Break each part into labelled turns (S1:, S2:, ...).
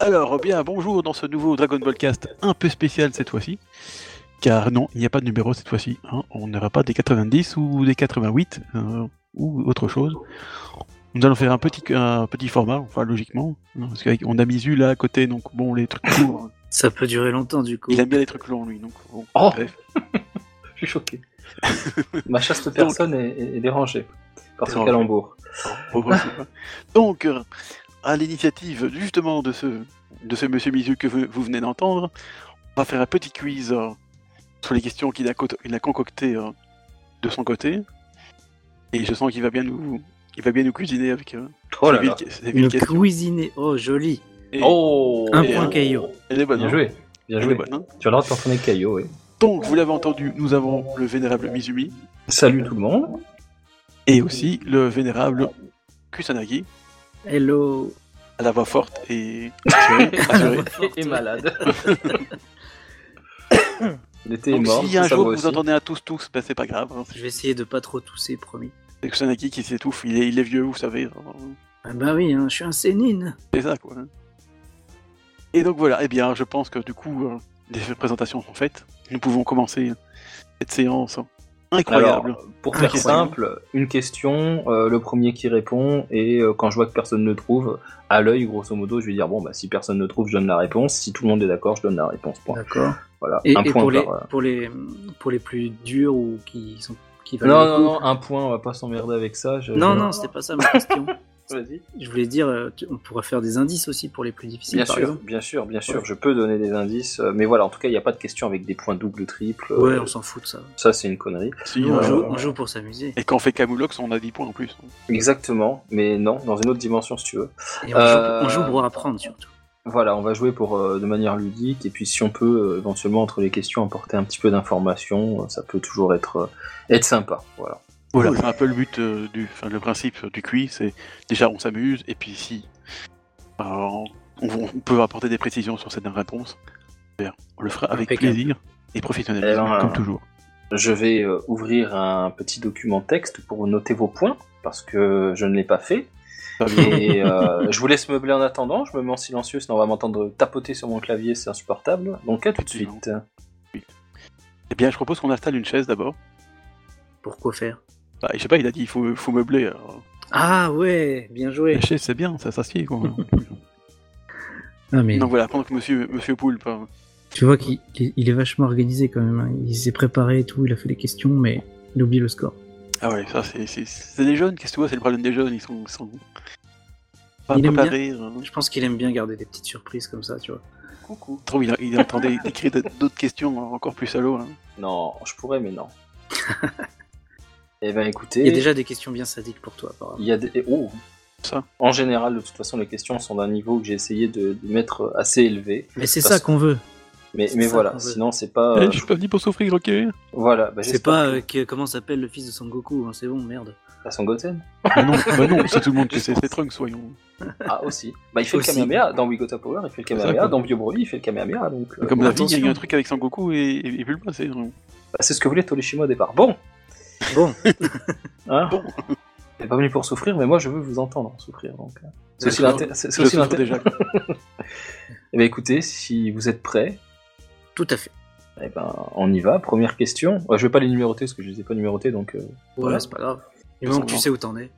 S1: Alors, bien, bonjour dans ce nouveau Dragon Ball Cast un peu spécial cette fois-ci. Car non, il n'y a pas de numéro cette fois-ci. hein. On n'aura pas des 90 ou des 88 euh, ou autre chose. Nous allons faire un petit, un petit format, enfin logiquement. hein, parce qu'on a mis Zu là à côté, donc bon, les trucs courts.
S2: Ça peut durer longtemps du coup.
S1: il aime bien les trucs longs lui, donc bon,
S3: Oh.
S1: bref.
S3: Je suis choqué. Ma chaste personne est, est- est dérangée par ce
S1: Dérangée.
S3: calembour.
S1: Pauvre Sylvain. Donc, euh, à l'initiative justement de ce, de ce monsieur Mizu que vous, vous venez d'entendre, on va faire un petit quiz euh, sur les questions qu'il a, co- il a concoctées euh, de son côté. Et je sens qu'il va bien nous, il va bien nous cuisiner avec euh,
S3: Oh là
S1: ses
S3: là.
S1: villes- ses villes
S2: Une
S1: questions.
S2: cuisiner. Oh, joli.
S1: Et
S3: Oh
S2: Un
S1: point
S2: Caillot.
S1: Elle est bonne.
S3: Bien
S1: hein.
S3: joué. Bien
S1: Elle est
S3: joué.
S1: bonne, hein.
S3: Tu as le droit de t'entraîner Caillot, oui.
S1: Donc, vous l'avez entendu, nous avons le vénérable Mizumi
S3: Salut tout le monde.
S1: et aussi le vénérable Kusanagi
S2: Hello.
S1: à la voix forte et assurée.
S2: Ah,
S1: assurée.
S3: Et, et malade. Il était
S1: Donc,
S3: mort.
S1: s'il y a un
S3: ça
S1: jour
S3: va
S1: que vous
S3: aussi.
S1: entendez un tous tous, ben c'est pas grave. hein.
S2: Je vais essayer de pas trop tousser, promis.
S1: C'est Kusanagi qui s'étouffe, il est, il est vieux, vous savez. hein.
S2: Ah bah oui, hein, je suis un sénine.
S1: C'est ça, quoi. hein. Et donc voilà, eh bien, je pense que du coup, euh, les présentations sont faites. Nous pouvons commencer cette séance incroyable.
S3: Alors, pour
S1: Ah,
S3: faire
S1: ok.
S3: simple, une question, euh, le premier qui répond, et euh, quand je vois que personne ne trouve, à l'œil, grosso modo, je vais dire bon, bah si personne ne trouve, je donne la réponse. Si tout le monde est d'accord, je donne la réponse. Point.
S2: D'accord.
S3: Voilà.
S2: Et,
S3: un
S2: et
S3: point
S2: pour, les,
S3: par, euh,
S2: pour, les, pour les plus durs ou qui sont qui valent
S3: Non,
S2: le
S3: non,
S2: coup.
S3: non, un point, on va pas s'emmerder avec ça. je-
S2: Non,
S3: je-
S2: non, c'était pas ça ma question.
S3: Vas-y.
S2: je voulais dire, euh, tu- on pourrait faire des indices aussi pour les plus difficiles,
S3: Bien
S2: par
S3: sûr,
S2: exemple.
S3: bien sûr, bien sûr,
S2: Ouais.
S3: je peux donner des indices, euh, mais voilà, en tout cas, il n'y a pas de question avec des points double, triple. euh,
S2: Ouais, on s'en fout de ça.
S3: Ça, c'est une connerie.
S1: Si,
S2: Nous,
S1: euh,
S2: on, joue,
S3: ouais.
S2: on joue pour s'amuser.
S1: Et quand on fait Camoulox, on a 10 points en plus.
S3: Exactement, mais non, dans une autre dimension, si tu veux.
S2: Et on,
S3: Euh,
S2: joue, on joue pour apprendre, surtout.
S3: Voilà, on va jouer pour euh, de manière ludique, et puis si on peut euh, éventuellement entre les questions apporter un petit peu d'informations, euh, ça peut toujours être euh, être sympa. Voilà.
S1: Voilà,
S2: Cool.
S1: c'est un peu le but euh, du, enfin, le principe du quiz, c'est déjà on s'amuse et puis si euh, on, on peut apporter des précisions sur certaines réponses, bien, on le fera avec
S2: Impeccable.
S1: plaisir et
S3: Eh
S1: professionnalisme
S3: ben,
S1: comme
S3: euh,
S1: toujours.
S3: Je vais euh, ouvrir un petit document texte pour noter vos points parce que je ne l'ai pas fait.
S1: Ça vient.
S3: Et euh, je vous laisse meubler en attendant, je me mets en silencieux, sinon on va m'entendre tapoter sur mon clavier, c'est insupportable. Donc à tout de suite.
S1: Eh bien, je propose qu'on installe une chaise d'abord.
S2: Pourquoi faire
S1: Bah, je sais pas, il a dit il faut, faut meubler. alors.
S2: Ah ouais, bien joué.
S1: La chaise, c'est bien, ça s'assied. quoi.
S2: Non, mais
S1: Donc voilà, pendant que monsieur, monsieur Poulpe, euh,
S2: tu vois qu'il qu'il- il est vachement organisé quand même. hein. Il s'est préparé et tout, il a fait les questions, mais il oublie le score.
S1: ah ouais, ça c'est- c'est c'est des jeunes, qu'est-ce que tu vois, c'est le problème des jeunes, ils sont, ils sont pas
S2: Il aime
S1: préparés. euh.
S2: Je pense qu'il aime bien garder des petites surprises comme ça, tu vois.
S1: Coucou. Je trouve il, il entendait écrire d'autres questions encore plus salauds. hein.
S3: Non, je pourrais, mais non. eh ben écoutez,
S2: Il y a déjà des questions bien sadiques pour toi, apparemment.
S3: il y a des- oh.
S1: Ça.
S3: En général, de toute façon, les questions sont d'un niveau que j'ai essayé de, de mettre assez élevé.
S2: Mais c'est
S3: Parce-
S2: ça qu'on veut.
S3: Mais,
S2: C'est
S3: mais
S2: ça
S3: voilà,
S2: qu'on veut.
S3: sinon c'est pas...
S1: Eh,
S3: euh,
S1: je suis pas venu pour souffrir, ok
S3: Voilà, bah,
S2: C'est
S3: j'espère
S2: pas
S3: que-
S2: euh, que- comment s'appelle le fils de Son Goku, hein, c'est bon, merde.
S3: à son Goten
S1: Bah non, bah non c'est tout le monde qui sait, c'est Trunks, soyons.
S3: Ah aussi. Bah il fait
S2: Aussi.
S3: le Kamehameha, dans We Got a Power, il fait le
S1: C'est
S3: Kamehameha,
S1: ça,
S3: dans Bio Broly, il fait le Kamehameha, donc... euh,
S1: Comme
S3: bah,
S1: la vie, il y a eu
S2: attention.
S1: un truc avec Sangoku et, et, et Bulma, c'est...
S3: c'est ce que voulait Toleshima au départ. Bon
S2: Bon,
S3: Hein
S1: Bon.
S3: T'es pas venu pour souffrir, mais moi je veux vous entendre souffrir. Donc, euh, c'est aussi
S2: D'accord.
S3: l'inté- c'est-
S1: Je
S3: c'est aussi
S1: souffre
S3: l'inté-
S1: déjà.
S3: Eh ben, écoutez, si vous êtes prêts,
S2: tout à fait.
S3: eh ben, on y va. Première question. Ouais, je vais pas les numéroter parce que je les ai pas numérotés. Donc, euh,
S2: Voilà, c'est pas grave. Du moment que tu sais où t'en es.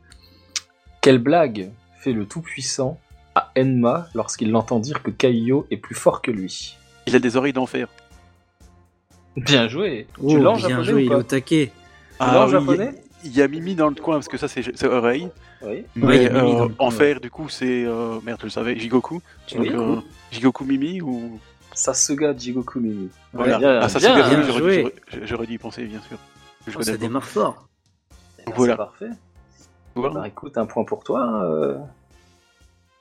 S3: quelle blague fait le Tout-Puissant à Enma lorsqu'il l'entend dire que Kaio est plus fort que lui
S1: Il a des oreilles d'enfer.
S3: Bien joué. tu
S2: Oh,
S3: l'as en
S2: bien
S3: japonais
S2: joué,
S3: ou
S2: il est
S3: pas
S2: au taquet.
S3: l'as en
S1: Ah oui, il y a-
S3: japonais
S1: il y, a Mimi dans le coin, parce que ça, c'est c'est oreille.
S3: Oui.
S1: Mais
S2: Ouais, il y a Mimi
S1: euh,
S2: dans le coin,
S1: enfer, du coup, c'est... euh, merde, je le savais, Jigoku. Donc,
S3: Oui.
S1: euh, Jigoku Mimi ou...
S3: Sasuga Jigoku Mimi.
S1: Voilà.
S3: bien,
S1: ah, ça,
S3: bien,
S1: c'est
S2: bien
S1: oui, j'aurais
S2: joué.
S1: dû- j'aurais- J'aurais dû y penser, bien sûr. Je
S2: Oh, ça
S1: connais pas.
S2: démarre fort.
S3: Eh ben,
S1: Voilà.
S3: C'est parfait.
S1: Voilà.
S3: Bah, écoute, un point pour toi. hein, euh.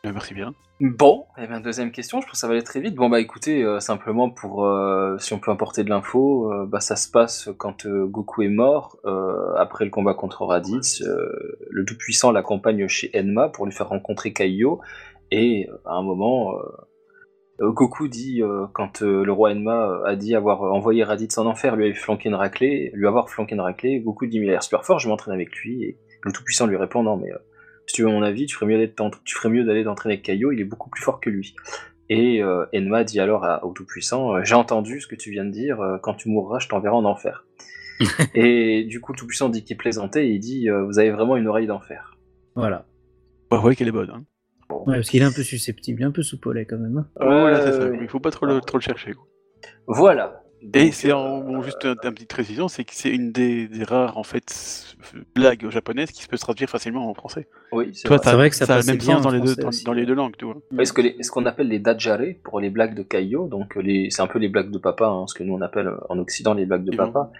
S1: Euh, Merci bien.
S3: Bon, et Eh bien deuxième question, je pense que ça va aller très vite. Bon bah écoutez, euh, simplement pour euh, si on peut apporter de l'info, euh, bah ça se passe quand euh, Goku est mort euh, après le combat contre Raditz, euh, le Tout-Puissant l'accompagne chez Enma pour lui faire rencontrer Kaio et euh, à un moment euh, Goku dit euh, quand euh, le roi Enma euh, a dit avoir envoyé Raditz en enfer, lui avait flanqué une raclée, lui avoir flanqué une raclée, Goku dit mais il a l'air super fort, je m'entraîne avec lui et le Tout-Puissant lui répond non mais si tu veux mon avis, tu ferais mieux d'aller t'en- tu ferais mieux d'aller t'entraîner avec Caillot, il est beaucoup plus fort que lui. Et euh, Enma dit alors à- au Tout-Puissant euh, J'ai entendu ce que tu viens de dire, euh, quand tu mourras, je t'enverrai en enfer. et du coup, le Tout-Puissant dit qu'il plaisantait et il dit euh, Vous avez vraiment une oreille d'enfer.
S2: Voilà.
S1: Bah, ouais, qu'elle est bonne. Hein.
S2: Ouais, parce qu'il est un peu susceptible, un peu soupolé quand même. hein.
S1: Voilà, c'est ça.
S3: Euh,
S1: Il faut pas trop le, trop le chercher. quoi.
S3: Voilà.
S1: Et
S3: Donc,
S1: c'est
S3: euh,
S1: en, bon, juste un, un petite précision, c'est que c'est une des, des rares en fait s- blagues japonaises qui peut se traduire facilement en français.
S3: Oui, c'est
S1: Toi,
S3: vrai.
S1: t'as-
S2: C'est vrai que ça
S1: a le
S2: passait
S1: même
S2: bien
S1: sens dans
S2: en
S1: les, deux,
S2: français
S1: dans,
S2: aussi,
S1: dans les
S2: ouais.
S1: deux langues, tu vois.
S3: Est-ce que les- ce qu'on appelle les dajare pour les blagues de Caillot, donc euh, les, c'est un peu les blagues de papa, hein, ce que nous on appelle euh, en Occident les blagues de
S1: Mmh.
S3: papa,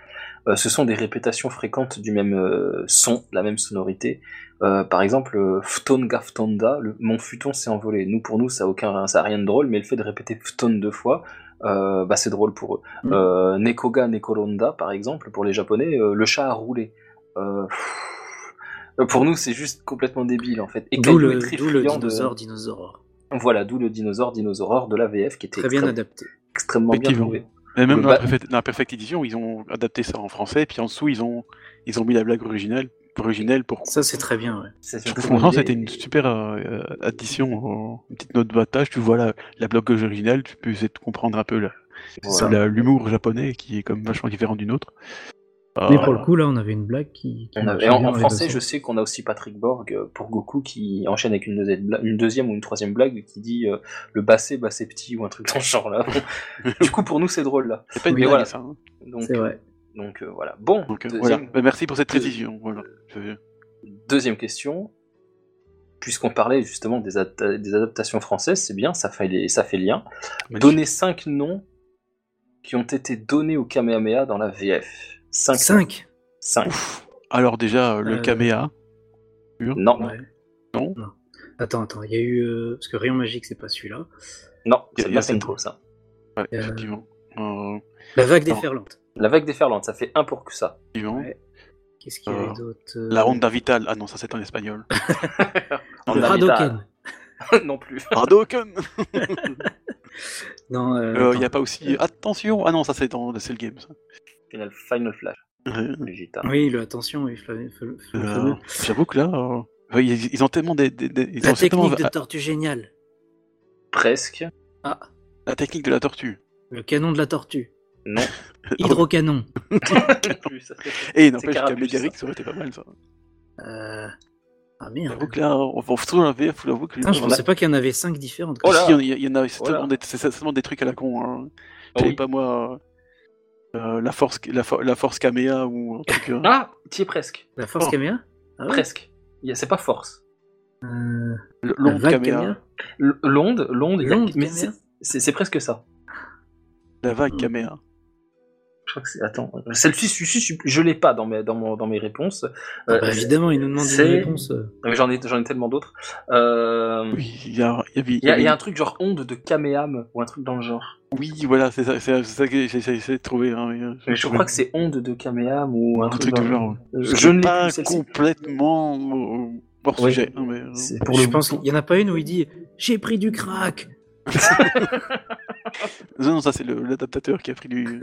S3: euh, ce sont des répétitions fréquentes du même euh, son, la même sonorité. Euh, par exemple, euh, fton gaftonda, le, mon futon s'est envolé. Nous pour nous ça a aucun, ça a rien de drôle, mais le fait de répéter fton deux fois, euh, bah c'est drôle pour eux.
S2: Mmh.
S3: Euh, nekoga nekoronda par exemple pour les Japonais, euh, le chat a roulé. Euh, pff, pour nous c'est juste complètement débile en fait. Et
S2: D'où
S3: Caillou
S2: le,
S3: est très
S2: d'où le
S3: friand de-
S2: dinosaure, dinosaure.
S3: voilà, d'où le dinosaure dinosaureur de la VF qui était
S2: Très bien
S3: extrême-
S2: adapté.
S3: extrêmement bien
S1: Effectivement.
S3: trouvé.
S1: Mais même
S3: Le
S1: dans, la
S3: ba-
S1: perfect, dans la Perfect Edition, ils ont adapté ça en français, puis en dessous, ils ont, ils ont mis la blague originelle, originelle pour.
S2: Ça, c'est très bien, ouais.
S3: C'est
S1: Je
S3: une
S1: trouve
S3: très bonne
S1: franchement,
S3: idée.
S1: c'était une super euh, euh, addition, euh, une petite note de battage. Tu vois la, la blague originale, tu peux essayer de comprendre un peu la-
S3: Voilà.
S1: la- l'humour japonais qui est comme vachement différent d'une autre. Euh,
S2: Mais pour le coup, là, on avait une blague qui. qui
S3: On a-
S2: marchait
S3: et en,
S2: bien
S3: en
S2: dans les
S3: français,
S2: deux
S3: je
S2: sens.
S3: sais qu'on a aussi Patrick Borg euh, pour Goku qui enchaîne avec une deuxième, bla- une deuxième ou une troisième blague qui dit euh, le bassé, bassé petit ou un truc dans ce genre là. du coup, pour nous, c'est drôle là.
S1: C'est pas une
S2: Oui,
S1: blague,
S3: voilà.
S1: ça. hein.
S3: Donc,
S2: C'est vrai.
S3: donc euh, voilà. Bon,
S1: Donc, euh, voilà.
S3: deuxième,
S1: Bah, merci pour cette
S3: Deux-
S1: précision. Voilà. Je-
S3: deuxième question. Puisqu'on parlait justement des, adapta- des adaptations françaises, c'est bien, ça fait, les- ça fait lien. Donner 5 noms qui ont été donnés au Kamehameha dans la VF. 5
S2: 5
S3: 5.
S1: Alors déjà, euh, le
S2: Euh,
S1: Kamea,
S3: Non,
S2: ouais.
S1: non
S2: Attends, attends, il y a eu. euh, Parce que Rayon Magique, c'est pas celui-là.
S1: Y
S3: non,
S1: a-
S3: c'est
S1: y
S3: bien
S1: a
S3: c'est
S1: cette-
S3: trop ça.
S1: Ouais,
S2: Euh,
S1: effectivement. Euh,
S2: La vague
S1: Attends.
S2: déferlante.
S3: La vague déferlante, ça fait un pour que ça.
S1: effectivement.
S2: Ouais. Qu'est-ce qu'il y avait
S1: Euh,
S2: d'autre
S1: La Honda Vital. Ah non, ça c'est en espagnol. Ah,
S3: On
S2: Le
S3: a
S2: Radoken.
S3: Vita- non plus.
S1: Hadouken
S2: Non, euh,
S1: Il
S2: attends.
S1: n'y a pas aussi... Attention Ah non, ça c'est dans... c'est le game. Ça.
S3: Final, Final Flash,
S1: Euh,
S3: le Vita.
S2: Oui, le attention, oui, fla- fla- fla- fameux.
S1: euh, J'avoue que là... euh, ouais, Ils ils ont tellement des, des- des- ils
S2: La
S1: ont certainement-
S2: technique de tortue géniale.
S3: Presque.
S2: Ah,
S1: la technique de la tortue.
S2: le canon de la tortue.
S3: Non,
S2: Hydrocanon.
S3: non plus. ça fait-
S1: Et n'empêche qu'à
S3: Carabus,
S1: Médéric, ça aurait été pas mal ça.
S2: Euh, Ah
S1: J'avoue
S2: merde.
S1: que là, on va surtout la VF, faut l'avouer que...
S2: Putain, je
S1: on a-
S2: pensais pas qu'il y en avait 5 différentes.
S3: Oh là
S1: Si, il y, en a, c'est
S3: Voilà.
S1: tellement des- c'est certainement des trucs à la con. Hein.
S3: Ah
S1: Je sais
S3: oui.
S1: pas moi, euh, la force, la, fo- la force Kamea ou un truc. hein.
S3: Ah, t'y es presque.
S2: La force
S1: Oh.
S2: caméra Ah ouais
S3: Presque. Il y a- C'est pas force.
S2: Euh,
S1: L-
S2: La
S1: L'onde
S2: vague
S1: Kamea,
S2: caméra
S3: L- L'onde, l'onde, il y a-
S2: L'onde
S3: mais
S2: caméra
S3: c'est- c'est c'est presque ça.
S1: la vague
S2: Hmm.
S1: Kamea.
S3: Je crois que c'est. Attends, euh, celle-ci, celui-ci, je- je l'ai pas dans mes, dans mon- dans mes réponses. Euh,
S2: Bah, Évidemment, il nous demande une
S3: c'est-
S2: réponse. euh.
S3: mais j'en ai, j'en ai tellement d'autres. Euh,
S1: Oui, il y a, il y avait-
S3: Il y, a- il y a un truc genre onde de Kameham ou un truc dans le genre.
S1: Oui, voilà, c'est ça, c'est c'est ça que j'ai j'ai essayé de trouver. Hein, mais, euh,
S3: Mais je crois que c'est onde de Kameham ou un,
S1: un truc
S3: dans
S1: du
S3: le Euh,
S1: genre.
S3: Je, je ne l'ai
S1: pas
S3: plus, celle-ci.
S1: complètement euh, hors
S3: Oui.
S1: sujet. hein, mais, euh,
S3: C'est pour
S2: Je
S3: le-
S2: pense qu'il y en a pas une où il dit J'ai pris du crack
S1: Non, non, ça c'est le- l'adaptateur qui a pris du.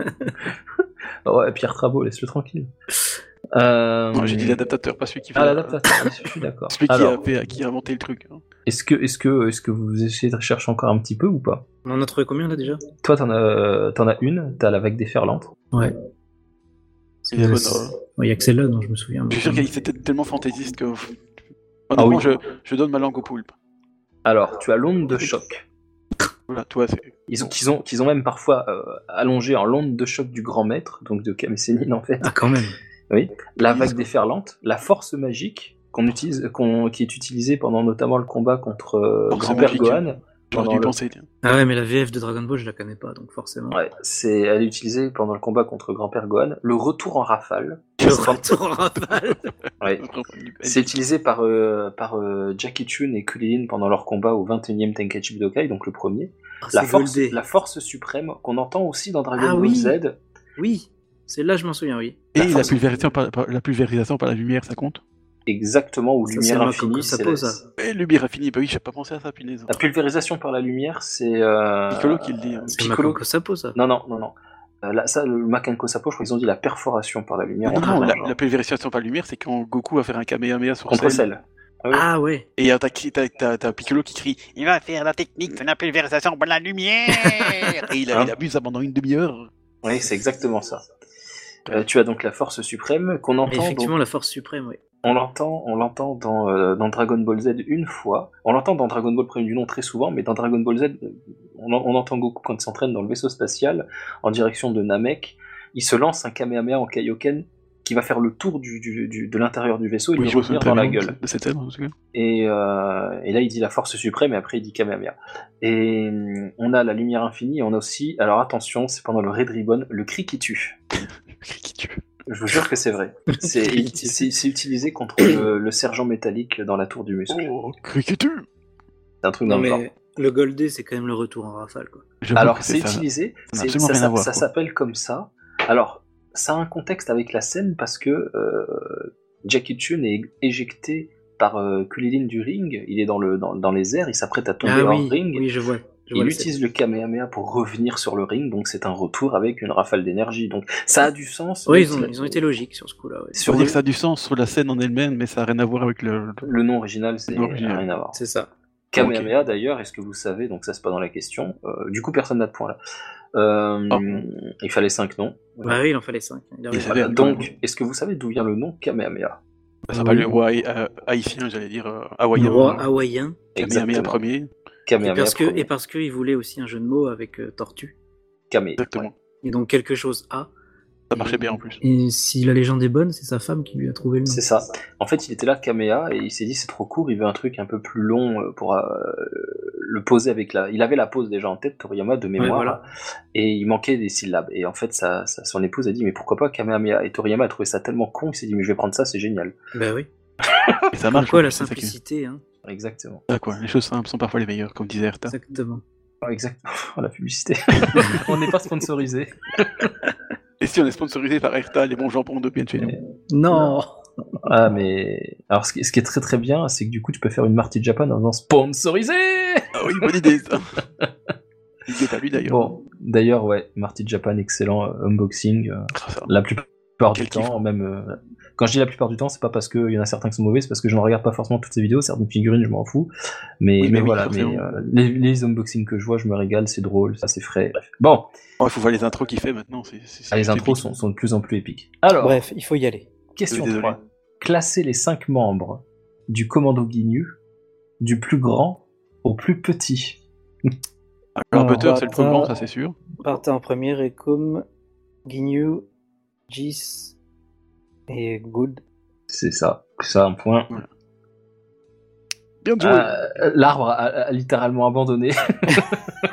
S3: Ah ouais, Pierre Travaux, laisse-le tranquille. Euh...
S1: Non, j'ai dit l'adaptateur, pas celui qui fait.
S3: Ah, l'adaptateur, je suis d'accord.
S1: Celui qui
S3: Alors,
S1: a, fait- qui a inventé le truc. hein.
S3: est-ce que, est-ce que, est-ce que vous essayez de rechercher encore un petit peu ou pas
S2: On en a trouvé combien là déjà
S3: Toi, t'en as, t'en as une, t'as la vague déferlante.
S2: Ouais.
S1: Il y a-
S2: Euh,
S1: bon,
S2: c'est-
S1: euh,
S2: Ouais, Il y a que celle-là dont je me souviens.
S1: Je suis sûr qu'il était tellement fantaisiste que.
S3: Ah oui.
S1: Honnêtement, je, je donne ma langue au poulpe.
S3: Alors, tu as l'onde de choc.
S1: Voilà, toi, c'est.
S3: Ils ont, qu'ils ont, qu'ils ont même parfois euh, allongé en l'onde de choc du grand maître, donc de Kamsénine en fait.
S2: Ah, quand même.
S3: la vague déferlante, la force magique qu'on utilise, qu'on- qui est utilisée pendant notamment le combat contre euh,
S1: Force
S3: Grand-Père
S1: magique.
S3: Gohan.
S1: J'aurais
S3: Pendant
S1: dû y
S3: le-
S1: penser. tiens.
S2: Ah ouais, mais la VF de Dragon Ball, je la connais pas, donc forcément.
S3: Ouais, c'est, elle est utilisée pendant le combat contre Grand-Père Gohan. Le retour en rafale.
S2: Le retour en rafale
S3: Ouais. C'est utilisé par, euh, par euh, Jackie Chun et Kulilin pendant leur combat au 21e Tenkaichi Budokai, donc le premier.
S2: Ah,
S3: La
S2: c'est
S3: force,
S2: goldé.
S3: la force suprême qu'on entend aussi dans Dragon
S2: Ah
S3: Ball
S2: oui.
S3: Z.
S2: Oui, celle-là, je m'en souviens, oui.
S1: Et la
S3: force-
S1: pulvérisation, par, par- la pulvérisation par la lumière, ça compte
S3: Exactement, ou
S2: Ça, c'est
S3: lumière
S2: Marco
S3: infinie.
S2: Sapo,
S3: c'est la,
S2: ça.
S1: Et lumière infinie, bah oui, j'ai pas pensé à ça, punaise.
S3: la pulvérisation par la lumière, c'est. euh,
S1: Piccolo qui le dit. hein.
S2: C'est
S3: Piccolo.
S2: Makoto Sapo, ça.
S3: Non, non, non, non. Euh, là, ça, le Makenko Sapo, je crois qu'ils ont dit la perforation par la lumière.
S1: Ah, Non, non,
S3: Enfin,
S1: la,
S3: genre,
S1: la pulvérisation par la lumière, c'est quand Goku va faire un Kamehameha sur
S3: contre
S1: Cell.
S3: celle. Ouais.
S2: Ah ouais
S1: Et euh, t'as, qui- t'as- t'as- t'as Piccolo qui crie Il va faire la technique de la pulvérisation par la lumière Et il, a-
S3: Hein
S1: il abuse pendant une demi-heure.
S3: Oui, c'est exactement ça. Euh, tu as donc la force suprême qu'on
S2: Mais
S3: entend. donc-
S2: Effectivement, la force suprême, ouais.
S3: on l'entend, on l'entend dans, euh, dans Dragon Ball Z une fois. On l'entend dans Dragon Ball Premier du Nom très souvent, mais dans Dragon Ball Z, euh, on, en- on entend Goku quand il s'entraîne dans le vaisseau spatial en direction de Namek. Il se lance un Kamehameha en Kaioken qui va faire le tour du, du- du- de l'intérieur du vaisseau et lui
S1: je me
S3: revenir
S1: souviens
S3: dans
S1: très
S3: la
S1: hein, bien
S3: gueule.
S1: de cette scène, en tout cas.
S3: Et, euh, et là, il dit la force suprême, et après, il dit Kamehameha. Et euh, on a la lumière infinie, et on a aussi, alors attention, c'est pendant le Red Ribbon, le cri qui tue.
S1: Qui tue.
S3: Je vous jure que c'est vrai. C'est
S2: cri qui tue.
S3: c'est- c'est utilisé contre le, le sergent métallique dans la tour du muscle.
S1: Oh, cri qui tue
S3: C'est un truc dans
S2: Non,
S3: le genre.
S2: mais le Goldé, c'est quand même le retour en rafale, quoi.
S1: Je pense
S3: Alors,
S1: que
S3: c'est
S1: ça.
S3: utilisé,
S1: n'a
S3: c'est-
S1: absolument
S3: ça,
S1: rien à
S3: ça-
S1: voir,
S3: ça
S1: quoi.
S3: s'appelle comme ça. Alors, ça a un contexte avec la scène parce que euh, Jackie Chun est éjecté par euh, Kulilin du ring. Il est dans, le, dans, dans les airs, il s'apprête à tomber
S2: Ah
S3: hors
S2: oui,
S3: ring.
S2: oui, je vois. Je vois
S3: Il
S2: la
S3: utilise le Kamehameha pour revenir sur le ring, donc c'est un retour avec une rafale d'énergie. Donc ça a du sens.
S2: scène. Ouais,
S3: mais
S2: ils ont,
S3: c'est-
S2: ils ont été logiques sur ce coup-là, ouais.
S1: Pour
S3: Sur
S1: dire
S3: le,
S1: que ça a du sens sur la scène en elle-même, mais ça n'a rien à voir avec le. le-
S3: le nom original, c'est
S1: Nom original.
S3: rien à voir.
S2: C'est ça.
S3: Kamehameha d'ailleurs, est-ce que vous savez, donc ça c'est pas dans la question, euh, du coup personne n'a de point là. Euh,
S1: Oh.
S3: Il fallait 5 noms.
S2: Bah oui, il en fallait 5. Il en
S1: Et
S2: avait
S1: ça
S2: pas.
S1: avait-
S3: Donc, est-ce que vous savez d'où vient le nom Kamehameha
S1: Ça s'appelle
S2: oui.
S1: le roi euh, haïtien, j'allais dire euh,
S2: Le
S1: hawaïen.
S2: roi hawaïen.
S1: Kamehameha
S3: Exactement.
S1: premier.
S2: Et
S3: Kamehameha
S2: parce que,
S3: premier.
S2: et parce qu'il voulait aussi un jeu de mots avec euh, tortue.
S3: Kame.
S1: Exactement.
S3: Ouais.
S2: Et donc quelque chose a.
S1: Ça marchait bien en plus.
S2: Et si la légende est bonne, c'est sa femme qui lui a trouvé le nom.
S3: C'est ça. En fait, il était là, Kamea, et il s'est dit c'est trop court, il veut un truc un peu plus long euh, pour euh, le poser avec la. Il avait la pose déjà en tête, Toriyama, de mémoire,
S2: Ouais, voilà.
S3: et il manquait des syllabes. Et en fait, sa- sa- son épouse a dit mais pourquoi pas Kamehameha Et Toriyama a trouvé ça tellement con, il s'est dit mais je vais prendre ça, c'est génial.
S2: Bah oui.
S1: Et ça marche.
S2: Pourquoi
S1: en
S2: la
S1: plus, c'est ça qui-
S2: simplicité, hein.
S3: Exactement.
S1: Ah, quoi, les choses simples sont parfois les meilleures, comme disait Erta.
S2: Exactement.
S3: Ah, Exactement. La publicité. On n'est pas sponsorisé.
S1: Et si on est sponsorisé par Erta, les bons jambons de bien de chez nous.
S2: Non.
S3: Ah, mais. Alors, ce qui, ce qui est très très bien, c'est que du coup, tu peux faire une Marty Japan en faisant sponsorisé
S1: Ah oui, bonne idée ça. Idée à lui d'ailleurs.
S3: Bon, d'ailleurs, ouais, Marty Japan, excellent euh, unboxing. euh,
S1: Ah, ça.
S3: la plupart du
S1: Quel hein.
S3: temps, même. euh, quand je dis la plupart du temps, c'est pas parce qu'il y en a certains qui sont mauvais, c'est parce que je ne regarde pas forcément toutes ces vidéos, certaines figurines, je m'en fous. Mais,
S1: Oui,
S3: mais
S1: bah oui,
S3: voilà, mais,
S1: forcément.
S3: euh, les, les unboxings que je vois, je me régale, c'est drôle, ça c'est frais. Bref. Bon,
S1: Oh, il faut voir les intros qu'il fait maintenant. c'est- c'est-
S3: ah, les
S1: c'est
S3: intros sont, sont de plus en plus épiques. Alors,
S2: Bref, il faut y aller.
S3: question
S1: Désolé.
S3: 3. Classer les 5 membres du commando Guignu, du plus grand au plus petit.
S1: Alors,
S2: Ah,
S1: Butter,
S2: bah,
S1: c'est le plus grand,
S2: attends.
S1: ça c'est sûr.
S2: Partez en première et comme Guignou, Gis et Good.
S3: C'est ça, ça un point.
S1: Bien joué.
S3: Euh, L'arbre a, a- a littéralement abandonné.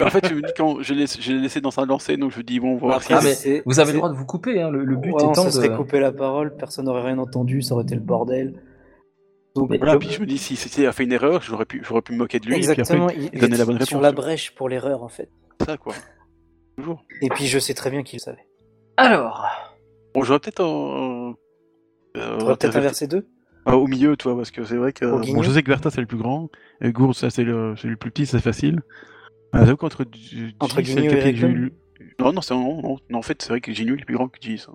S1: En fait, je me dis quand je l'ai je l'ai laissé dans sa lancée, donc je me dis, bon, on va voir si.
S3: Ah, mais Vous avez le droit de vous couper, hein, le, le but
S2: on
S3: étant
S2: se
S3: de...
S2: serait coupé la parole, personne n'aurait rien entendu, ça aurait été le bordel. Donc,
S1: Voilà,
S2: le-
S1: puis je me dis, si c'était a fait une erreur, j'aurais pu, j'aurais pu me moquer de lui.
S2: exactement,
S1: Et puis après,
S2: il,
S1: il donnait la bonne
S2: il est sur
S1: réponse.
S2: la brèche pour l'erreur en fait.
S1: ça, quoi. Toujours.
S2: Et puis je sais très bien qu'il le savait.
S3: Alors,
S1: Bon, j'aurais peut-être. en- euh,
S2: T'aurais peut-être
S1: inverser-
S2: inversé deux
S1: Ah, au milieu, toi, parce que c'est vrai que.
S2: Au
S1: Bon,
S2: guignol.
S1: je sais que Bertha, c'est le plus grand. Et Gourde, ça, c'est le, c'est le plus petit, c'est facile. Ah, J'avoue qu'entre. G-
S2: Entre
S1: G, c'est le
S2: guignol et
S1: capitaine
S2: Rectum
S1: Jul- Non, non, c'est non, non, non, en fait, c'est vrai que Ginu est plus grand que Gis. hein.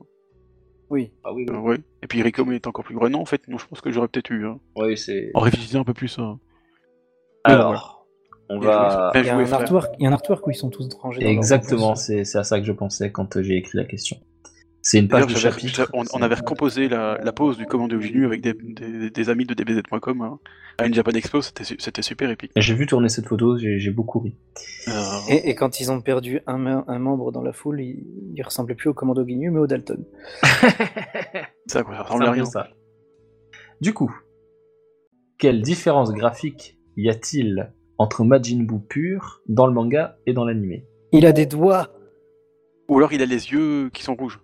S2: Oui.
S3: Ah oui,
S1: Euh, ouais. Et puis Rectum est encore plus grand. Non, en fait, non, je pense que j'aurais peut-être eu. hein.
S3: oui, c'est.
S1: En réfléchissant un peu plus. hein.
S3: Alors, Euh, on
S1: Bien
S3: va.
S1: joué,
S2: Il y, a
S1: bien joué,
S2: un
S1: frère.
S2: artwork, il y a un artwork où ils sont tous rangés. dans leur
S3: Exactement,
S2: réponse.
S3: c'est c'est à ça que je pensais quand euh, j'ai écrit la question. C'est une page
S1: D'ailleurs,
S3: de
S1: j'avais-
S3: chapitre.
S1: on, on avait recomposé la, la pose du commando Ginu avec des, des- des amis de dbz.com hein. à une Japan Expo, c'était su- c'était super épique.
S3: J'ai vu tourner cette photo, j'ai j'ai beaucoup ri.
S1: Euh,
S2: Et, et quand ils ont perdu un, me- un membre dans la foule, il, il ressemblait plus au commando Guignou, mais au Dalton.
S1: ça, quoi, ça
S3: C'est un
S1: ressemble à
S3: peu
S1: rien.
S3: ça. Du coup, quelle différence graphique y a-t-il entre Majin Buu pur dans le manga et dans l'anime
S2: Il a des doigts
S1: Ou alors il a les yeux qui sont rouges.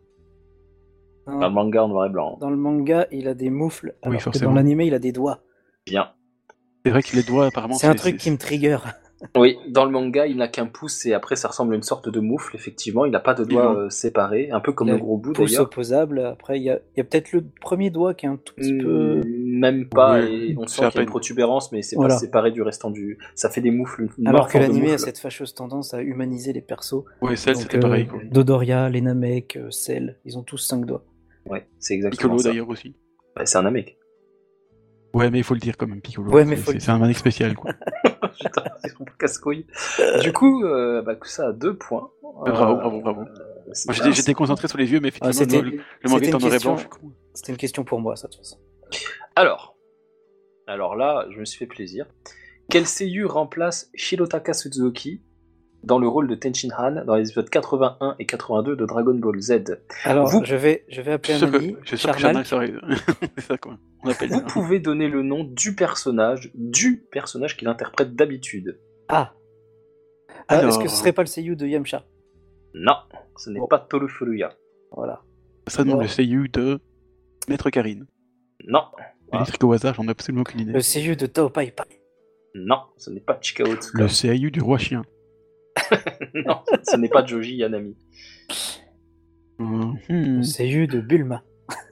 S2: hein.
S3: Dans le manga en noir et blanc.
S2: Dans le manga, il a des moufles,
S1: Oui,
S2: alors que
S1: forcément.
S2: dans l'anime, il a des doigts.
S3: Bien.
S1: C'est vrai qu'il les doigts, apparemment.
S2: C'est un truc qui me trigger.
S3: Oui, dans le manga, il n'a qu'un pouce et après, ça ressemble à une sorte de moufle, effectivement. Il n'a pas de doigts
S1: Il
S3: euh, séparés, un peu comme
S2: Il a
S3: le gros bout
S2: Pouce
S3: d'ailleurs.
S2: opposable, après, il y a, il y a peut-être le premier doigt qui est un tout petit
S1: Euh,
S2: peu...
S3: Même pas,
S1: Mmh. Oui,
S3: et on
S1: c'est
S3: sent
S1: à
S3: qu'il y a une
S1: peine.
S3: protubérance, mais c'est
S2: Voilà.
S3: pas séparé du restant du. Ça fait des moufles. une
S2: Alors
S3: marque
S2: que
S3: de
S2: l'anime a
S3: moufle.
S2: cette fâcheuse tendance à humaniser les persos.
S1: Ouais, celle,
S2: Donc,
S1: c'était
S2: euh,
S1: pareil. Quoi.
S2: Dodoria, les Namek, euh, Cell, ils ont tous cinq doigts.
S3: Ouais, c'est exactement
S1: Piccolo,
S3: ça.
S1: d'ailleurs, aussi.
S3: Bah, c'est un Namek.
S1: Ouais, mais il faut le dire quand même, Piccolo.
S4: Ouais, mais
S1: C'est-
S4: faut le
S1: c'est c'est un manique spécial, quoi.
S3: Putain, ils sont casse-couilles. Du coup, euh, bah, ça a deux points. Euh,
S1: bravo, bravo, bravo.
S3: c'est
S1: Moi,
S3: bien,
S1: j'étais- J'étais concentré sur les vieux, mais
S4: Ah,
S1: effectivement,
S4: C'était
S1: le, le manga est
S4: c'était
S1: en
S4: une
S1: noir et
S4: question.
S1: blanc. je suis con.
S4: c'était une question pour moi, ça, de toute façon.
S3: Alors, alors là, je me suis fait plaisir. Quel seiyuu remplace Shirotaka Suzuki dans le rôle de Tenshin Han dans les épisodes 81 et 82 de Dragon Ball Z
S4: Alors,
S3: Vous-
S4: je, vais, je vais
S1: Je
S4: appeler
S1: suis
S4: un
S1: sûr que-
S4: ami,
S1: je suis sûr que
S4: Charmal.
S1: Charmal serait. C'est ça, quoi. On appelle.
S3: Vous pouvez donner le nom du personnage, du personnage qu'il interprète d'habitude.
S4: Ah, Ah,
S1: Alors,
S4: Est-ce que ce serait pas le seiyuu de Yamcha
S3: Non, ce n'est pas Toru Furuya.
S4: Voilà.
S1: ça demande le seiyuu de Maître Karine.
S3: Non, Ah.
S1: Électrique au hasard, j'en ai absolument aucune idée.
S4: Le seiyuu de Tao Pai Pai.
S3: non, ce n'est pas Chikao Tsuka.
S1: Le seiyuu du roi chien.
S3: Non, ce n'est pas Joji Yanami.
S1: Euh, hmm.
S4: Le seiyuu de Bulma.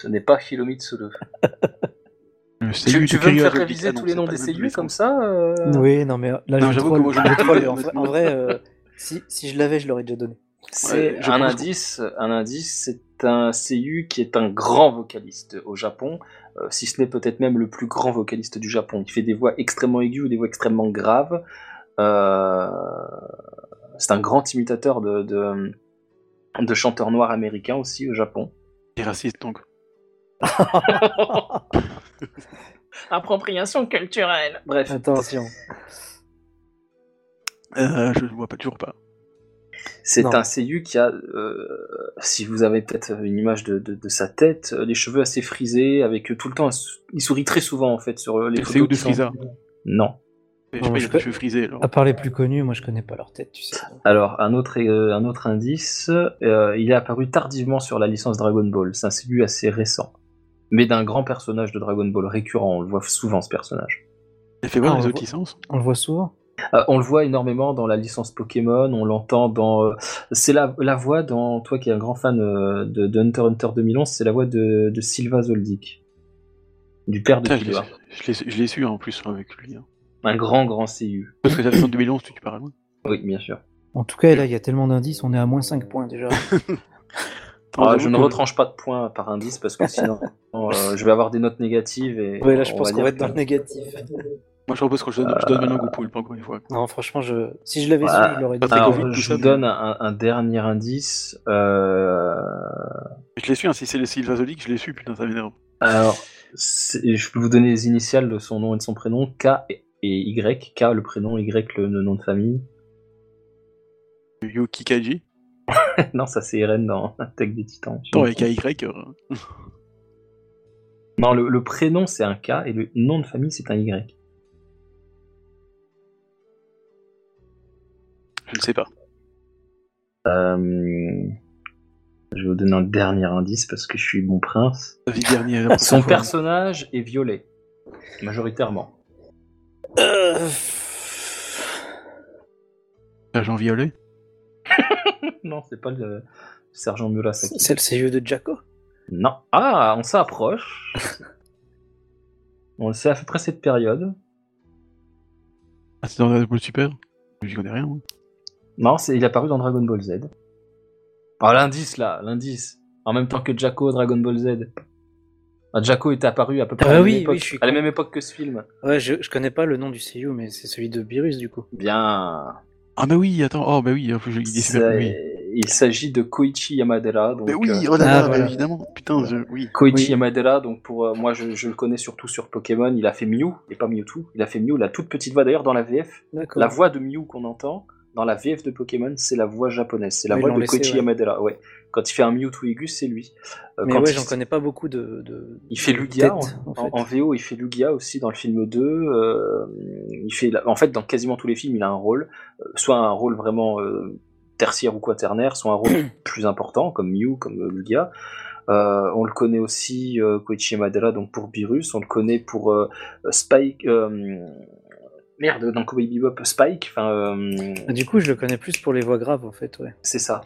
S3: Ce n'est pas Hiromi Tsuru.
S1: Le
S3: Tu,
S1: seiyuu
S3: tu
S1: du
S3: veux me
S1: Kiryu
S3: faire
S1: Haruhi. Ah
S3: réviser
S1: non,
S3: tous les
S1: c'est
S3: noms
S1: pas
S3: des
S1: le même
S3: seiyuu
S1: sens.
S3: comme ça euh
S4: Oui, non, mais là,
S1: Mm. Non,
S4: je
S1: j'avoue
S4: troll.
S1: que moi, je me
S4: Je troll. En
S1: rappelle,
S4: vrai, en vrai, euh, si, si je l'avais, je l'aurais déjà donné.
S3: C'est
S1: Ouais, je
S3: un
S1: pense
S3: indice, un indice, c'est un seiyuu qui est un grand vocaliste au Japon, euh, si ce n'est peut-être même le plus grand vocaliste du Japon. Il fait des voix extrêmement aiguës ou des voix extrêmement graves. Euh, c'est un grand imitateur de, de, de chanteurs noirs américains aussi au Japon.
S1: T'es raciste donc.
S3: Appropriation culturelle. Bref,
S4: Attention.
S1: Euh, je le vois pas toujours pas.
S3: c'est
S4: Non.
S3: un seiyuu qui a, euh, si vous avez peut-être une image de, de- de sa tête, euh, les cheveux assez frisés, avec euh, tout le temps, un sou- il sourit très souvent en fait sur euh, les
S1: Le seiyuu
S3: photos
S1: de
S3: qui sont-
S1: Frieza.
S4: Non,
S1: Je Ah,
S3: Non.
S1: sais
S4: mais je
S1: pas, il a des
S4: peux-
S1: cheveux frisés alors.
S4: À part les plus connus, moi, je connais pas leur tête, tu sais.
S3: Alors, un autre, euh, un autre indice, euh, il est apparu tardivement sur la licence Dragon Ball. C'est un début assez récent, mais d'un grand personnage de Dragon Ball récurrent. On le voit souvent, ce personnage.
S1: Il a fait voir
S4: Ah,
S1: les
S4: on
S1: autres
S4: voit-
S1: licences.
S4: On le voit souvent.
S3: Euh, on le voit énormément dans la licence Pokémon, on l'entend dans... euh, c'est la, la voix dans... Toi qui es un grand fan euh, de, de Hunter x Hunter 2011, c'est la voix de, de Silva Zoldyck, du père de
S1: Putain, Ah, je l'ai-
S3: Silva.
S1: je l'ai- je l'ai su hein, en plus avec lui. hein.
S3: Un grand, grand CU.
S1: Parce que ça fait en 2011,
S3: Ah,
S1: tu, tu parles loin.
S3: Oui, bien sûr.
S4: En tout cas, là, il y a tellement d'indices, on est à moins 5 points déjà.
S3: Ah,
S4: Ah,
S1: Attends,
S3: je ne
S1: que-
S3: retranche pas de points par indice parce que sinon euh, je vais avoir des notes négatives et...
S4: Ouais, là, je pense
S3: dire
S4: qu'on va être
S3: que-
S4: dans le négatif.
S1: Moi, je propose que je donne, je donne ma
S3: Euh.
S1: langue au poulpe, encore une fois.
S4: Non, franchement, je... si je l'avais
S3: Voilà.
S4: su, je l'aurais
S1: Ah,
S4: dit.
S1: Après
S3: Alors,
S1: Covid, tout
S3: je
S1: ça,
S3: vous
S1: mais-
S3: donne un, un dernier indice. euh,
S1: Je l'ai su, hein, si c'est le Sylvain Zolic, je l'ai su, putain, ça m'énerve.
S3: Alors, c'est- je peux vous donner les initiales de son nom et de son prénom, K et et Y. K le prénom, Y le, le nom de famille.
S1: Yuki Kaji,
S3: non, ça c'est Eren dans Attaque des Titans.
S1: Attends, avec AY. euh,
S3: Non, le, le prénom c'est un K et le nom de famille c'est un Y.
S1: je ne sais pas.
S3: Euh, Je vais vous donner un dernier indice parce que je suis bon prince.
S1: David Garnier, la
S3: Son
S1: prochaine fois.
S3: personnage est violet, majoritairement.
S4: Euh,
S1: Sergent Violet.
S3: Non, c'est pas le sergent Murasaki.
S4: C'est le CGE de Jaco.
S3: Non. Ah, on s'approche. on le sait à peu près cette période.
S1: Ah, c'est dans Dragon Ball Super J'y connais rien, moi.
S3: Non, c'est il est apparu dans Dragon Ball Z. Ah, l'indice là, l'indice. En même temps que Jaco, Dragon Ball Z. Ah, Jaco est apparu à peu près
S4: Ah
S3: à, la
S4: oui,
S3: même époque,
S4: oui, je suis
S3: à la
S4: con.
S3: même époque que ce film.
S4: Ouais, je, je connais pas le nom du CU, mais c'est celui de Beerus, du coup.
S3: Bien.
S1: Ah, bah oui, attends, oh, bah oui, en plus, il est super.
S3: C'est-
S1: Oui.
S3: Il s'agit de Koichi Yamadera. Donc,
S1: Mais oui,
S3: euh,
S1: oh là là,
S4: Ah,
S1: bah
S4: voilà.
S1: évidemment, putain, je... oui.
S3: Koichi
S4: Oui.
S3: Yamadera, donc pour euh, moi je, je le connais surtout sur Pokémon, il a fait Mew, et pas Mewtwo, il a fait Mew, la toute petite voix d'ailleurs dans la VF,
S4: D'accord.
S3: La voix de Mew qu'on entend dans la VF de Pokémon, c'est la voix japonaise, c'est la
S4: Oui, ils
S3: voix
S4: l'ont
S3: de
S4: laissé,
S3: Koichi
S4: ouais.
S3: Yamadera. Ouais. Quand il fait un Mewtwo aigu, c'est lui. Euh,
S4: Mais
S3: quand
S4: ouais,
S3: il,
S4: j'en connais pas beaucoup de. de
S3: il fait
S4: de
S3: Lugia
S4: têtes,
S3: en,
S4: en
S3: en-
S4: fait.
S3: en VO, il fait Lugia aussi dans le film 2. euh, il fait, la- en fait, dans quasiment tous les films, il a un rôle, euh, soit un rôle vraiment euh, tertiaire ou quaternaire, soit un rôle plus important comme Mew, comme euh, Lugia. Euh, on le connaît aussi euh, Koichi Yamadera, donc pour Beerus, on le connaît pour euh, Spike. euh, Merde, dans Cowboy Bebop, Spike, enfin, euh,
S4: Du coup, je le connais plus pour les voix graves, en fait, ouais.
S3: c'est ça.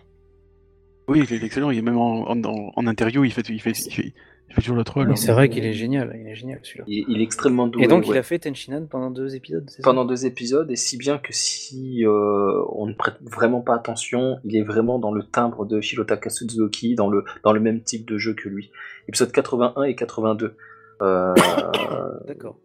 S1: Oui, il est excellent, il est même en, en, en- en interview, il fait, il, fait, il, fait, il fait toujours le
S3: Ah,
S1: troll.
S4: Mais
S1: hein.
S4: c'est vrai qu'il est génial, il est génial celui-là.
S3: Il, il est extrêmement doué.
S4: Et donc, il
S3: ouais.
S4: a fait Tenshinhan pendant deux épisodes, c'est ça
S3: pendant deux épisodes, et si bien que si euh, on ne prête vraiment pas attention, il est vraiment dans le timbre de Shirotaka Suzuki, dans le, dans le même type de jeu que lui. Épisode 81 et 82. Euh,
S2: D'accord.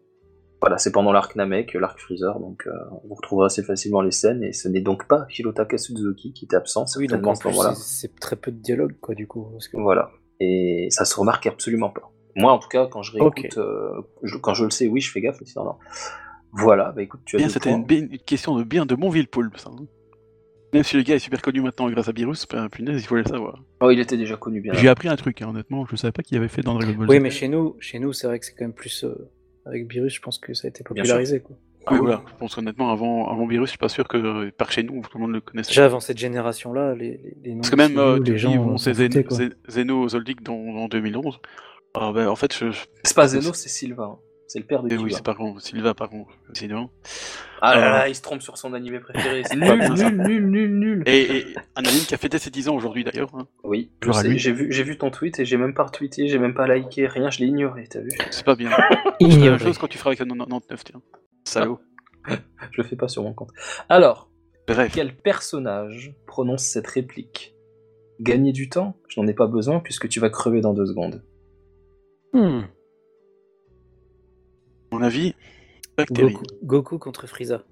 S3: voilà, c'est pendant l'arc Namek, l'arc Freezer, donc euh, vous retrouverez assez facilement les scènes, et ce n'est donc pas Hirotaka Suzuki qui était absent,
S2: Oui, donc
S3: certainement
S2: en
S3: à ce
S2: plus,
S3: moment-là.
S2: c'est- c'est très peu de dialogue, quoi, du coup. parce que-
S3: Voilà. Et ça se remarque absolument pas. Moi, en tout cas, quand je réécoute,
S2: Ok.
S3: euh, je- quand je le sais, oui, je fais gaffe, mais sinon, non. Voilà, bah écoute, tu as
S1: Bien,
S3: deux
S1: c'était
S3: points.
S1: une, bien- une question de bien de Monville, Paul. Ça, hein. Même si le gars est super connu maintenant grâce à Beerus, ben, punaise, il faut le savoir.
S3: Oh, il était déjà connu bien.
S1: J'ai
S3: avant.
S1: appris un truc, hein, honnêtement, je savais pas qu'il avait fait dans Dragon Ball
S2: Oui,
S1: Z.
S2: mais chez nous, chez nous, c'est vrai que c'est quand même plus euh, avec Virus. Je pense que ça a été
S3: sûr.
S2: popularisé. Quoi.
S3: Ah oui.
S1: Oui, voilà. Je pense honnêtement, avant, avant Beerus, je suis pas sûr que euh, par chez nous, tout le monde le connaissait.
S2: Déjà avant cette génération-là, les, les, les noms
S1: Parce que
S2: de
S1: même
S2: ces
S1: euh,
S2: noms,
S1: tu
S4: E
S1: dis, bon,
S5: s'en
S1: c'est Zen-
S5: foutaient, quoi.
S1: Zen- Zeno Zoldyck dans, en 2011. Ah ben, en fait, je, je-
S3: C'est pas Zeno, c'est Sylvain. hein. C'est le père de
S1: eh
S3: Kiba.
S1: oui, c'est par contre Sylvain, par contre. Sinon.
S3: Ah là
S1: Euh.
S3: là, il se trompe sur son animé préféré. c'est pas
S1: Nul,
S3: bien, ça.
S1: nul,
S5: nul, nul, nul.
S1: Et, et un anime qui a fêté ses 10 ans aujourd'hui d'ailleurs. hein.
S3: Oui, je
S1: Pleure à
S3: sais,
S1: lui.
S3: j'ai vu, j'ai vu ton tweet et j'ai même pas retweeté, j'ai même pas liké, rien, je l'ai ignoré, t'as vu
S1: C'est pas bien. C'est la même
S5: Ignoré.
S1: chose quand tu feras avec un 99, tiens. Salaud.
S3: Je le fais pas sur mon compte. Alors,
S1: Bref.
S3: quel personnage prononce cette réplique Gagner du temps Je n'en ai pas besoin puisque tu vas crever dans deux secondes.
S2: Hmm.
S1: À mon avis, Bactérie.
S2: Goku, Goku contre Frieza.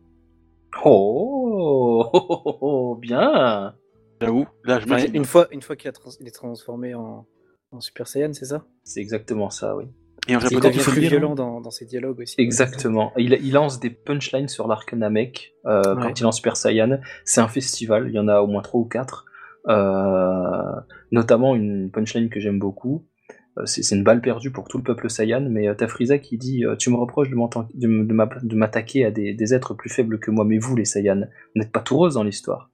S3: Oh, oh, oh, oh, oh, bien
S1: J'avoue, là je me
S2: Enfin,
S1: dis.
S2: une fois, une fois qu'il a trans- il est transformé en, en Super Saiyan, c'est ça
S3: C'est exactement ça, oui.
S1: Et en
S2: Il
S1: japonais,
S2: devient
S1: faut le
S2: plus
S1: dire,
S2: violent dans, dans ses dialogues aussi.
S3: Exactement. Il, il lance des punchlines sur l'arc Namek euh,
S2: Ouais.
S3: quand il lance Super Saiyan. C'est un festival, il y en a au moins trois ou quatre. Euh, notamment une punchline que j'aime beaucoup. Euh, C'est c'est une balle perdue pour tout le peuple Saiyan, mais euh, t'as Frieza qui dit euh, Tu me reproches de m'atta- de m- de m'a- de m'attaquer à des, des êtres plus faibles que moi, mais vous, les Saiyans, vous n'êtes pas tout roses dans l'histoire.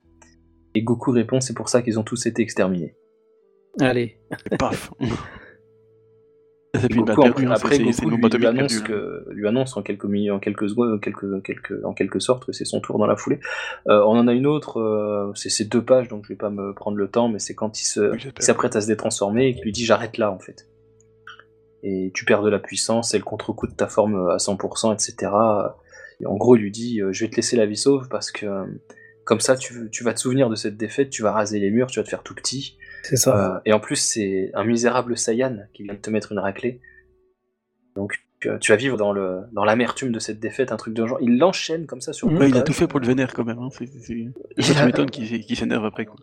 S3: Et Goku répond C'est pour ça qu'ils ont tous été exterminés.
S2: Allez.
S1: et paf. C'est
S3: Et
S1: plus une balle
S3: Goku,
S1: perdue, hein,
S3: après,
S1: c'est- c'est
S3: Goku
S1: une
S3: lui,
S1: bombe
S3: lui
S1: atomique
S3: annonce
S1: perdue, hein.
S3: que, lui annonce en quelques minutes, en quelques secondes, quelques, quelques, en quelque sorte que c'est son tour dans la foulée. Euh, on en a une autre, euh, c'est c'est deux pages, donc je vais pas me prendre le temps, mais c'est quand il se-
S1: Oui,
S3: il
S1: j'espère.
S3: s'apprête à se détransformer et qu'il lui dit j'arrête là en fait. Et tu perds de la puissance et le contre-coup de ta forme à 100%, etc. Et en gros, il lui dit euh, je vais te laisser la vie sauve parce que euh, comme ça tu, tu vas te souvenir de cette défaite, tu vas raser les murs, tu vas te faire tout petit.
S2: C'est ça.
S3: Euh, et en plus, c'est un misérable Saiyan qui vient de te mettre une raclée. Donc, euh, tu vas vivre dans le dans l'amertume de cette défaite, un truc de genre. Il l'enchaîne comme ça sur.
S2: Ouais,
S3: deux
S1: Ouais, il a
S3: pages.
S1: tout fait pour le vénère quand même. Hein. c'est- c'est-
S3: Il
S1: Ça,
S3: a-
S1: tu m'étonnes qu'il qu'il s'énerve après. Quoi.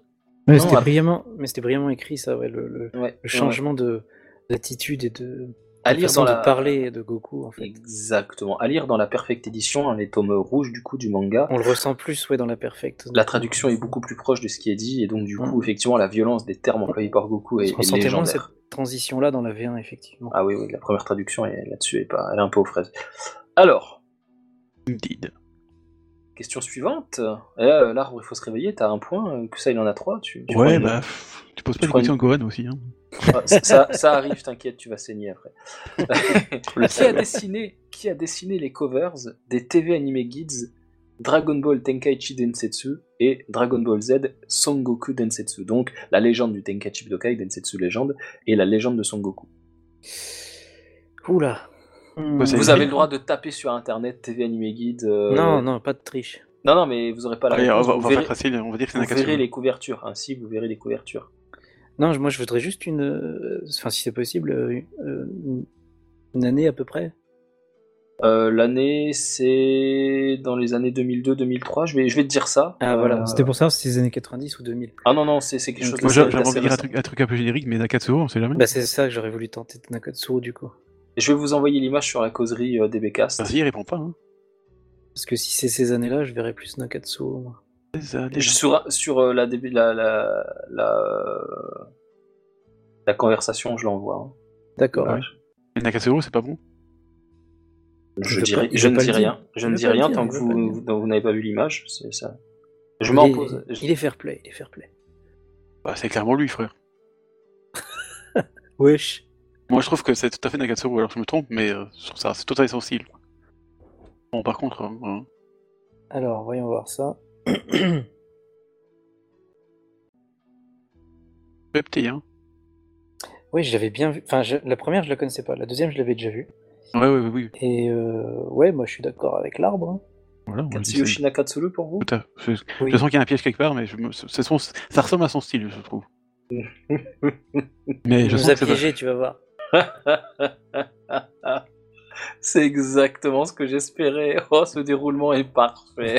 S5: Mais
S3: Non,
S5: c'était
S3: après-
S5: brillamment.
S2: Mais c'était brillamment écrit, ça, ouais, le, le- le
S3: Ouais, ouais.
S2: changement de d'attitude et de,
S3: À
S2: de
S3: lire
S2: façon
S3: dans la.
S2: de parler de Goku, en fait.
S3: Exactement. À lire dans la perfecte édition, hein, les tomes rouges du coup du manga.
S2: On le ressent plus, ouais, dans la perfecte.
S3: La traduction est beaucoup plus proche de ce qui est dit, et donc du coup,
S2: Ouais.
S3: effectivement, la violence des termes employés par Goku est,
S2: On
S3: est
S2: sentait moins cette
S3: légendaire.
S2: transition-là dans la V1, effectivement.
S3: Ah oui, oui, la première traduction est là-dessus, est pas, elle est un peu aux fraises. Alors,
S1: Indeed.
S3: Question suivante. Et Là, euh, l'arbre, il faut se réveiller. T'as un point. euh, Que ça, il en a trois. Tu, tu prends
S1: Ouais,
S3: une-
S1: bah. pff, Tu poses
S3: Tu
S1: pas des
S3: prends une-
S1: questions à Gohan aussi. Hein.
S3: Ah, ça- ça, ça arrive, t'inquiète, tu vas saigner après. qui, a dessiné, qui a dessiné les covers des TV animés guides Dragon Ball Tenkaichi Densetsu et Dragon Ball Z Son Goku Densetsu Donc, la légende du Tenkaichi Budokai, Densetsu légende, et la légende de Son Goku.
S2: Oula. Hmm.
S1: c'est-
S3: Vous
S1: écrit,
S3: avez le
S1: non
S3: droit de taper sur internet TV animé guide. euh,
S2: Non, non, pas de triche.
S3: non, non, mais vous aurez pas la
S1: Allez, on
S3: réponse.
S1: va, on
S3: vous
S1: va
S3: verrez,
S1: faire facile, on va dire que c'est
S3: vous verrez
S1: Nakatsu.
S3: les couvertures. Ainsi, vous verrez les couvertures.
S2: Non, je- moi je voudrais juste une. euh, Enfin, si c'est possible, euh, euh, une- une année à peu près.
S3: Euh, L'année, c'est dans les années 2002-2003. Je vais, je vais te dire ça.
S2: Ah, voilà.
S3: Euh,
S2: C'était pour savoir si c'est les années 90 ou 2000.
S3: Ah non, non, c'est c'est quelque chose
S2: Ok.
S3: de
S1: Moi,
S3: ça,
S1: j'a-
S3: c'est
S1: J'avais envie
S3: assez
S1: de dire un
S3: récent.
S1: truc, un truc un peu générique, mais Nakatsu, on sait jamais.
S2: Bah, c'est ça que j'aurais voulu tenter de Nakatsu du coup.
S3: Je vais vous envoyer l'image sur la causerie euh, DBcast.
S1: Vas-y, il répond pas. Hein.
S2: Parce que si c'est ces années-là, je verrais plus Nakatsu. moi.
S1: Des années-
S3: Je- Sur, sur euh, la, DB la, la, la, euh, la conversation, je l'envoie. hein.
S2: D'accord.
S3: Ouais.
S1: Mais Nakatsu, c'est pas bon.
S3: Je,
S2: Je veux
S3: dirai-
S2: pas- je
S3: je
S2: veux
S3: ne
S2: pas
S3: dis
S2: le dire.
S3: rien. Je ne
S2: veux
S3: dis
S2: pas le
S3: rien
S2: dire,
S3: tant
S2: je
S3: que
S2: veux pas le
S3: vous,
S2: dire.
S3: vous- vous n'avez pas vu l'image. c'est ça. Je
S2: Il
S3: m'en
S2: est-
S3: pose. Je-
S2: Il est fair play, il est fair play.
S1: Bah, c'est clairement lui, frère.
S2: Wesh.
S1: Moi, je trouve que c'est tout à fait Nakatsu, alors je me trompe, mais euh, sur ça, c'est totalement son style. quoi. Bon, par contre, euh, euh,
S2: Alors, voyons voir ça.
S1: très petit, hein.
S2: oui, j'avais bien vu. Enfin, je- la première, je la connaissais pas. La deuxième, je l'avais déjà vue.
S1: Ouais, ouais, ouais, oui.
S2: Et euh, ouais, moi je suis d'accord avec l'arbre. hein.
S1: Voilà, on dit
S3: Katsuyoshi
S1: ça.
S3: Nakatsulu pour vous
S1: Tout à- Je, je
S2: Oui.
S1: sens qu'il y a un piège quelque part, mais je me- c'est son- ça ressemble à son style, je trouve. mais
S2: Il
S1: je
S2: nous
S1: sens
S2: a
S1: que c'est pas-
S2: piégés, tu vas voir.
S3: C'est exactement ce que j'espérais. Oh, ce déroulement est parfait.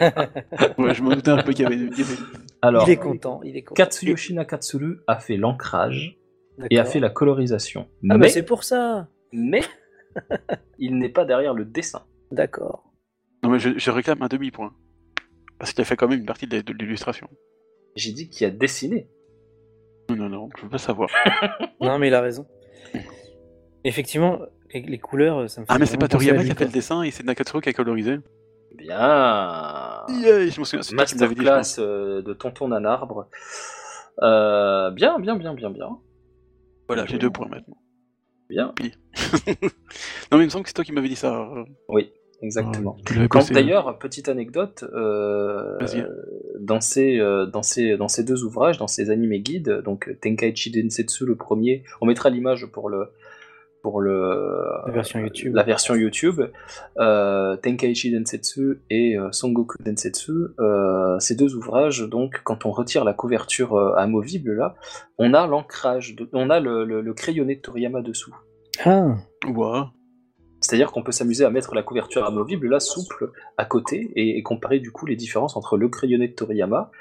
S1: Ouais, je me doutais un peu qu'il y avait. il y avait-
S3: Alors,
S4: il est content, il est content.
S3: Katsuyoshi Nakatsuru a fait l'ancrage et a
S4: D'accord.
S3: fait la colorisation.
S4: Ah, bah,
S3: mais,
S4: c'est pour ça
S3: mais il n'est pas derrière le dessin.
S4: D'accord.
S1: Non, mais je, je réclame un demi-point. Parce qu'il a fait quand même une partie de la- de l'illustration.
S3: J'ai dit qu'il a dessiné.
S1: Non, non, non, je veux pas savoir.
S4: Non, mais il a raison. Effectivement, les, les couleurs, ça me fait
S1: Ah, mais c'est
S4: vraiment
S1: pas
S4: penser à
S1: Toriyama
S4: lui,
S1: qui a fait le
S4: quoi.
S1: dessin et c'est Nakatsuru qui a colorisé.
S3: Bien.
S1: Yeah, je m'en souviens. c'est toi qui me l'avais dit, je pense.
S3: Ah. Masterclass euh, de Tonton Nanarbre. Euh, bien, bien, bien, bien, bien.
S1: Voilà, j'ai deux points maintenant.
S3: Bien,
S1: Non, mais il me semble que c'est toi qui m'avais dit ça. euh,
S3: exactement.
S1: tu l'avais
S3: Quand,
S1: passé,
S3: D'ailleurs, petite anecdote, euh,
S1: Vas-y.
S3: dans, ces, euh, dans, ces, dans ces deux ouvrages, dans ces animés guides, donc Tenkaichi Densetsu le premier, on mettra l'image pour le pour le
S4: La version
S1: Euh,
S4: YouTube.
S3: la version YouTube, euh, Tenkaichi Densetsu et euh, Songoku Densetsu, euh, ces deux ouvrages, donc quand on retire la couverture euh, amovible là, on a l'ancrage, de- on a le, le- le crayonné de Toriyama dessous.
S4: Ah,
S1: Ouah.
S3: C'est-à-dire qu'on peut s'amuser à mettre la couverture amovible là souple à côté et, et comparer du coup les différences entre le crayonné de Toriyama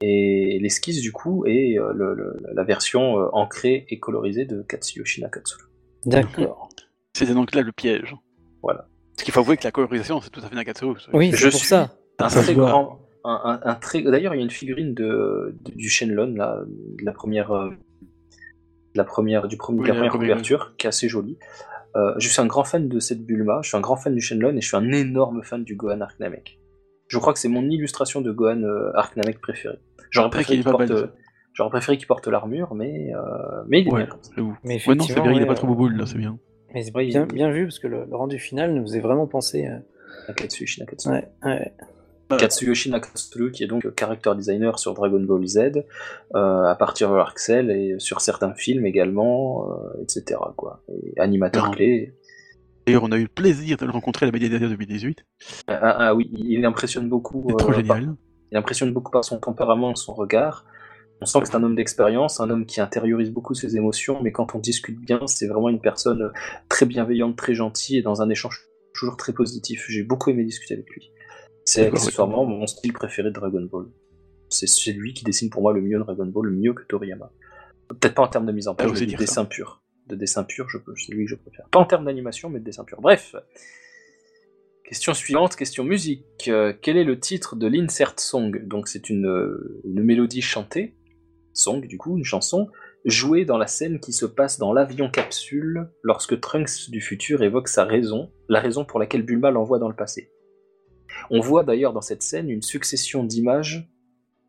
S3: et l'esquisse du coup et euh, le- le- la version euh, ancrée et colorisée de Katsuyoshi Nakatsuru.
S4: d'accord.
S1: C'était donc là le piège.
S3: Voilà.
S1: Parce qu'il faut avouer que la colorisation, c'est tout à fait Nakatsuru. ça.
S4: Oui,
S3: Je
S4: c'est pour
S3: suis-
S4: ça.
S3: un
S1: Ça se
S3: très
S1: voit.
S3: grand. Un, un- un très... D'ailleurs, il y a une figurine de, de- du Shenlong, là, de la première, euh, de la première, du premier, de la
S1: Oui, la
S3: première
S1: première.
S3: couverture, qui est assez jolie. Euh, je suis un grand fan de cette Bulma, je suis un grand fan du Shenlong et je suis un énorme fan du Gohan Arc Namek. Je crois que c'est mon illustration de Gohan euh, Arc Namek préférée. J'aurais
S1: Après
S3: préféré
S1: qu'il est
S3: qu'il
S1: pas
S3: porte,
S1: belle,
S3: euh, j'aurais préféré qu'il porte l'armure, mais, euh, mais il est
S1: Ouais,
S3: bien comme ça.
S1: j'avoue.
S4: Mais
S1: Ouais, non, c'est
S4: effectivement,
S1: bien, il est
S4: ouais,
S1: pas trop boule là, c'est bien.
S4: Mais c'est bien, bien vu, parce que le, le rendu final nous faisait vraiment penser. euh,
S3: Nakatsuyoshi Nakatsu.
S4: Ouais, ouais.
S3: Euh, Katsuyoshi Nakatsuru, qui est donc character designer sur Dragon Ball Z, euh, à partir de l'Arc Cell et sur certains films également, euh, etc. Quoi. Et animateur
S1: Non.
S3: clé.
S1: D'ailleurs, on a eu le plaisir de le rencontrer à la Médiadaire 2018.
S3: Ah, ah, ah oui, il impressionne beaucoup.
S1: C'est trop
S3: euh, par,
S1: génial.
S3: il impressionne beaucoup par son tempérament, son regard. On sent que c'est un homme d'expérience, un homme qui intériorise beaucoup ses émotions, mais quand on discute bien, c'est vraiment une personne très bienveillante, très gentille et dans un échange toujours très positif. J'ai beaucoup aimé discuter avec lui. C'est
S1: D'accord,
S3: accessoirement mon style préféré de Dragon Ball. C'est c'est lui qui dessine pour moi le mieux Dragon Ball, le mieux que Toriyama. Peut-être pas en termes de mise en
S1: Ah,
S3: page,
S1: vous
S3: mais de
S1: allez dire ça.
S3: dessin pur. De dessin pur, je peux- c'est lui que je préfère. Pas en termes d'animation, mais de dessin pur. Bref. Question suivante, question musique. Euh, quel est le titre de l'insert song Donc c'est une, euh, une mélodie chantée, song du coup, une chanson, jouée dans la scène qui se passe dans l'avion capsule lorsque Trunks du futur évoque sa raison, la raison pour laquelle Bulma l'envoie dans le passé. On voit d'ailleurs dans cette scène une succession d'images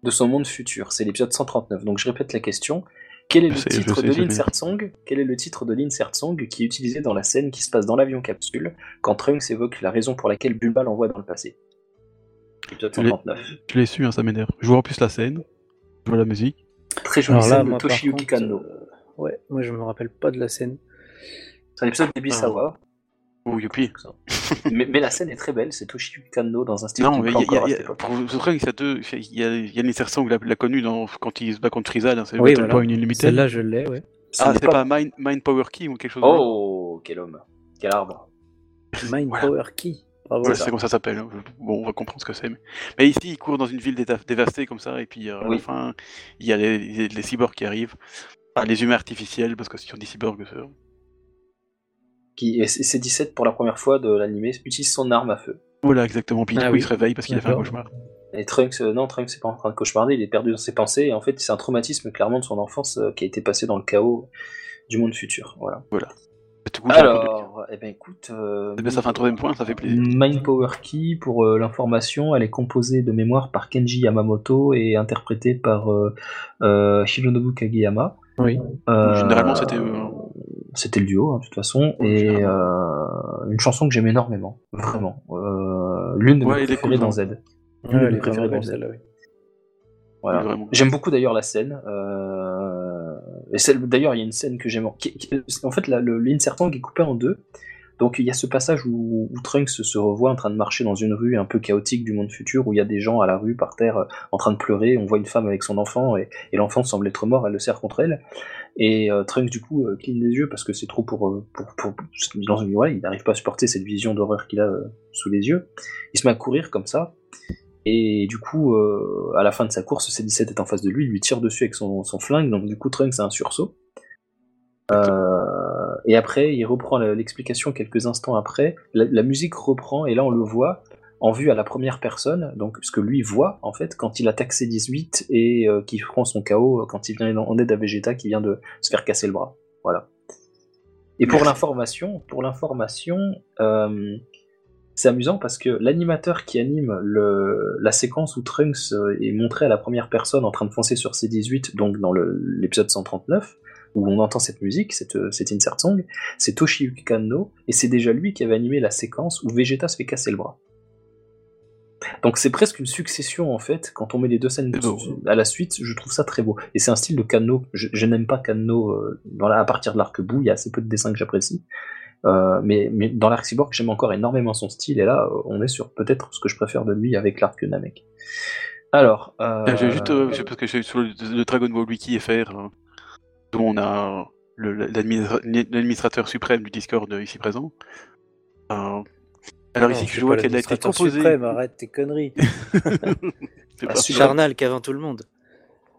S3: de son monde futur. C'est l'épisode 139. Donc je répète la question. Quel est
S1: Je
S3: le
S1: sais, je
S3: titre
S1: sais,
S3: de
S1: je l'ai.
S3: l'insert song Quel est le titre de l'insert song qui est utilisé dans la scène qui se passe dans l'avion capsule quand Trunks évoque la raison pour laquelle Bulma l'envoie dans le passé Épisode
S1: Je l'ai-
S3: 139.
S1: Je l'ai su, hein, ça m'énerve. Je vois en plus la scène, je vois la musique.
S3: Très jolie
S4: Alors là,
S3: scène de
S4: moi, par
S3: Toshiyuki
S4: contre,
S3: Kanno.
S4: euh, ouais, moi, je me rappelle pas de la scène.
S3: C'est un épisode d'Ebisawa.
S1: Oh, youpi.
S3: mais, mais la scène est très belle, c'est Toshiyuki Kanno dans un style
S1: Non,
S3: qui me
S1: mais il
S3: plaît
S1: y a- il y a-
S3: encore à
S1: il y
S3: cette
S1: a-
S3: époque.
S1: pour vous souvenez qu'il y a deux. Il y a, il y a une insertion, vous la, la connue dans, quand il se bat contre Frizal, hein, c'est
S4: Oui,
S1: Battle
S4: voilà.
S1: Point Unlimited.
S4: Celle-là, je l'ai, ouais.
S3: Ce
S1: Ah,
S3: n'est
S1: c'est pas, Mind, Mind Power Key ou quelque chose comme
S3: Oh, quel homme. Quel arbre.
S4: Mind
S1: Voilà.
S4: Power Key. Bravo.
S1: ça Ouais, c'est comme ça ça s'appelle. hein. Bon, on va comprendre ce que c'est. Mais... mais ici, il court dans une ville déta- dévastée comme ça, et puis euh, à
S3: Oui.
S1: la fin, il y a les, les- les cyborgs qui arrivent. Enfin, les humains artificiels, parce que si on dit euh, cyborgs, c'est-
S3: Qui, et c'est- c'est 17 pour la première fois de l'animé, utilise son arme à feu.
S1: Voilà, exactement. Puis du
S4: Ah
S1: coup,
S4: oui.
S1: il se réveille parce qu'il a fait un
S4: D'accord.
S1: cauchemar.
S3: Et Trunks, euh, non, Trunks, c'est pas en train de cauchemarder, il est perdu dans ses pensées, et en fait, c'est un traumatisme clairement de son enfance euh, qui a été passé dans le chaos du monde futur. Voilà.
S1: Du coup, j'ai répondu.
S3: Alors, eh ben écoute. euh,
S1: Eh ben, ça fait un troisième point, ça fait plaisir.
S3: Mind Power Key, pour euh, l'information, elle est composée de mémoire par Kenji Yamamoto et interprétée par euh, euh, Hironobu Kageyama.
S4: Oui.
S3: Euh,
S1: Généralement, c'était, euh,
S3: c'était le duo, hein, de toute façon.
S1: Oui,
S3: Et
S1: généralement.
S3: euh, une chanson que j'aime énormément, vraiment. Euh, L'une de mes
S1: Ouais, il est
S3: préférées
S1: cool,
S3: dans
S1: hein.
S3: Z.
S4: Ouais, elle est vraiment
S3: préférée dans
S4: belle,
S3: Z.
S4: celle-là, oui.
S3: Voilà.
S1: Vraiment.
S3: J'aime beaucoup d'ailleurs la scène. euh, et celle- D'ailleurs, il y a une scène que j'aime. qui- qui- En fait, la- le- l'insertant qui est coupé en deux. Donc il y a ce passage où, où Trunks se revoit en train de marcher dans une rue un peu chaotique du monde futur, où il y a des gens à la rue, par terre, euh, en train de pleurer, on voit une femme avec son enfant, et, et l'enfant semble être mort, elle le serre contre elle, et euh, Trunks du coup euh, cligne les yeux parce que c'est trop pour... euh, pour, pour, pour- dans une- ouais, il n'arrive pas à supporter cette vision d'horreur qu'il a euh, sous les yeux, il se met à courir comme ça, et du coup, euh, à la fin de sa course, C17 est en face de lui, il lui tire dessus avec son, son flingue, donc du coup Trunks a un sursaut. Euh, et après, il reprend la- l'explication quelques instants après. La, la musique reprend, et là, on le voit en vue à la première personne, donc ce que lui voit, en fait, quand il attaque C18 et euh, qui prend son KO euh, quand il vient en aide à Vegeta qui vient de se faire casser le bras. Voilà. Et pour l'information, pour l'information, euh, c'est amusant parce que l'animateur qui anime le, la séquence où Trunks euh, est montré à la première personne en train de foncer sur C18, donc dans le- l'épisode 139, où on entend cette musique, cette, euh, cette insert song, c'est Toshiyuki Kanno, et c'est déjà lui qui avait animé la séquence où Vegeta se fait casser le bras. Donc c'est presque une succession en fait, quand on met les deux scènes
S1: C'est beau. hein.
S3: à la suite, je trouve ça très beau. Et c'est un style de Kanno, je, je n'aime pas Kanno euh, dans la- à partir de l'arc bout, il y a assez peu de dessins que j'apprécie. Euh, mais, mais dans l'arc cyborg, j'aime encore énormément son style, et là, euh, on est sur peut-être ce que je préfère de lui avec l'arc Namek. Alors, euh,
S1: Ah, j'ai juste, euh, je sais parce que j'ai sur le, le Dragon Ball Wiki FR, euh, dont on a le- l'administra- l'administrateur suprême du Discord euh, ici présent. Euh, alors
S4: Non,
S1: ici,
S4: c'est
S1: je vois
S4: pas
S1: qu'elle a été
S4: l'administrateur
S1: composée.
S4: suprême, arrête tes conneries.
S1: C'est
S3: Ah,
S1: pas-
S3: super.
S4: Charnal, qu'avant tout le monde.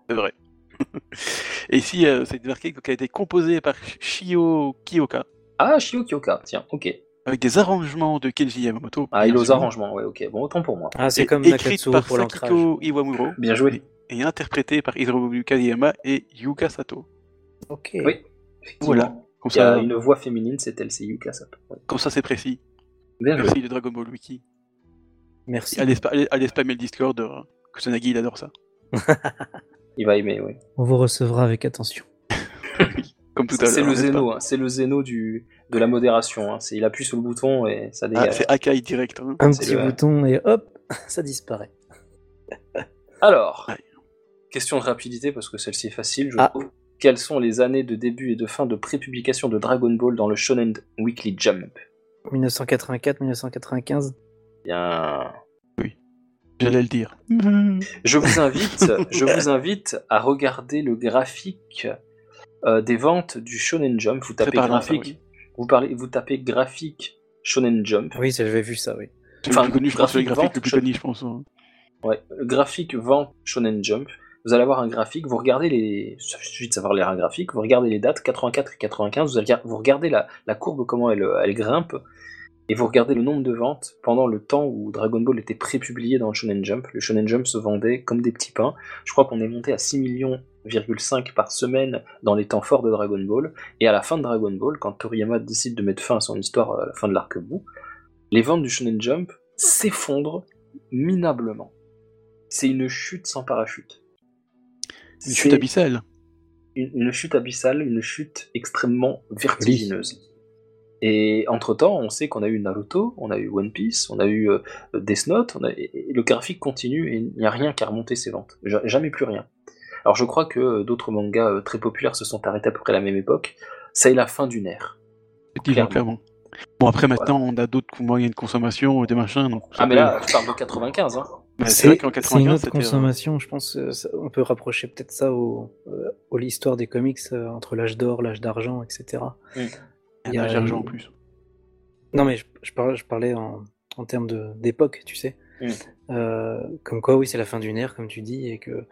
S1: c'est vrai. Et ici, euh, c'est marqué qu'elle a été composée par Shio Kiyoka,
S3: Ah, Shio Kyoka, tiens, ok.
S1: avec des arrangements de Kenji Yamamoto.
S3: Ah, il
S1: bien
S3: aux
S1: sûr,
S3: arrangements, ouais, ok. Bon, autant pour moi.
S4: Ah,
S1: et
S4: c'est comme
S1: écrite
S4: Nakatsu
S1: par
S4: pour l'ancrage.
S1: Sakiko Iwamuro
S3: Bien joué.
S1: et interprétée par Hiromu Kageyama et Yuka Sato.
S4: Ok.
S3: Oui.
S1: Voilà. Comme
S3: Il y a
S1: ça,
S3: une voix féminine, c'est elle, c'est Yuka Sato. Ouais.
S1: comme ça, c'est précis.
S3: Bien joué.
S1: Merci le Dragon Ball Wiki.
S4: Merci.
S1: Allez, spa- allez- allez spammer le Discord. euh, Kusanagi, il adore ça.
S3: Il va aimer, oui.
S2: On vous recevra avec attention.
S1: Comme tout à l'heure.
S3: C'est le
S1: n'est-ce
S3: zéno,
S1: pas
S3: hein, c'est le zéno du, de la modération. hein. C'est- Il appuie sur le bouton et ça
S1: Ah,
S3: dégage.
S1: c'est Akai direct. hein.
S2: Un
S3: C'est
S2: petit
S3: le-
S2: bouton et hop.
S4: Ça disparaît.
S3: Alors,
S1: Ouais.
S3: question de rapidité, parce que celle-ci est facile, je
S4: Ah.
S3: trouve. Quelles sont les années de début et de fin de prépublication de Dragon Ball dans le Shonen Weekly Jump
S4: 1984, 1995.
S3: Bien.
S1: J'allais le dire.
S4: Ah
S3: Je vous invite, je vous invite à regarder le graphique euh, des ventes du Shonen Jump. Vous tapez
S1: parlant, ça,
S3: graphique, vous parlez, vous tapez graphique Shonen Jump.
S4: Oui, j'avais vu ça, oui.
S1: C'est le
S3: Enfin,
S1: plus connu, je pense, le
S3: graphique
S1: graphique
S3: vente,
S1: le plus
S3: chose-
S1: connu, je pense. hein.
S3: Ouais, graphique vent Shonen Jump. Vous allez avoir un graphique, vous regardez les. Il suffit de savoir lire un graphique, vous regardez les dates, 84 et 95, vous, allez, vous regardez la, la courbe, comment elle, elle grimpe, et vous regardez le nombre de ventes pendant le temps où Dragon Ball était prépublié dans le Shonen Jump. Le Shonen Jump se vendait comme des petits pains. Je crois qu'on est monté à 6 millions par semaine dans les temps forts de Dragon Ball. Et à la fin de Dragon Ball, quand Toriyama décide de mettre fin à son histoire euh, à la fin de larc bout les ventes du Shonen Jump s'effondrent minablement. C'est une chute sans parachute.
S1: Une
S3: C'est
S1: chute abyssale.
S3: Une, une chute abyssale, une chute extrêmement vertigineuse. Et entre-temps, on sait qu'on a eu Naruto, on a eu One Piece, on a eu euh, Death Note, on a- et- et le graphique continue et il n'y a rien qui a remonté ses ventes. Ja- Jamais plus rien. Alors je crois que euh, d'autres mangas euh, très populaires se sont arrêtés à peu près à la même époque. C'est la fin d'une ère.
S1: Effectivement,
S3: clairement.
S1: clairement. Bon, après, maintenant, on a d'autres moyens de consommation, des machins. Donc,
S3: Ah mais là, je parle de 95. Hein.
S1: Mais
S4: c'est-
S1: c'est vrai qu'en
S2: C'est une
S1: 95,
S2: autre
S1: c'était. euh,
S2: consommation, je
S4: Je
S2: pense.
S4: pense euh, ça- on peut rapprocher peut-être ça au, euh, au- l'histoire des comics euh, entre l'âge d'or, l'âge d'argent, etc.
S1: un
S4: il y a-
S1: âge d'argent en plus.
S4: Non, mais je, je parlais, je parlais en, en termes de- d'époque, tu sais.
S3: Mm.
S4: Euh, comme quoi, oui, c'est la fin d'une ère, comme tu dis, et que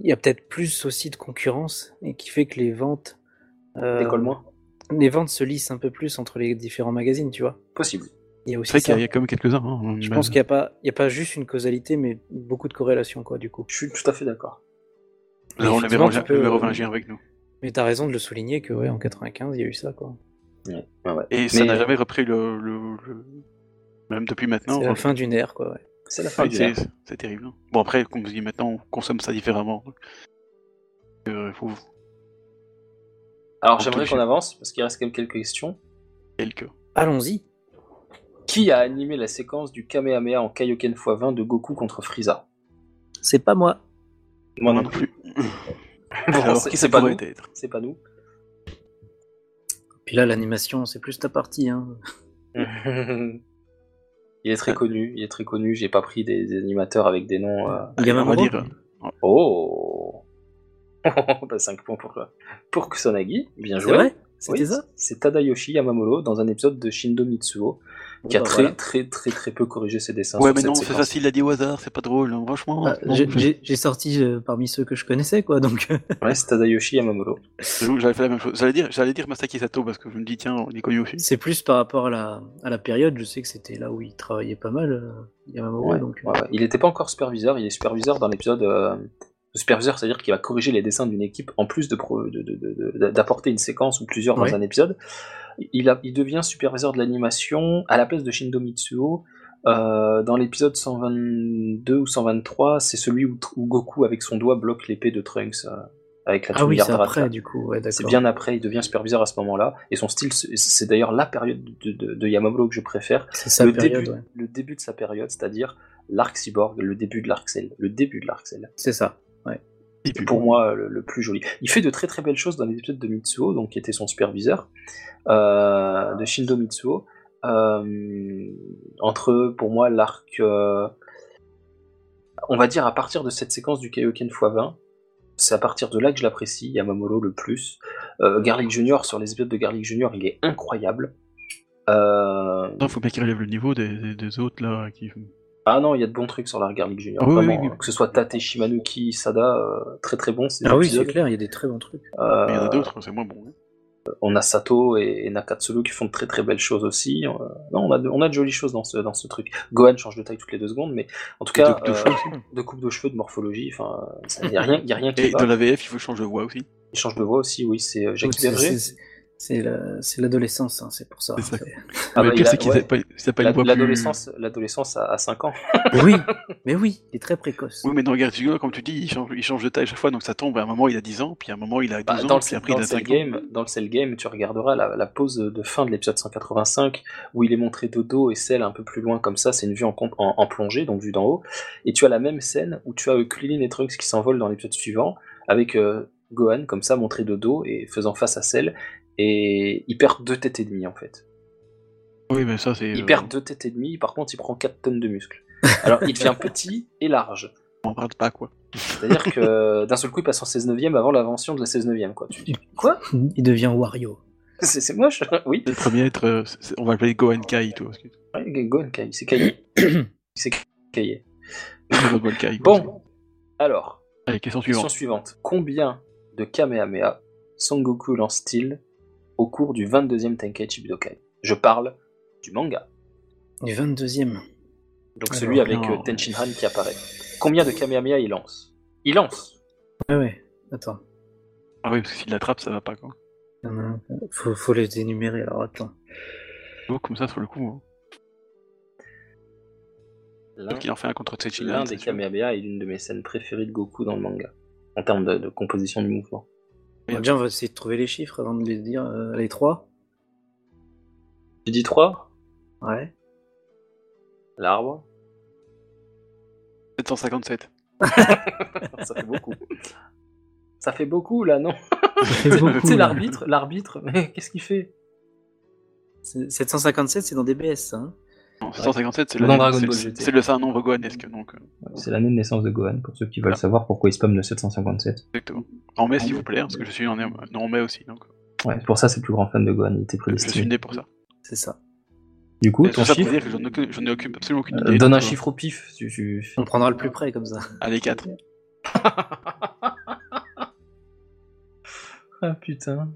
S4: il y a peut-être plus aussi de concurrence, et qui fait que les ventes, euh,
S3: Décolle moins.
S4: les ventes se lissent un peu plus entre les différents magazines, tu vois.
S3: Possible.
S4: Il y a
S1: C'est
S4: aussi
S1: vrai qu'il
S4: ça.
S1: y a- il y a quand même quelques-uns. hein,
S4: Je
S1: même.
S4: pense qu'il n'y a pas, il y a pas juste une causalité, mais beaucoup de corrélations, quoi, du coup.
S3: Je suis tout à fait d'accord.
S1: Alors, on le
S4: Effectivement, tu peux-
S1: mérovingien avec nous.
S4: Mais t'as raison de le souligner que ouais, en 95, il y a eu ça, quoi.
S3: Ouais, ouais.
S1: Et ça
S3: Mais-
S1: n'a jamais repris le. le- le- Même depuis maintenant.
S4: C'est la fin d'une ère, quoi. ouais.
S3: C'est la fin
S1: Ouais,
S3: d'une
S1: c'est
S3: ère.
S1: c'est terrible. hein. Bon, après, comme je dis maintenant, on consomme ça différemment. Euh, faut
S3: Alors
S1: Pour
S3: j'aimerais
S1: toucher.
S3: qu'on avance parce qu'il reste quand même quelques questions.
S1: quelques.
S4: Allons-y.
S3: Qui a animé la séquence du Kamehameha en Kaioken x20 de Goku contre Frieza
S4: C'est pas moi.
S3: Moi
S1: Moi non plus.
S3: Bon,
S1: Alors,
S3: c'est-
S1: qui
S3: c'est
S1: ça
S3: pas
S1: pourrait
S3: nous.
S1: être
S3: C'est pas nous.
S4: Puis là, l'animation, c'est plus ta partie. Hein.
S3: il est très connu, il est très connu. J'ai pas pris des, des animateurs avec des noms. euh,
S2: Il y
S1: Allez,
S2: a
S1: on va
S2: Mamoru
S1: dire.
S3: Oh bah, 5 points pour, pour Kusanagi, bien
S4: C'est
S3: joué.
S4: vrai C'était
S3: Oui,
S4: ça
S3: C'est Tadayoshi Yamamolo dans un épisode de Shindo Mitsuo qui a
S4: Bah,
S3: très
S4: voilà.
S3: très très très peu corrigé ses dessins.
S1: Oh, Ouais,
S3: sur
S1: mais
S3: cette
S1: non, c'est
S3: séquence.
S1: facile, il a dit au hasard, c'est pas drôle, hein, franchement.
S2: Ah,
S1: Non,
S2: j'ai-
S1: je-
S2: J'ai j'ai sorti euh, parmi ceux que je connaissais, quoi, donc.
S4: euh,
S3: Ouais, c'est Tadayoshi Yamamolo.
S1: j'avoue que J'avais fait la même chose. J'allais dire, j'allais dire Masaki Sato parce que je me dis, tiens, on est connu aussi.
S2: C'est plus par rapport à la, à la période, je sais que c'était là où il travaillait pas mal, euh, Yamamoru,
S3: Ouais,
S2: donc. euh,
S3: Ouais, ouais. Il n'était pas encore superviseur, il est superviseur dans l'épisode. euh, Superviseur, c'est-à-dire qu'il va corriger les dessins d'une équipe en plus de pro- de- de- de- de- d'apporter une séquence ou plusieurs
S2: Ouais.
S3: dans un épisode. Il, a- il devient superviseur de l'animation à la place de Shindo Mitsuo. Euh, dans l'épisode 122 ou 123, c'est celui où, où Goku avec son doigt bloque l'épée de Trunks euh, avec la
S2: Ah oui,
S3: Tsunade
S2: c'est
S3: Radha.
S2: après, du coup, ouais,
S3: C'est
S2: d'accord.
S3: bien après, il devient superviseur à ce moment-là. Et son style, c'est- c'est d'ailleurs la période de, de, de Yamamuro que je préfère.
S2: C'est sa
S3: le,
S2: période,
S3: début,
S2: ouais.
S3: le début de sa période, c'est-à-dire l'arc cyborg, le début de l'arc cell. Le début de l'arc cell.
S2: C'est ça.
S1: Et puis,
S3: Pour moi, le, le plus joli. Il fait de très très belles choses dans l'épisode de Mitsuo, donc qui était son superviseur, euh, de Shindo Mitsuo. Euh, entre, pour moi, l'arc. euh, on va dire à partir de cette séquence du Kaioken x20, c'est à partir de là que je l'apprécie, Yamamolo le plus. Euh, Garlic Junior, sur les épisodes de Garlic Junior, il est incroyable. Euh,
S1: Non, faut bien qu'il relève le niveau des, des- des autres là. Qui...
S3: Ah non, il y a de bons trucs sur l'arc Garlic Junior.
S1: Ah oui,
S3: vraiment, euh,
S1: oui, oui.
S3: Que ce soit Tate, Shimanuki, Sada, euh, très très bon. ces
S2: Ah oui,
S3: épisodes.
S2: c'est clair, il y a des très bons trucs.
S3: Euh,
S1: Mais il y en a d'autres, c'est moins bon. hein.
S3: On a Sato et, et Nakatsuru qui font de très très belles choses aussi. Euh, non, on a, de, on a de jolies choses dans ce, dans ce truc. Gohan change de taille toutes les deux secondes, mais en tout
S1: Et
S3: cas,
S1: de- de
S3: euh,
S1: cheveux
S3: de coupe de cheveux, de morphologie, enfin, il n'y a rien, y a rien qui
S1: Et
S3: va.
S1: dans la VF, il faut changer de voix aussi.
S3: Il change de voix aussi, oui, c'est euh, Jackie
S2: C'est-
S3: Berger.
S2: c'est- C'est la- c'est l'adolescence, hein, c'est pour ça.
S1: C'est ça.
S3: Ah
S1: mais le
S3: bah, il
S1: pire,
S3: a-
S1: c'est qu'il
S3: ouais.
S1: n'a pas, s'il a pas
S3: La-
S1: une voix plus-
S3: L'adolescence l'adolescence à, à 5 ans.
S2: oui, mais oui, il est très précoce.
S1: Oui, mais dans Garde comme tu dis, il change, il change de taille à chaque fois, donc ça tombe. À un moment, il a 10 ans, puis à un moment, il a 12
S3: Bah,
S1: ans,
S3: dans, le,
S1: puis
S3: cell-
S1: après,
S3: dans
S1: il
S3: le
S1: a
S3: cell
S1: 5 ans.
S3: game, dans le cell game, tu regarderas la, la pause de fin de l'épisode 185 où il est montré de dos et celle un peu plus loin comme ça, c'est une vue en, comp- en- en plongée, donc vue d'en haut. Et tu as la même scène où tu as Krillin et Trunks qui s'envolent dans l'épisode suivant avec euh, Gohan comme ça montré de dos et faisant face à celle et ils perdent deux têtes et demie en fait.
S1: Oui, mais ça, c'est.
S3: Il
S1: euh,
S3: perd deux têtes et demie, par contre il prend 4 tonnes de muscles. Alors il devient petit et large.
S1: On en parle pas, quoi.
S3: C'est-à-dire que d'un seul coup il passe en 16 neuvième avant l'invention de la 16 neuvième. Quoi. Tu te dis, quoi
S2: Il devient Wario.
S3: C'est c'est moche Oui.
S1: C'est le premier à être. euh, c'est- c'est- on va l'appeler Gohan Kai, toi. parce que-
S3: Ouais, Gon Kai, c'est Kai. c'est Kai.
S1: Gohan Kai, quoi.
S3: Bon, alors,
S1: Allez, question
S3: question
S1: suivante.
S3: suivante. Combien de Kamehameha Son Goku lance-t-il au cours du 22e Tenkaichi Budokai Je parle du manga,
S2: Du 22e.
S3: donc
S2: Alors,
S3: celui avec
S1: non.
S3: euh, Tenshinhan qui apparaît. Combien de Kamehameha il lance Il lance
S2: Ah ouais, attends.
S1: Ah oui, parce que s'il l'attrape, ça va pas, quoi.
S2: Il y en a un. Faut, faut les énumérer, alors attends.
S1: Donc, comme ça, sur le coup. hein.
S3: L'un
S1: Sauf qu'il en fait un contre hein, Tsechin.
S3: l'un des Kamehameha est l'une de mes scènes préférées de Goku dans le manga, en termes de, de composition du mouvement.
S1: Oui.
S2: Déjà, on va essayer de trouver les chiffres avant de les dire, euh, les trois.
S3: Tu dis 3
S2: Ouais.
S3: L'arbre
S1: 757.
S3: Ça fait beaucoup. Ça fait beaucoup là, non
S2: C'est
S3: Tu sais,
S2: beaucoup. là.
S3: l'arbitre, l'arbitre, mais qu'est-ce qu'il fait
S2: C'est- 757, c'est dans DBS, ça, hein.
S1: Non, 757, c'est
S3: Dans
S1: le.
S3: Dragon
S1: c'est-
S3: Ball
S1: c'est-
S3: GT.
S1: C'est le c'est un nombre gohanesque, donc. euh,
S3: C'est l'année de naissance de Gohan, pour ceux qui veulent savoir pourquoi il spamme le 757.
S1: Exactement. En mai, s'il vous plaît, hein, parce que je suis en, non, en mai aussi, donc. euh,
S3: Ouais, pour ça, c'est le plus grand fan de Gohan, il était
S1: Je suis
S3: prédestiné.
S1: né pour ça.
S2: C'est ça.
S3: Du coup,
S1: Et
S3: ton
S1: tout ça pour
S3: chiffre,
S1: dire que j'en ai aucune- j'en ai aucune- absolument aucune idée.
S3: euh, donne un
S1: donc, euh,
S3: chiffre au pif. Tu, tu-
S2: On prendra le plus près, comme ça.
S1: Allez, 4.
S3: Ah putain.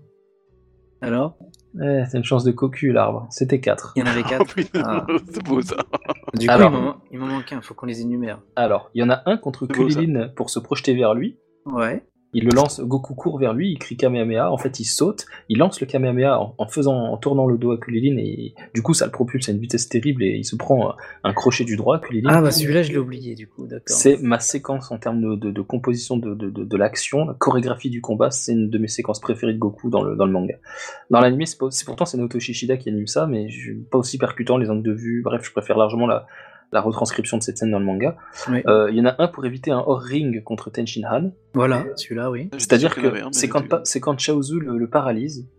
S2: Alors
S3: Eh, t'as une chance de cocu, l'arbre. C'était 4.
S2: Il y en avait
S1: Oh
S2: quatre.
S1: putain,
S2: Ah.
S1: c'est beau ça.
S2: Du coup,
S3: Alors.
S2: il m'en man- il m'en manque un, faut qu'on les énumère.
S3: Alors, il y en a un contre
S1: C'est beau, ça.
S3: Kulilin pour se projeter vers lui.
S2: Ouais.
S3: Il le lance, Goku court vers lui, il crie Kamehameha, en fait il saute, il lance le Kamehameha en, en faisant, en tournant le dos à Kulilin et il- du coup ça le propulse à une vitesse terrible et il se prend euh, un crochet du droit, Kulilin.
S2: Ah bah celui-là, je l'ai oublié, du coup, d'accord.
S3: C'est ma séquence en termes de, de- de composition de, de- de- de l'action, la chorégraphie du combat, c'est une de mes séquences préférées de Goku dans le, dans le manga. Dans l'anime, c'est pas- c'est pourtant c'est Naoto Shishida qui anime ça, mais je suis pas aussi percutant les angles de vue, bref, je préfère largement la, la retranscription de cette scène dans le manga.
S2: Ouais.
S3: Euh, Il y en a un pour éviter un hors-ring contre Tenshinhan,
S2: Voilà, celui-là, oui.
S1: Je suis
S3: c'est-à-dire
S1: sûr
S3: que
S1: qu'il y en avait un, mais
S3: c'est quand,
S1: j'ai-
S3: pa- c'est quand Chaozu le, le paralyse,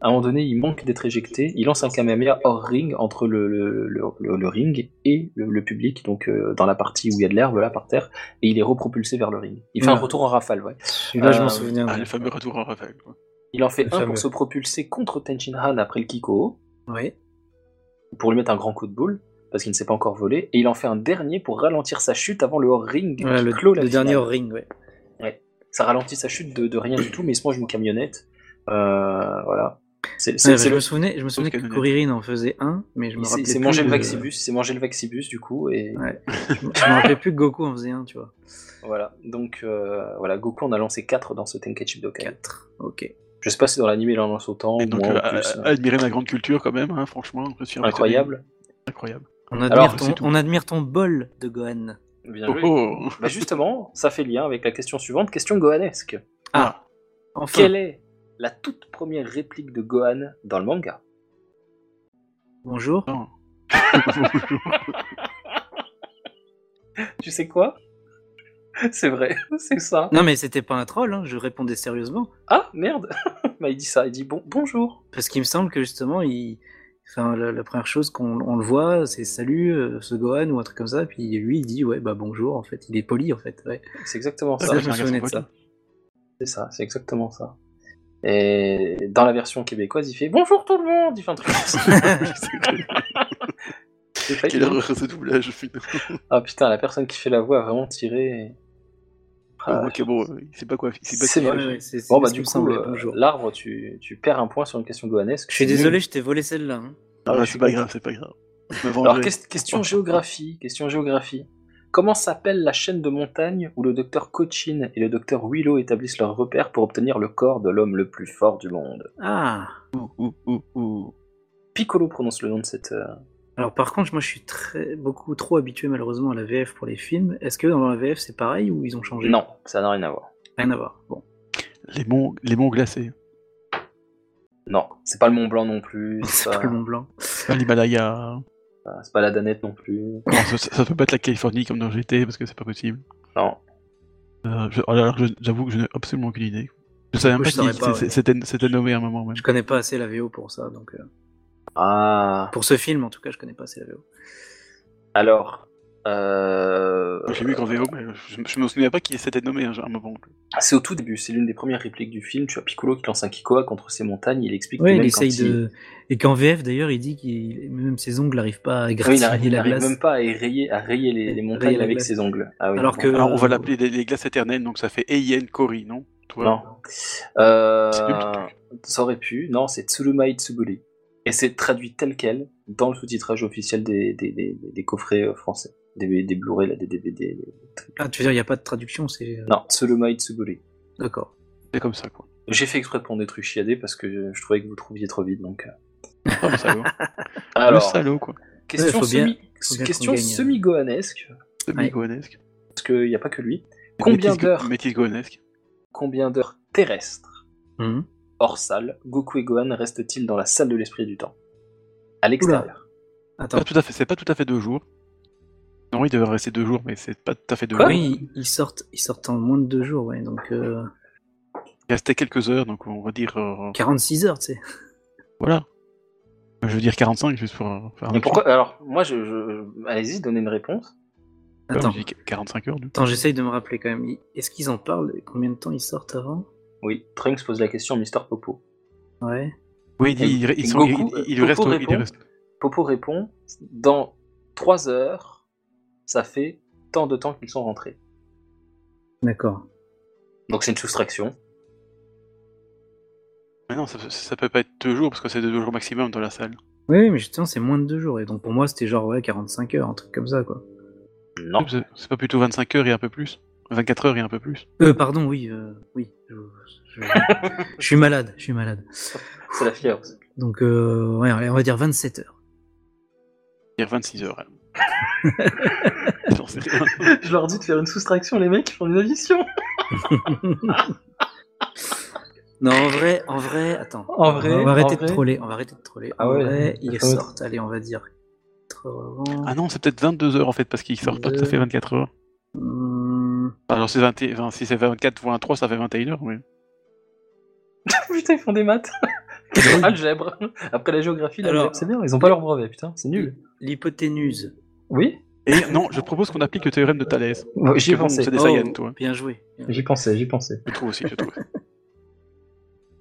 S3: À un moment donné, il manque d'être éjecté. Il lance un Kamehameha hors ring entre le, le, le- le- le ring et le, le public, donc euh, dans la partie où il y a de l'herbe, là, par terre, et il est repropulsé vers le ring. Il fait un
S2: Ouais.
S3: retour en rafale, ouais.
S2: Celui-là, je
S3: Euh,
S2: m'en souviens.
S1: Ah,
S2: ouais.
S1: le fameux retour en rafale. quoi.
S3: Il en fait
S4: Le
S3: un
S4: fameux.
S3: pour se propulser contre Tenchin Han après le Kiko,
S2: Ouais.
S3: pour lui mettre un grand coup de boule, parce qu'il ne s'est pas encore volé, et il en fait un dernier pour ralentir sa chute avant le hors ring
S2: Voilà,
S3: qui
S2: le,
S3: clôt la
S2: le
S3: finale.
S2: dernier hors ring, ouais.
S3: Ça ralentit sa chute de, de rien du tout, mais il se mange une camionnette. Euh, voilà. C'est
S2: Ouais,
S3: c'est-
S2: bah,
S3: c'est
S2: je
S3: le-
S2: me souvenais, je me souvenais que
S1: Sauf que-
S2: Kuririn en faisait un, mais je me rappelais
S3: c'est- c'est
S2: plus
S3: manger le
S2: de-
S3: Vaxibus, c'est manger le Vaxibus du coup, et
S2: Ouais. je me je me rappelais plus que Goku en faisait un, tu vois.
S3: voilà. Donc euh, voilà, Goku on a lancé 4 dans ce Tenkaichi Budokai.
S2: 4. Ok.
S3: Je sais pas si dans l'anime il en lance autant,
S1: Et donc,
S3: moins,
S1: euh,
S3: ou plus,
S1: à-
S3: hein.
S1: à admirer ma grande culture quand même, hein, franchement. Je suis impressionné.
S3: incroyable.
S1: Incroyable.
S2: On admire,
S3: Alors,
S1: c'est
S2: ton,
S1: tout.
S2: on admire ton bol de Gohan.
S3: Bien
S1: Oh,
S3: joué.
S1: oh.
S3: Bah justement, ça fait lien avec la question suivante, question gohanesque.
S2: Ah, Enfin.
S3: Quelle est la toute première réplique de Gohan dans le manga
S2: Bonjour.
S1: Ah.
S3: Tu sais quoi C'est vrai, c'est ça.
S2: Non, mais c'était pas un troll, hein, je répondais sérieusement.
S3: Ah merde Bah il dit ça, il dit bon bonjour.
S2: Parce qu'il me semble que justement, il... enfin, la, la première chose qu'on on le voit, c'est salut, euh, ce Gohan ou un truc comme ça. Puis lui, il dit, ouais, bah bonjour, en fait. Il est poli, en fait. Ouais.
S3: C'est exactement
S2: Ça,
S1: Ah,
S3: ça.
S2: je me souvenais de ça.
S3: C'est ça, c'est exactement ça. Et dans la version québécoise, il fait bonjour tout le monde, il fait un truc. J'ai failli
S1: Quelle
S3: dire.
S1: erreur ce doublage, putain.
S3: Ah putain, la personne qui fait la voix a vraiment tiré. Ah,
S1: Ah, ok, bon, euh, il sait pas quoi. Il sait pas
S3: C'est
S1: qui-
S3: vrai.
S2: Ouais, ouais, c'est- c'est
S3: bon
S2: ce
S3: bah
S2: qui
S3: du
S2: me
S3: coup,
S2: semblait,
S3: euh,
S2: bonjour.
S3: l'arbre, tu, tu perds un point sur une question gohanesque.
S2: Je suis désolé, je t'ai volé celle-là. hein.
S1: Ah,
S3: ouais,
S1: c'est pas grave, c'est pas grave. Je me
S3: Alors
S1: vengerai.
S3: quest- question géographie, question géographie. Comment s'appelle la chaîne de montagne où le docteur Cochin et le docteur Willow établissent leurs repères pour obtenir le corps de l'homme le plus fort du monde
S2: Ah.
S1: Ouh, ouh, ouh.
S3: Piccolo prononce le nom de cette. euh,
S2: Alors par contre, moi je suis très, beaucoup trop habitué malheureusement à la VF pour les films. Est-ce que dans la VF c'est pareil ou ils ont changé
S3: Non, ça n'a rien à voir.
S2: Rien à voir. Bon.
S1: Les monts, les monts glacés.
S3: Non, c'est pas le Mont Blanc non plus.
S2: C'est
S3: C'est
S2: pas
S3: pas, euh,
S2: le Mont Blanc.
S1: Pas L'Himalaya.
S3: c'est pas la Danette non plus.
S1: Non, ça, ça- ça peut pas être la Californie comme dans GT parce que c'est pas possible.
S3: Non.
S1: Euh, je- alors, alors, je- j'avoue que je n'ai absolument aucune idée. Je savais même
S2: Moi,
S1: pas
S2: je saurais
S1: si
S2: pas,
S1: c'est-
S2: ouais.
S1: c'était c'était nommé à un moment même.
S2: Je connais pas assez la VO pour ça, donc euh,
S3: Ah.
S2: pour ce film en tout cas, je connais pas assez la VO.
S3: Alors. euh,
S1: J'ai vu qu'en VO, mais je, je me souviens pas qui c'était nommé hein, à un moment.
S3: C'est au tout début, c'est l'une des premières répliques du film. Tu as Piccolo qui lance un Kikoa contre ces montagnes. Il explique
S2: Oui,
S3: que
S2: il
S3: même
S2: essaye
S3: quand il- Ah
S2: de et qu'en VF d'ailleurs il dit qu'il même ses ongles n'arrivent pas à
S3: Oui,
S2: gratter
S3: il n'arrive
S2: la glace.
S3: même pas à rayer, à rayer les, les
S2: Rayer
S3: montagnes
S2: la
S3: avec
S2: glace.
S3: ses ongles. Ah oui,
S2: Alors
S3: bon.
S2: que
S1: Alors, on va
S2: euh,
S1: l'appeler les, les glaces éternelles, donc ça fait Eien Kori, non Toi
S3: Non. Euh,
S1: C'est nul.
S3: ça aurait pu. Non, c'est Tsurumai Tsuburi. Et c'est traduit tel quel dans le sous-titrage officiel des, des, des, des coffrets euh, français. Des, des Blu-ray, là, des DVD.
S2: Ah, tu veux dire il y a pas de traduction, c'est euh,
S3: Non, Tsurumai Tsuburi.
S2: d'accord.
S1: C'est comme ça, quoi.
S3: J'ai fait exprès de prendre des trucs chiadés parce que je, je trouvais que vous trouviez trop vite. Donc. euh.
S1: Ah, le salaud. le
S3: Ah, Alors,
S1: salaud, quoi.
S3: question
S2: Ouais, faut bien-
S3: semi-
S2: faut bien
S3: question
S2: qu'on gagne.
S3: semi-gohanesque,
S1: C'est
S2: Ouais.
S1: bigonesque.
S3: parce qu'il n'y a pas que lui. Combien
S1: Métis-
S3: d'heures
S1: Métis gonesque.
S3: Combien d'heures terrestres Hmm.
S2: Mhm.
S3: hors salle, Goku et Gohan restent-ils dans la salle de l'esprit du temps À l'extérieur.
S2: Attends.
S1: Pas tout à fait, c'est pas tout à fait deux jours. Non, il devait rester deux jours, mais c'est pas tout à fait deux
S3: Quoi
S1: jours.
S2: oui, ils sortent, ils sortent en moins de deux jours, ouais, donc euh,
S1: Il restait quelques heures, donc on va dire. euh,
S2: 46 heures, tu sais.
S1: voilà. Je veux dire 45, juste pour euh, faire un
S3: Mais
S1: autre
S3: pourquoi Alors, moi, je, je- allez-y, donnez une réponse.
S1: truc.
S2: Attends.
S1: J'ai dit 45 heures, du coup.
S2: Attends, j'essaye de me rappeler quand même. Est-ce qu'ils en parlent Combien de temps ils sortent avant
S3: Oui, Trunks pose la question, Mister Popo.
S2: Ouais.
S1: Oui, il, dit, il,
S3: Et
S1: ils sont-
S3: Euh, Goku,
S1: il- il- il
S3: Goku
S1: reste, il
S3: répond
S1: reste.
S3: Popo répond dans 3 heures, ça fait tant de temps qu'ils sont rentrés.
S2: D'accord.
S3: Donc c'est une soustraction.
S1: Mais non, ça, ça peut pas être deux jours, parce que c'est deux jours maximum dans la salle.
S2: Oui, oui, mais justement, c'est moins de deux jours. Et donc pour moi, c'était genre ouais, 45 heures, un truc comme ça, quoi.
S3: Non.
S1: C'est- C'est pas plutôt 25 heures et un peu plus 24 heures et un peu plus
S2: Euh, pardon, oui, euh, oui. Je, je- je suis malade, je suis malade.
S3: C'est la fièvre.
S2: Donc euh, ouais, allez, on va dire 27 heures.
S1: dire 26 heures. alors. J'en sais rien.
S3: je leur dis de faire une soustraction, les mecs, ils font une addition.
S2: Non, en vrai, en vrai, attends.
S3: En vrai,
S2: on va
S3: en
S2: arrêter de
S3: vrai.
S2: troller. On va arrêter de troller.
S3: Ah
S2: en
S3: ouais,
S2: vrai,
S3: le
S2: ils
S3: fameux-
S2: sortent. Allez, on va dire. 80.
S1: Ah non, c'est peut-être 22 heures en fait, parce qu'il sort pas tout à fait 24 heures.
S2: Hum,
S1: Alors c'est 20 et- enfin, si c'est 24 fois 3, ça fait 21 heures, oui.
S3: Putain, ils font des maths. Algèbre. Après la géographie,
S4: Alors-
S3: l'algèbre, c'est bien. Ils ont pas leur brevet, putain, c'est nul.
S4: L'hypoténuse.
S3: Oui
S1: Et non, je propose qu'on applique le théorème de Thalès.
S3: J'y ai
S1: Parce que bon,
S3: pensé.
S1: C'est des
S2: Oh.
S1: Saiyans, toi.
S2: Bien joué. Bien joué.
S3: J'y pensais, j'y pensais.
S1: Je trouve aussi, je trouve.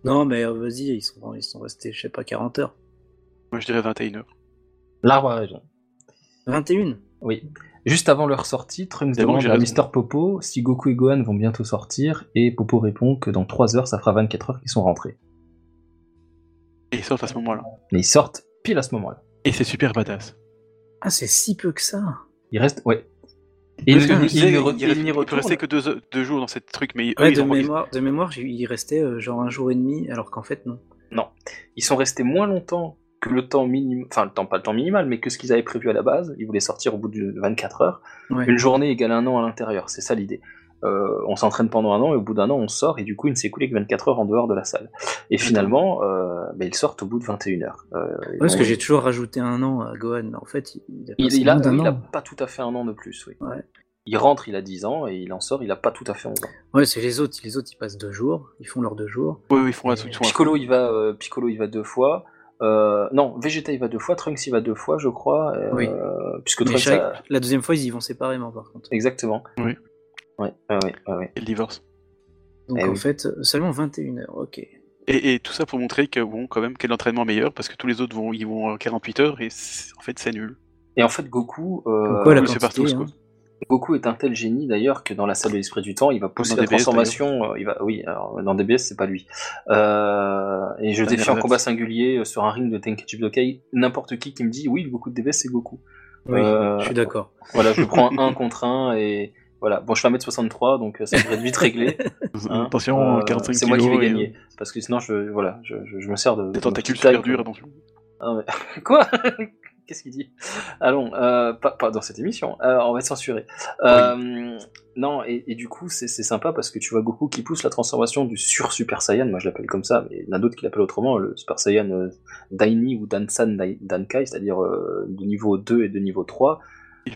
S2: Non, mais euh, vas-y, ils sont, ils sont restés, je sais pas, 40 heures.
S1: Moi, je dirais 21h.
S3: L'arbre à raison.
S2: 21
S3: Oui. Juste avant leur sortie, Trunks
S1: C'est bon,
S3: demande
S1: j'ai
S3: à
S1: raison.
S3: Mister Popo si Goku et Gohan vont bientôt sortir, et Popo répond que dans 3 heures, ça fera 24 heures qu'ils sont rentrés.
S1: Et ils sortent à ce moment-là.
S3: Mais ils sortent pile à ce moment-là.
S1: Et c'est super badass.
S2: Ah, c'est si peu que ça
S3: Ils restent, ouais. Et ils,
S1: Parce que
S3: ils-
S1: je disais,
S3: ils ne
S1: il
S3: re-
S1: reste-
S3: ils n'y
S1: il peut
S3: retournent.
S1: rester que deux, heures- deux jours dans cette truc, mais
S3: Ah
S1: eux,
S2: Ouais,
S1: ils
S2: de,
S1: ont
S2: mémoire, de mémoire, j'ai- il restait euh, genre un jour et demi, alors qu'en fait, non.
S3: Ils sont restés moins longtemps que le temps minimal, enfin le temps, pas le temps minimal, mais que ce qu'ils avaient prévu à la base. Ils voulaient sortir au bout de 24 heures.
S2: Ouais.
S3: Une journée égale un an à l'intérieur, c'est ça l'idée. Euh, on s'entraîne pendant un an et au bout d'un an on sort et du coup il ne s'est écoulé que 24 heures en dehors de la salle. Et finalement, euh, ben, ils sortent au bout de 21 heures. Euh, ils
S2: Ouais, parce
S3: ont-
S2: que j'ai toujours rajouté un an à Gohan, mais en fait, il, il a
S3: il,
S2: passé
S3: il a,
S2: moins d'un
S3: il a
S2: an.
S3: pas tout à fait un an de plus, oui.
S2: Ouais.
S3: Il rentre, il a 10 ans et il en sort, il a pas tout à fait 11 ans.
S2: Ouais, c'est les autres, les autres, ils passent deux jours, ils font leurs deux jours.
S1: Oui, oui, ils font un truc. ils sont à-
S3: Piccolo il va, euh, Piccolo il va deux fois. Euh, non, Vegeta il va deux fois, Trunks il va deux fois, je crois. euh,
S2: Oui.
S3: Puisque
S2: Mais
S3: Trunks
S2: chaque-
S3: a-
S2: La deuxième fois, ils y vont séparément, par contre.
S3: Exactement.
S1: Oui.
S3: Ouais, ouais, ouais, ouais, ouais.
S1: et le divorce.
S2: Donc
S3: Eh
S2: en
S3: oui.
S2: fait, euh, seulement 21 heures, ok.
S1: Et, et tout ça pour montrer que, bon, quand même, quel entraînement meilleur, parce que tous les autres vont, ils vont en 48 heures, et c'est- en fait, c'est nul.
S3: Et en fait, Goku, euh,
S2: Pourquoi la
S1: oui, c'est partout,
S2: quantité,
S1: quoi.
S2: hein.
S3: Goku est un tel génie d'ailleurs que dans la salle de l'esprit du temps, il va pousser
S1: Dans
S3: la
S1: DBS,
S3: transformation. euh, il va, oui, alors, dans DBS, c'est pas lui. Euh, et je
S1: Pas
S3: défie en
S1: Nerzat.
S3: combat singulier euh, sur un ring de Tenkaichi Budokai n'importe qui qui me dit oui, le Goku de DBS, c'est Goku.
S2: Oui,
S3: Euh,
S2: je suis d'accord.
S3: Voilà, je prends un contre un et voilà. Bon, je fais 1m63, donc euh, ça devrait être vite réglé. hein.
S1: Attention,
S3: Euh,
S1: 45
S3: C'est moi qui vais
S1: kilos et-
S3: gagner parce que sinon, je voilà, je, je- je me sers de de
S1: Des
S3: ma
S1: tentacules
S3: petite taille
S1: super dures,
S3: pour-
S1: attention.
S3: Ah, mais- Quoi Qu'est-ce qu'il dit Allons, euh, pas, pas dans cette émission, euh, on va être censuré. Euh, Non, et, et du coup, c'est c'est sympa parce que tu vois Goku qui pousse la transformation du sur-Super Saiyan, moi je l'appelle comme ça, mais il y en a d'autres qui l'appellent autrement, le Super Saiyan euh, Daini ou Dansan Dai- Dankai, c'est-à-dire euh, de niveau 2 et de niveau 3,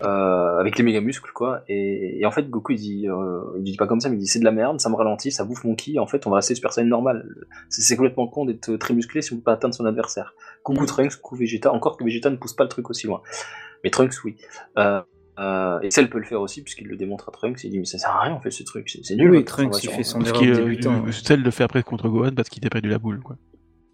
S3: euh, avec les méga muscles, quoi. Et, et en fait, Goku, il dit, euh, il dit pas comme ça, mais il dit c'est de la merde, ça me ralentit, ça bouffe mon ki, en fait, on va rester Super Saiyan normal. C'est c'est complètement con d'être très musclé si on peut pas atteindre son adversaire. Coucou Trunks, coucou Vegeta. Encore que Vegeta ne pousse pas le truc aussi loin. Mais Trunks, oui. Euh, euh, et Cell peut le faire aussi, puisqu'il le démontre à Trunks. Il dit Mais ça sert à rien, on fait ce truc. C'est c'est nul.
S2: Oui,
S3: votre
S2: Trunks, il
S3: transformation.
S2: fait
S1: Parce
S2: son- erreur
S1: qu'il
S2: de
S1: euh,
S2: débutant,
S1: euh,
S2: ouais.
S1: Cell le fait après contre Gohan parce qu'il a perdu la boule, quoi.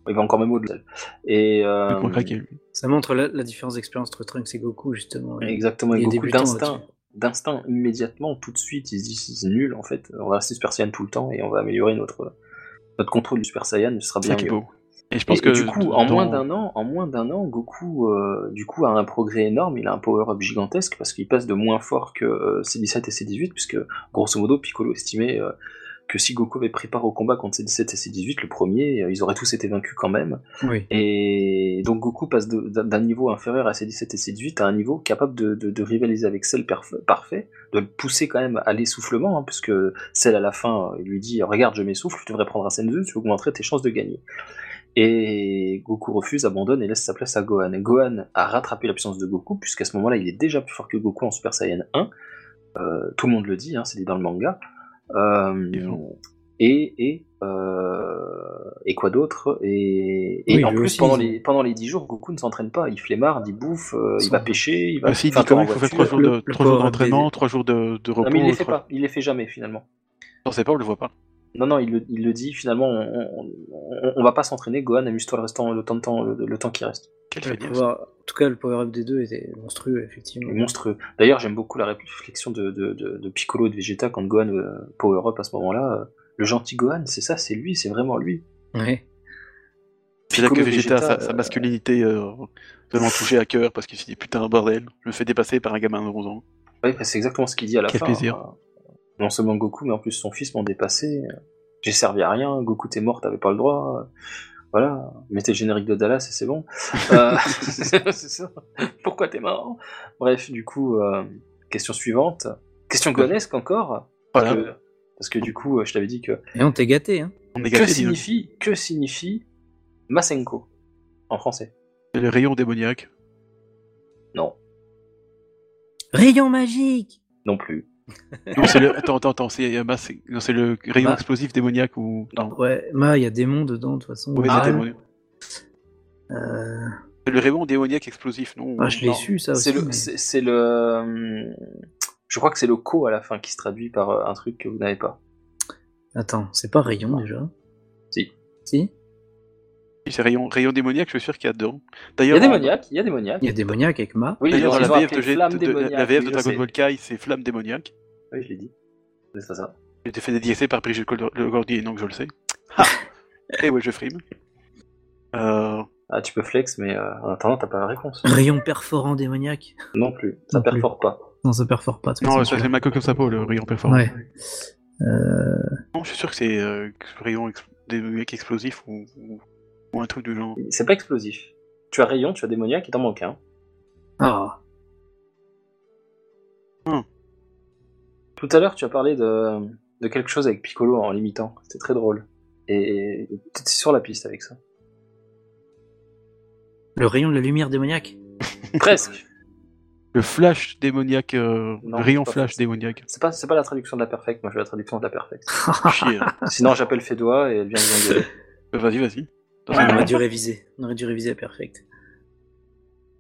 S3: Il va encore même au-delà. Et. euh,
S1: Complètement craqué, lui.
S2: Ça montre la, la différence d'expérience entre Trunks et Goku, justement. Et-
S3: Exactement,
S2: et
S3: et Goku
S2: débutant
S3: d'instinct.
S2: là-dessus.
S3: D'instinct, immédiatement, tout de suite, il se dit C'est nul, en fait. On va rester Super Saiyan tout le temps et on va améliorer notre, notre contrôle du Super Saiyan. Ce sera
S1: C'est
S3: bien
S1: ça qui est
S3: mieux.
S1: beau. Et je
S3: Et-
S1: pense
S3: et
S1: que
S3: du coup, en
S1: dans-
S3: moins d'un an, en moins d'un an, Goku, euh, du coup, a un progrès énorme. Il a un power-up gigantesque parce qu'il passe de moins fort que euh, C17 et C18, puisque grosso modo, Piccolo estimait euh, que si Goku avait pris part au combat contre C17 et C18, le premier, euh, ils auraient tous été vaincus quand même.
S2: Oui.
S3: Et donc Goku passe de- d'un d'un niveau inférieur à C17 et C18 à un niveau capable de, de- de rivaliser avec Cell perf- parfait, de le pousser quand même à l'essoufflement, hein, puisque Cell à la fin, euh, il lui dit Regarde, je m'essouffle, tu devrais prendre un Senzu, tu augmenterais tes chances de gagner. Et Goku refuse, abandonne et laisse sa place à Gohan. Et Gohan a rattrapé l'absence de Goku, puisqu'à ce moment-là, il est déjà plus fort que Goku en Super Saiyan 1. Euh, tout le monde le dit, hein, c'est dit dans le manga. Euh,
S1: Ils
S3: et et, euh, et quoi d'autre Et, et
S2: Oui,
S3: en
S2: lui
S3: plus,
S2: aussi,
S3: pendant,
S2: ils-
S3: les, pendant les 10 jours, Goku ne s'entraîne pas. Il flémarde, il bouffe, euh, il
S2: Sans-
S3: va pêcher, il va
S1: Ah, si, il
S3: enfin,
S1: dit quand même
S3: tout en
S1: qu'il faut faire
S3: voiture.
S1: 3 jours de-
S2: le
S1: trois jours
S2: power-up
S1: d'entraînement,
S2: des-
S1: 3 jours de, de repos.
S3: Non, mais il les fait
S1: trois-
S3: pas, il les fait jamais finalement.
S1: Non, c'est pas, on le voit pas.
S3: Non, non, il le, il le dit finalement, on, on- on- on va pas s'entraîner, Gohan, amuse-toi le, restant- le temps, de temps, le, le temps qui reste.
S1: Quel
S2: Le
S1: feignasse.
S2: pouvoir- En tout cas, le power-up des deux était monstrueux, effectivement.
S3: Il est monstrueux. D'ailleurs, j'aime beaucoup la réflexion de, de, de, de Piccolo et de Vegeta quand Gohan euh, power up à ce moment-là. euh, le gentil Gohan, c'est ça, c'est lui, c'est vraiment lui.
S2: Ouais.
S1: C'est là que
S3: Piccolo,
S1: Vegeta, sa,
S3: Vegeta,
S1: sa
S3: euh,
S1: masculinité euh, vraiment touchée à cœur parce qu'il s'est dit putain bordel, je me fais dépasser par un gamin de 11 ans.
S3: Ouais, bah, c'est exactement ce qu'il dit à la
S1: Quel
S3: fin.
S1: plaisir.
S3: hein. Non seulement Goku, mais en plus son fils m'ont dépassé. J'ai servi à rien. Goku, t'es mort, t'avais pas le droit. Voilà, mettez le générique de Dallas et c'est bon. Euh, c'est ça. Pourquoi t'es mort Bref, du coup, euh, question suivante. Question gonesque encore.
S1: Voilà,
S3: Parce que- parce que du coup, euh, je t'avais dit que.
S2: Et on t'est gâté, hein.
S1: on est
S3: Que
S1: gâtés, dis donc.
S3: signifie, que signifie Masenko en français
S1: C'est le rayon démoniaque.
S3: Non,
S2: Rayon magique
S3: non plus.
S1: Non, c'est le... Attends, attends, attends, c'est euh, bah, c'est- non, c'est le rayon
S2: Bah.
S1: explosif démoniaque ou. Non,
S2: Ouais, Ma, il y a démon dedans, de toute façon.
S1: ouais,
S2: Ah,
S1: c'est démoniaque.
S2: Euh,
S1: C'est le rayon démoniaque explosif, non
S2: ah, je l'ai
S1: Non.
S2: su, ça aussi.
S3: C'est le,
S2: mais-
S3: c'est- c'est le, euh, je crois que c'est le co à la fin qui se traduit par euh, un truc que vous n'avez pas.
S2: Attends, c'est pas rayon déjà
S3: Si.
S2: Si
S1: Oui, C'est rayon, rayon démoniaque, je suis sûr qu'il y a dedans.
S3: Il y
S1: D'ailleurs,
S3: a des maniaques, il y a des maniaques.
S2: Il y a démoniaque avec Ma.
S3: Oui, ils ont-
S1: D'ailleurs,
S3: ils
S1: la
S3: ont
S1: VF de,
S3: appelé
S1: G-
S3: Flamme
S1: de-
S3: démoniaque,
S1: la VF
S3: oui,
S1: de
S3: je
S1: Dragon
S3: sais.
S1: Ball Kai, c'est Flamme démoniaque.
S3: Oui, je l'ai dit. C'est ça, ça.
S1: J'ai été fait dédicacer par Brigitte Col- Le Gordier, donc je le sais.
S2: Ah.
S1: Ha Et ouais, je frime. Euh,
S3: Ah, tu peux flex, mais euh, en attendant, t'as pas la réponse.
S2: Rayon perforant démoniaque
S3: Non plus. Ça
S2: Non plus.
S3: perfore pas.
S2: Non, ça perfore pas. de toute
S1: non,
S2: façon,
S1: ça c'est
S2: celui-là.
S1: Mako Sapo, le rayon performant.
S2: Ouais. Euh,
S1: Non, je suis sûr que c'est euh, rayon ex- démoniaque explosif ou, ou- ou un truc du genre.
S3: C'est pas explosif. Tu as rayon, tu as démoniaque, il t'en manque un.
S2: Ah,
S3: Tout à l'heure, tu as parlé de, de quelque chose avec Piccolo en l'imitant. C'était très drôle. Et t'étais sur la piste avec ça.
S2: le rayon de la lumière démoniaque
S3: Presque.
S1: Le flash démoniaque, euh,
S3: Non,
S1: le rayon
S3: c'est pas
S1: flash
S3: ça.
S1: démoniaque.
S3: C'est pas, c'est pas la traduction de la perfecte, moi je veux la traduction de la perfecte.
S1: Chier. hein.
S3: Sinon, j'appelle Fédois et elle vient nous engueuler.
S1: Euh, vas-y, vas-y.
S2: On aurait dû réviser. On aurait dû réviser à perfect.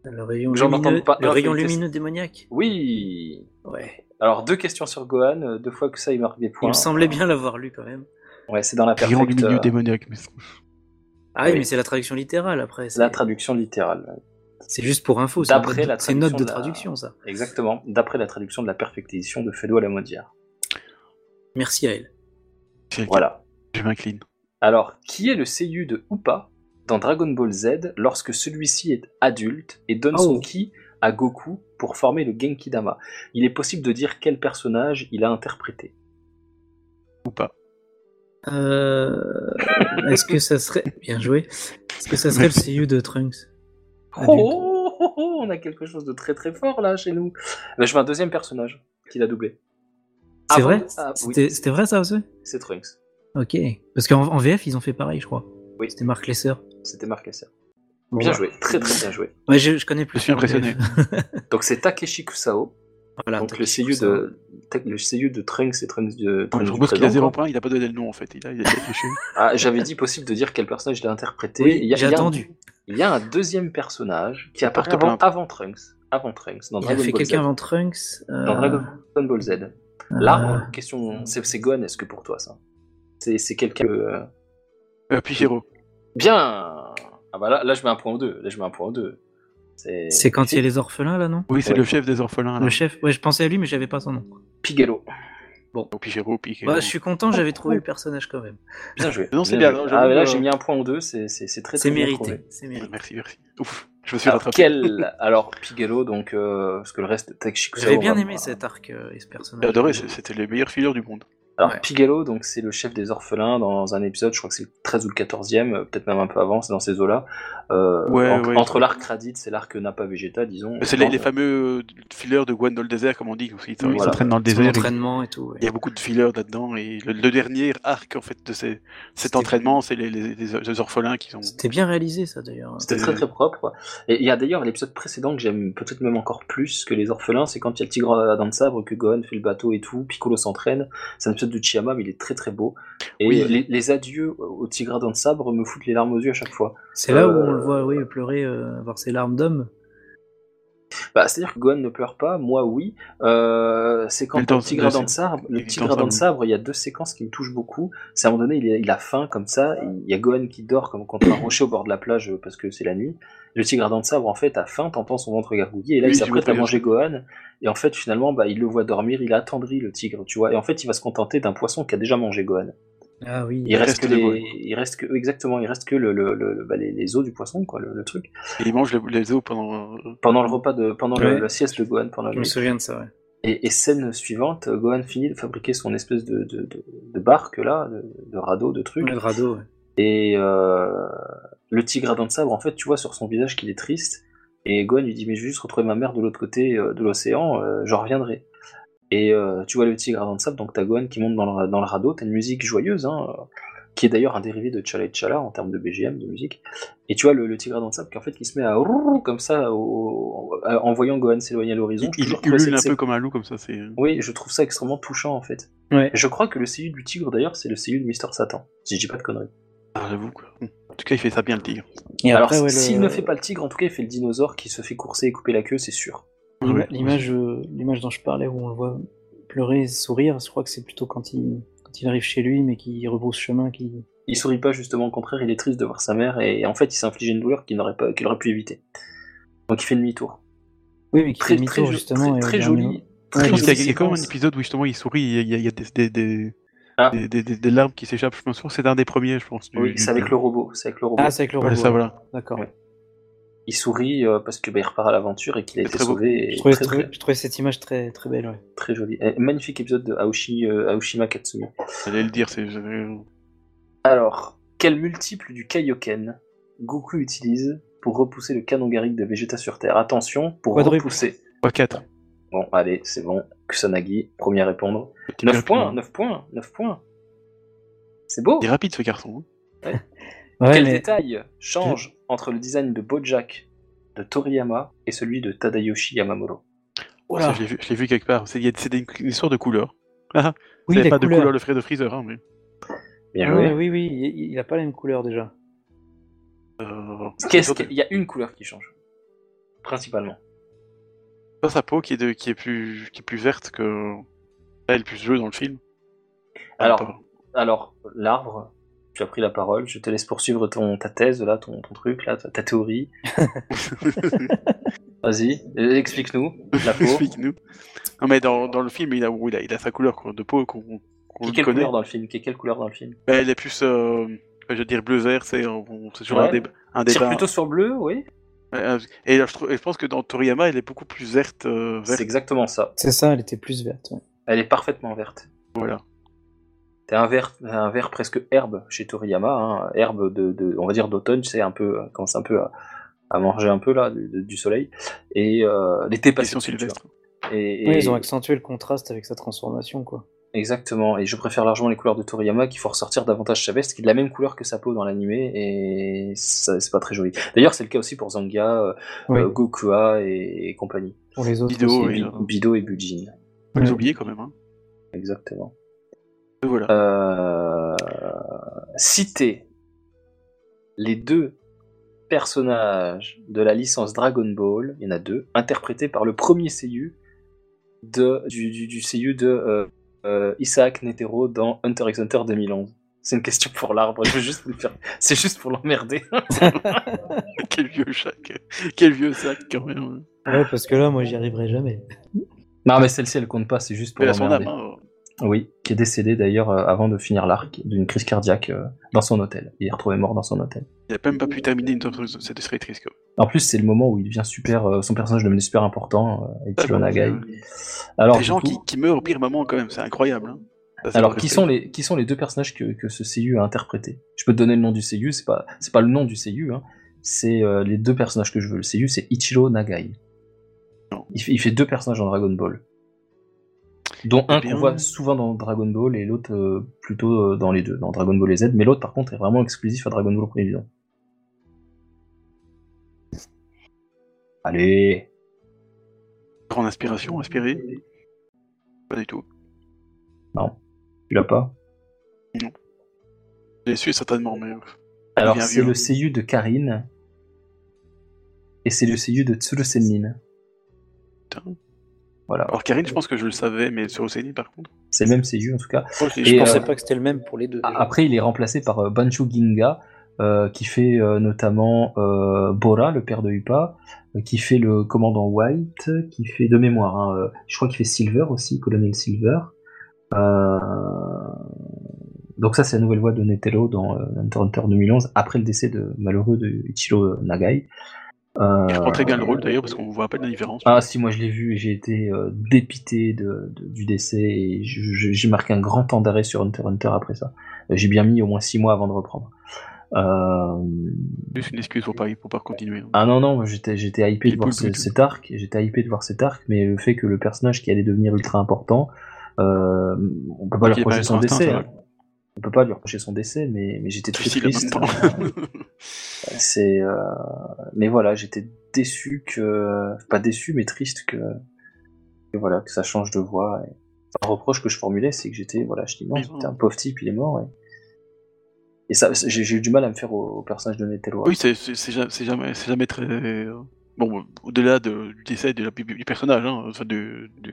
S2: Le rayon
S3: J'en
S2: lumineux,
S3: entends pas un,
S2: le rayon
S3: c'est une
S2: lumineux démoniaque
S3: Oui
S2: Ouais.
S3: Alors, deux questions sur Gohan, euh, deux fois que ça, il marque des
S2: Il
S3: points.
S2: me semblait bien l'avoir lu quand même.
S3: Ouais, c'est dans la
S1: Rayon
S3: perfecte.
S1: lumineux
S3: euh,
S1: démoniaque. Mais...
S2: Ah oui,
S3: Oui.
S2: mais c'est la traduction littérale après.
S3: c'est euh, la
S2: C'est
S3: traduction littérale.
S2: c'est juste pour info. c'est une
S3: D'après
S2: note de-
S3: la
S2: C'est une note de
S3: traduction
S2: traduction ça.
S3: Exactement, d'après la traduction de la perfectition de Fédois la Maudière.
S2: Merci à elle.
S1: c'est-
S3: Voilà.
S1: Je m'incline.
S3: Alors, qui est le Seiyu de Upa dans Dragon Ball Z lorsque celui-ci est adulte et donne son
S2: Oh.
S3: ki à Goku pour former le Genki Dama Il est possible de dire quel personnage il a interprété.
S1: Ou pas.
S2: Euh, Est-ce que ça serait. Bien joué. Est-ce que ça serait le CU de Trunks Ah,
S3: Oh,
S2: Adulte.
S3: oh, oh, oh, on a quelque chose de très très fort là chez nous. Ben, je veux un deuxième personnage qui l'a doublé.
S2: C'est
S3: Avant-
S2: vrai
S3: Ah, oui,
S2: C'était c'était vrai ça aussi
S3: c'est Trunks.
S2: Ok. Parce qu'en en VF, ils ont fait pareil, je crois.
S3: Oui.
S2: C'était Marc Lesser.
S3: C'était Marc Lesser.
S2: Bon,
S3: Bien
S2: voilà.
S3: joué, très très bien joué.
S2: Ouais, je, je connais plus.
S1: Je suis impressionné.
S3: Donc c'est Takeshi Kusao,
S2: voilà,
S3: donc
S2: t'as
S3: le
S2: quelque
S3: Seiyu
S2: chose, hein.
S3: de, le Seiyu de Trunks et Trunks
S2: Ah,
S3: de Trunks
S1: Je
S3: du
S1: propose qu'il a
S3: présent,
S1: zéro
S3: quoi.
S1: point, il a pas donné le nom en fait. Il a, il a été fichu.
S3: Ah, j'avais dit possible de dire quel personnage il a interprété.
S2: Oui,
S3: Il y a-
S2: j'ai
S3: il y a un-
S2: attendu.
S3: Il y a un deuxième personnage qui apparaît
S1: Porte
S3: avant,
S1: plainte.
S3: avant Trunks. Avant Trunks, dans
S2: Il a
S3: Dragon
S2: fait
S3: Ball Z.
S2: quelqu'un avant Trunks. euh,
S3: Dans Dragon Dragon Ball Z. Là,
S2: euh,
S3: question, c'est c'est Gon, est-ce que pour toi ça C'est c'est quelqu'un que. euh,
S1: Euh, Pichiro.
S3: Bien Ah bah là, là, je mets un point ou deux. Là, je mets un point ou deux. C'est
S2: C'est quand il y a les orphelins là, non
S1: Oui, c'est
S3: Ouais.
S1: le chef des orphelins. Là.
S2: Le chef. Ouais, je pensais à lui, mais j'avais pas son nom.
S3: Pigello.
S1: Ou Pichiro, Pichiro.
S2: Bah, je suis content, j'avais
S3: Oh.
S2: trouvé le personnage quand même.
S3: Bien joué.
S1: Non, c'est bien,
S3: joué.
S1: non,
S3: ah,
S1: j'avoue,
S3: là,
S1: euh,
S3: j'ai mis un point ou deux, c'est c'est- c'est très très
S2: C'est
S3: bien
S2: mérité.
S3: trouvé.
S2: C'est mérité.
S1: Merci, merci. Ouf, je me suis
S3: Alors,
S1: rattrapé.
S3: quel... Alors, Pigello, donc, euh, parce que le reste, Takeshi Kusao,
S2: J'avais bien
S3: vraiment,
S2: aimé
S3: euh,
S2: cet arc euh, et ce personnage.
S1: J'ai adoré, c'est- c'était les meilleurs fillers du monde.
S3: Alors,
S2: Ouais.
S3: Pigello, donc c'est le chef des orphelins dans un épisode, je crois que c'est le 13 ou le 14e, euh, peut-être même un peu avant, c'est dans ces eaux-là. Euh,
S1: Ouais,
S3: entre,
S1: ouais.
S3: entre l'arc Raditz et l'arc Nappa Vegeta, disons.
S1: C'est les, les fameux euh, fillers de Gwen dans le désert, comme on dit. aussi. Ils
S2: Oui,
S1: s'entraînent dans le
S2: Son
S1: désert. ils-
S2: entraînement et tout. ouais.
S1: Il y a beaucoup de fillers là-dedans. Et le, le dernier arc en fait de ces- cet
S2: C'était-
S1: entraînement, c'est les, les- les- les orphelins qui sont.
S2: C'était bien réalisé ça d'ailleurs.
S3: C'était très très propre. Et il y a d'ailleurs l'épisode précédent que j'aime peut-être même encore plus que les orphelins, c'est quand il y a le tigre à dents de sabre, que Gohan fait le bateau et tout, Piccolo s'entraîne. C'est un épisode de Chiyama, mais il est très très beau. Et
S1: Oui.
S3: les, les adieux au tigre à dents de sabre me foutent les larmes aux yeux à chaque fois.
S2: C'est là où
S3: Euh,
S2: on le voit, oui, pleurer, euh, avoir ses larmes d'homme.
S3: Bah, c'est-à-dire que Gohan ne pleure pas, moi oui. Euh, c'est quand
S1: Mais dans-
S3: le tigre à
S1: dans-
S3: dents de sabre, le
S1: il
S3: tigre
S1: dans
S3: à dents de
S1: un-
S3: sabre, il y a deux séquences qui me touchent beaucoup. C'est à un moment donné, il a, il a faim comme ça. et Il y a Gohan qui dort comme contre un rocher au bord de la plage euh, parce que c'est la nuit. Le tigre à dents de sabre, en fait, a faim, t'entends son ventre gargouiller et là,
S1: Oui,
S3: il
S1: je
S3: s'apprête
S1: vois très
S3: à manger Gohan. Et en fait, finalement, bah, il le voit dormir, il attendrit le tigre, tu vois. Et en fait, il va se contenter d'un poisson qui a déjà mangé Gohan.
S2: Ah oui.
S3: Il, reste,
S1: reste
S3: que
S1: le
S3: les-
S1: bruit.
S3: il reste que exactement, il reste que le, le- le- bah, les, les os du poisson, quoi, le, le truc.
S1: Et ils mangent le- les os pendant.
S3: Pendant le repas de, pendant le-
S2: Ouais.
S3: la sieste de Gohan, pendant
S2: Je
S3: le
S2: me souviens de ça, ouais.
S3: Et, et scène suivante, Gohan finit de fabriquer son espèce de, de, de, de barque là, de, de radeau, de truc.
S2: Le radeau, ouais.
S3: Et euh, le tigre à dents de sabre, en fait, tu vois sur son visage qu'il est triste. Et Gohan lui dit Mais je vais juste retrouver ma mère de l'autre côté euh, de l'océan, euh, j'en reviendrai. Et euh, tu vois le tigre à dents de sabre, donc t'as Gohan qui monte dans le, dans le radeau, t'as une musique joyeuse, hein, euh, qui est d'ailleurs un dérivé de Chala et Chala en termes de BGM, de musique. Et tu vois le, le tigre à dents de sabre qui en fait qui se met à rourou comme ça au- au- en voyant Gohan s'éloigner à
S1: Il,
S3: l'horizon. J'ai
S1: il
S3: toujours trouvé
S1: ulule
S3: cette
S1: un peu comme un loup, comme ça. C'est. euh,
S3: oui, je trouve ça extrêmement touchant en fait.
S2: Ouais.
S3: Je crois que le CU du tigre d'ailleurs, c'est le CU de Mister Satan, si je dis pas de conneries.
S1: Ah, j'avoue quoi. tout cas, il fait ça bien le tigre.
S4: Et
S3: Alors,
S4: après, ouais, le-
S3: s'il ne fait pas le tigre, en tout cas, il fait le dinosaure qui se fait courser et couper la queue, c'est sûr.
S4: l'ima-
S1: Ouais,
S4: l'image, euh, l'image dont je parlais où on le voit pleurer, sourire, je crois que c'est plutôt quand il, quand il arrive chez lui, mais qu'il rebrousse chemin, qu'il.
S3: Il sourit pas, justement, au contraire, il est triste de voir sa mère et en fait, il s'inflige une douleur qu'il n'aurait pas, qu'il aurait pu éviter. Donc, il fait demi-tour.
S4: Oui, mais qu'il
S3: Très,
S4: fait
S3: très,
S4: demi-tour,
S3: jo-
S4: justement.
S3: très,
S4: et au
S3: très
S4: dernier moment-
S3: joli. Très
S1: Je pense
S3: jolie
S1: qu'il y a- il y a quand même
S3: séquence.
S1: un épisode où justement il sourit, il y a, il y a des, des, des,
S3: Ah.
S1: des- des- des- des larmes qui s'échappent. Je pense que c'est un des premiers, je pense. du-
S3: Oui,
S1: du-
S3: c'est avec le robot. C'est avec le robot.
S4: Ah, c'est avec le
S1: Ouais,
S4: robot.
S1: ça, voilà.
S4: D'accord.
S3: Ouais. Il sourit euh, parce que bah, il repart à l'aventure et qu'il a
S1: C'est
S3: été
S1: très beau.
S3: sauvé. Et
S4: Je trouvais,
S3: très,
S4: je
S3: très,
S4: trouvais- je trouvais cette image très, très belle, ouais.
S3: très joli. Et magnifique épisode de Aoshi, euh, Aoshima Katsumi.
S1: J'allais le dire, c'est. euh, je-
S3: Alors, quel multiple du Kaioken Goku utilise pour repousser le canon garrigue de Vegeta sur Terre Attention, pour
S4: Quadruple.
S3: repousser.
S1: Pas 4.
S3: Bon, allez, c'est bon. Kusanagi, premier à répondre. 9 points, 9 points, 9 points. C'est beau.
S1: Il est rapide ce garçon. hein.
S4: Ouais,
S3: Quel
S4: mais-
S3: détail change entre le design de Bojack de Toriyama et celui de Tadayoshi Yamamuro
S4: Voilà.
S1: Ça, je l'ai vu, je l'ai vu quelque part. C'est il y a- c'est une, une histoire de couleur.
S4: Oui,
S1: il n'y
S4: la
S1: a pas de
S4: couleur.
S1: couleur le frais de Freezer. Hein, mais...
S3: Bien
S4: Ah
S3: joué.
S4: ouais, oui, oui, il, il a pas la même couleur déjà.
S1: euh,
S3: Qu'est-ce qu'il y a une couleur qui change Principalement.
S1: Pas sa peau qui est, de- qui est, plus, qui est plus verte que elle plus bleue dans le film.
S3: Alors, alors l'arbre, tu as pris la parole, je te laisse poursuivre ton, ta thèse, là, ton, ton truc, là, ta, ta théorie. Vas-y, euh, explique-nous la peau.
S1: explique-nous. Non mais dans, dans le film, il a, il a, il a sa couleur quoi, de peau qu'on qu'on
S3: Qui est
S1: le
S3: quelle
S1: connaît.
S3: couleur dans le film Qui est quelle couleur dans le film
S1: Ben, elle est plus, euh, je veux dire, bleu-vert, c'est on- c'est toujours
S3: Ouais.
S1: un, débat- un
S3: Tire
S1: débat. hein.
S3: plutôt sur bleu, oui
S1: Euh, Et là, je, trouve- et je pense que dans Toriyama, elle est beaucoup plus verte. euh, verte.
S3: C'est exactement ça.
S4: C'est ça, elle était plus verte. ouais.
S3: Elle est parfaitement verte.
S1: Voilà.
S3: T'as un vert, un vert presque herbe chez Toriyama, hein, herbe de, de- on va dire d'automne, c'est un peu, euh, commence un peu à, à manger un peu là du, de- du soleil et euh, l'été passe
S1: Passion
S3: dessus, tu
S1: sylvestre.
S3: vois. Et, et-
S4: Ouais, ils ont accentué le contraste avec sa transformation, quoi.
S3: exactement. Et je préfère largement les couleurs de Toriyama qui font ressortir davantage sa veste, qui est de la même couleur que sa peau dans l'animé et ça, c'est pas très joli. D'ailleurs, c'est le cas aussi pour Zanga, euh,
S4: Oui.
S3: euh, Gokua et, et compagnie,
S4: Pour les autres.
S1: Vidéo,
S4: aussi.
S1: Oh,
S3: Et
S1: oui,
S3: Bi-
S1: euh.
S3: Bido et Bujin,
S1: Faut les
S4: Ouais.
S1: oublier quand même. Hein.
S3: exactement.
S1: Et Voilà.
S3: Euh, citer les deux personnages de la licence Dragon Ball, il y en a deux, interprétés par le premier seiyuu de, du, du, du seiyuu de euh, euh, Isaac Netero dans Hunter x Hunter 2011. C'est une question pour l'arbre, je veux juste vous le faire. C'est juste pour l'emmerder.
S1: Quel vieux sac. Quel vieux sac quand même. hein.
S4: Ouais, parce que là, moi, j'y arriverai jamais.
S3: Non, mais celle-ci elle compte pas, c'est juste pour
S1: Elle a son
S3: l'emmerder.
S1: âme. hein.
S3: Oui, qui est décédé d'ailleurs euh, avant de finir l'arc d'une crise cardiaque euh, dans son hôtel. Il est retrouvé mort dans son hôtel.
S1: Il n'a même pas pu terminer une entreprise. C'était très triste. quoi.
S3: En plus, c'est le moment où il devient super, euh, son personnage devient super important, euh, Ichiro
S1: Ah,
S3: Nagai.
S1: bon, c'est-
S3: Alors,
S1: Des
S3: du
S1: gens
S3: coup-
S1: qui, qui meurent au pire moment quand même. C'est incroyable. hein. Ça, c'est
S3: alors
S1: pas
S3: qui
S1: respect.
S3: sont les qui sont les deux personnages que, que ce seiyuu a interprété Je peux te donner le nom du seiyuu, c'est pas c'est pas le nom du seiyuu, hein, c'est euh, les deux personnages que je veux. Le seiyuu, c'est Ichiro Nagai.
S1: Non.
S3: Il, fait- il fait deux personnages dans Dragon Ball, dont
S1: Eh
S3: un
S1: bien.
S3: qu'on voit souvent dans Dragon Ball et l'autre euh, plutôt euh, dans les deux, dans Dragon Ball Z. Mais l'autre, par contre, est vraiment exclusif à Dragon Ball Prévision. Allez.
S1: Grande inspiration, inspiré. Pas du tout.
S3: Tu l'as pas
S1: Je l'ai su certainement, mais. euh,
S3: Alors,
S1: Bien
S3: c'est
S1: vu.
S3: le seiyuu de Karine. Et c'est le seiyuu de Tsurusenmin.
S1: Putain.
S3: Voilà.
S1: Alors Karine, je pense que je le savais, mais sur Océanie par contre.
S3: C'est le même seiyuu en tout cas.
S1: Et ah,
S4: Je
S3: Et,
S4: pensais
S3: euh,
S4: pas que c'était le même pour les deux.
S3: A- Après, il est remplacé par euh, Banshu Ginga, euh, qui fait euh, notamment euh, Bora, le père de Upa, euh, qui fait le commandant White, qui fait de mémoire. hein, euh, je crois qu'il fait Silver aussi, colonel Silver. Euh, Donc ça, c'est la nouvelle voix de Netero dans euh, Hunter x Hunter 2011, après le décès de malheureux de Ichiro Nagai. Euh,
S1: Il reprend très bien le rôle d'ailleurs parce qu'on voit à peine la différence.
S3: ah si, moi je l'ai vu et j'ai été euh, dépité de, de- du décès et je- je- j'ai marqué un grand temps d'arrêt sur Hunter x Hunter après ça. Euh, J'ai bien mis au moins 6 mois avant de reprendre. Euh,
S1: Juste une excuse pour pas, pour pas continuer. hein.
S3: Ah non, non, moi, j'étais j'étais hypé
S1: Il
S3: de voir
S1: pousse
S3: ce-
S1: du tout.
S3: cet arc, j'étais hypé de voir cet arc, mais le fait que le personnage qui allait devenir ultra important, euh, on peut pas lui
S1: Qu'il ait pas
S3: reprocher
S1: eu
S3: son
S1: son instinct,
S3: décès.
S1: ça va.
S3: hein. On peut pas lui reprocher son décès, mais, mais j'étais très
S1: Difficile en même
S3: triste.
S1: temps.
S3: C'est, euh, mais voilà, j'étais déçu que, pas déçu, mais triste que, que voilà, que ça change de voix. et- Un reproche que je formulais, c'est que j'étais, voilà, je dis non,
S1: Oui,
S3: c'était un pauvre type, il est mort. et- Et ça, c'est- j'ai j'ai eu du mal à me faire au, au personnage de Netero.
S1: Oui, c'est- c'est c'est ja- c'est jamais, c'est jamais très. euh, Bon, euh, au-delà de, du décès de la- du, du personnage, hein, enfin de, de,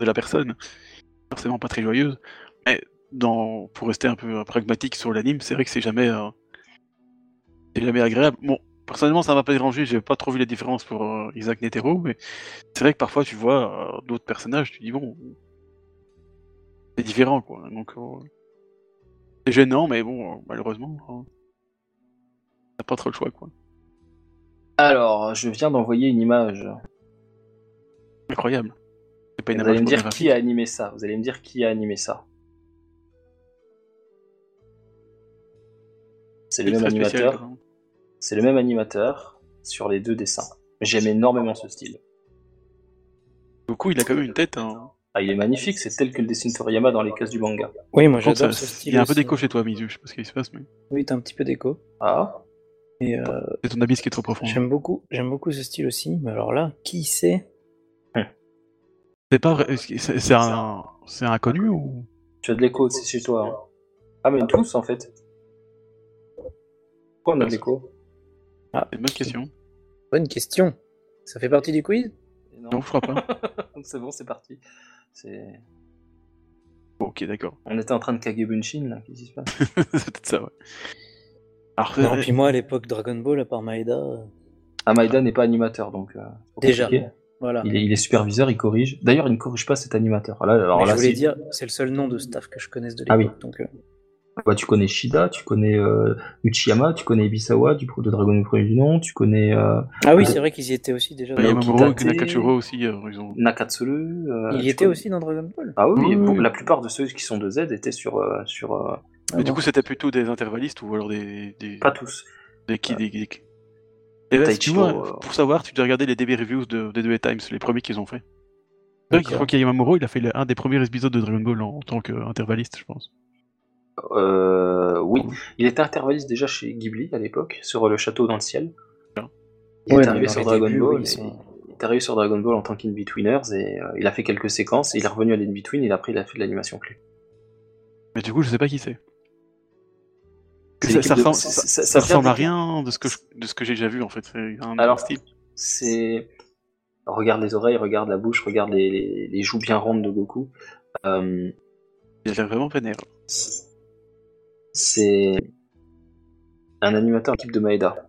S1: de la personne, forcément pas très joyeuse. Mais dans, pour rester un peu euh, pragmatique sur l'anime, c'est vrai que c'est jamais, euh, c'est jamais agréable. Bon, personnellement, ça m'a pas dérangé, j'ai pas trop vu la différence pour euh, Isaac Netero, mais c'est vrai que parfois tu vois euh, d'autres personnages, tu dis bon, c'est différent quoi. Donc, euh, c'est gênant, mais bon, euh, malheureusement. hein. T'as pas trop le choix, quoi.
S3: Alors, je viens d'envoyer une image.
S1: Incroyable. C'est pas
S3: Et
S1: une
S3: vous allez
S1: image
S3: me dire
S1: pornographique.
S3: qui a animé ça. Vous allez me dire qui a animé ça. C'est
S1: C'est
S3: le même
S1: très spécial,
S3: animateur.
S1: quoi.
S3: C'est le même animateur sur les deux dessins. J'aime énormément ce style.
S1: Beaucoup, il a quand même une tête. hein.
S3: Ah, il est magnifique, c'est tel que le dessine Toriyama dans les cases du manga.
S4: Oui, moi
S1: Par contre,
S4: j'adore
S1: ça-
S4: ce style.
S1: il y a un peu
S4: aussi.
S1: d'écho chez toi, Mizu. Je sais pas ce qui se passe, mais
S4: Oui, t'as un petit peu d'écho.
S3: Ah,
S4: Et euh,
S1: c'est ton abysse qui est trop profond.
S4: j'aime beaucoup, j'aime beaucoup ce style aussi. Mais alors là, qui c'est
S1: C'est pas vrai- est-ce que- C'est c'est un, c'est un inconnu ou
S3: tu as de l'écho aussi chez toi. hein. Ah, mais tous en fait. Pourquoi on a de l'écho
S4: Ah,
S1: C'est une bonne question.
S4: bonne question. Ça fait partie du quiz
S1: Non, je crois pas.
S3: c'est bon, c'est parti. C'est-
S1: Bon, ok, d'accord.
S3: On était en train de Kagebunshin là, qu'est-ce qui se passe
S1: c'est peut-être ça, ouais. Alors,
S4: Non,
S1: euh,
S4: puis moi à l'époque Dragon Ball, à part Maeda, euh,
S3: Ah, Maeda n'est pas animateur donc. euh, c'est pas
S4: Déjà.
S3: compliqué.
S4: voilà.
S3: Il est, il est superviseur, il corrige. D'ailleurs, il ne corrige pas cet animateur. Ah là, alors
S4: Mais
S3: là,
S4: je voulais
S3: si-
S4: dire, c'est le seul nom de staff que je connaisse de l'époque.
S3: Ah
S4: Donc, euh,
S3: bah, tu connais Shida, tu connais euh, Uchiyama, tu connais Ibisawa du pro de Dragon du premier du nom, tu connais euh,
S4: Ah oui, c'est vrai qu'ils y étaient aussi déjà.
S1: il y
S4: dans-
S1: a Mamoru et
S3: Kitate.
S1: Nakachuro aussi. euh, ils ont...
S3: Nakatsuru. euh,
S4: Il y
S3: tu
S4: était
S3: connais-
S4: aussi dans Dragon Ball.
S3: Ah oui,
S1: Oui,
S3: bon,
S1: oui.
S3: la plupart de ceux qui sont de Z étaient sur. euh, sur euh,
S4: Ah
S1: Mais du
S4: bon.
S1: coup, c'était plutôt des intervallistes ou alors des. des...
S3: pas tous.
S1: Des
S3: Euh,
S1: qui des, des- Et là, si tu
S3: Taichiro,
S1: vois,
S3: euh,
S1: pour savoir, tu dois regarder les DB reviews de, des deux Times, les premiers qu'ils ont fait. C'est vrai que Je crois qu'il y a Yamamuro, il a fait le- un des premiers épisodes de Dragon Ball en, en tant qu'intervalliste, je pense.
S3: Euh, oui, il était intervalliste déjà chez Ghibli à l'époque, sur euh, Le Château dans le Ciel. Il
S4: Ouais,
S3: est arrivé
S4: mais
S3: sur
S4: dans les
S3: Dragon
S4: débuts,
S3: Ball.
S4: oui, ils
S3: et-
S4: sont-
S3: Il est arrivé sur Dragon Ball en tant qu'In-Betweeners et euh, il a fait quelques séquences. et il est revenu à l'In-Between et après il a fait de l'animation clé.
S1: Mais du coup, je sais pas qui c'est.
S3: C'est
S1: Ça,
S3: l'équipe
S1: ça
S3: de-
S1: ressemble,
S3: c'est-
S1: ça-
S3: c'est-
S1: ça
S3: ça- ça vient
S1: ressemble à
S3: d'équipe.
S1: rien de ce que je- de ce que j'ai déjà vu en fait. C'est un
S3: Alors,
S1: style.
S3: c'est. Regarde les oreilles, regarde la bouche, regarde les, les- les joues bien rondes de Goku. Euh,
S1: Il a l'air vraiment vénère.
S3: c'est un animateur d'équipe de Maeda.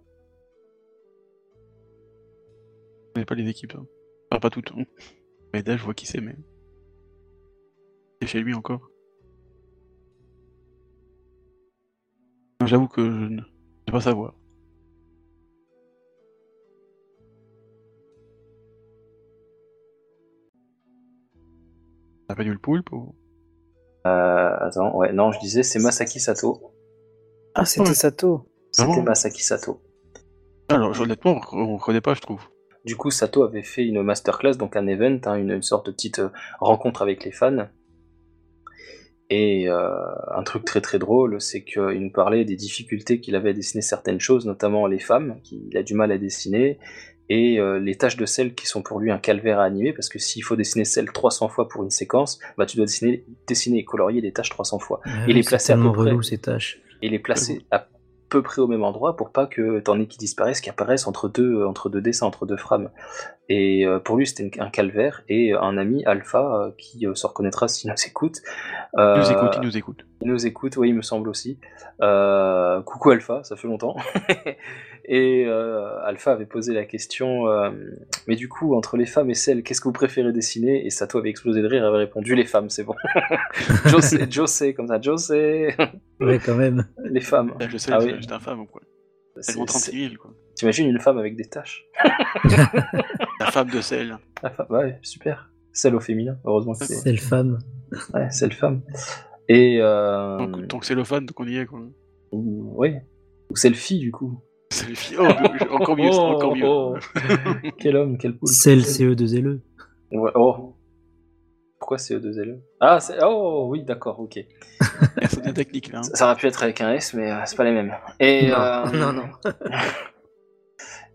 S1: Je connais pas les équipes. hein. Enfin, pas toutes. hein. Mais là, je vois qui c'est, mais. C'est chez lui encore. Non, J'avoue que je ne je sais pas savoir. T'as pas dû le poulpe ou...
S3: Euh, attends, ouais, non, je disais, c'est Masaki Sato.
S4: Ah, c'était
S1: Ouais.
S4: Sato.
S3: C'était
S1: Vraiment
S3: Masaki Sato.
S1: Alors, honnêtement, on connaît pas, je trouve.
S3: Du coup, Sato avait fait une masterclass, donc un event, hein, une, une sorte de petite euh, rencontre avec les fans. Et euh, un truc très très drôle, c'est qu'il nous parlait des difficultés qu'il avait à dessiner certaines choses, notamment les femmes, qu'il a du mal à dessiner, et euh, les tâches de sel qui sont pour lui un calvaire à animer, parce que s'il faut dessiner sel 300 fois pour une séquence, bah, tu dois dessiner, dessiner et colorier des tâches 300 fois. Il est placé à peu
S2: tellement
S3: près.
S2: relou ces tâches.
S3: Et les
S1: Mhm.
S3: placer à peu près au même endroit pour pas que t'en aies qui disparaissent, qui apparaissent entre deux, entre deux dessins, entre deux frames. Et euh, pour lui, c'était une- un calvaire. Et un ami, Alpha, euh, qui euh, se reconnaîtra s'il nous écoute.
S1: Il nous
S3: euh,
S1: écoute, il nous écoute.
S3: il nous écoute, oui, il me semble aussi. Euh, coucou Alpha, ça fait longtemps. et euh, Alpha avait posé la question, euh, mais du coup, entre les femmes et celles, qu'est-ce que vous préférez dessiner Et Sato avait explosé de rire et avait répondu les femmes, c'est bon. José, José, comme ça, José,
S2: Ouais, quand même.
S3: les femmes.
S1: Là, je sais,
S3: Ah
S1: c'est-
S3: oui.
S1: j'étais infâme ou quoi.
S3: C'est-
S1: Elle montre
S3: c'est-
S1: 36 000, quoi.
S3: T'imagines une femme avec des taches
S1: La femme de celle.
S3: La femme, ouais, super. Celle au féminin, heureusement que c'est
S2: Celle femme.
S3: ouais, celle femme. Et euh,
S1: Tant que, tant que cellophane, qu'on y est, quoi.
S3: ou- ouais, ou celle fille du coup.
S1: C'est le fi- Oh, encore mieux, encore mieux.
S3: Oh, oh. quel homme, quel poule.
S2: Celle CE2LE.
S3: Ouais, oh. Pourquoi CE2LE Ah, c'est... Oh, oui, d'accord, ok. oh.
S1: Personne de technique, là. hein.
S3: Ça, ça aurait pu être avec un S, mais euh, c'est pas les mêmes. Et,
S2: Non,
S3: euh,
S2: non, non.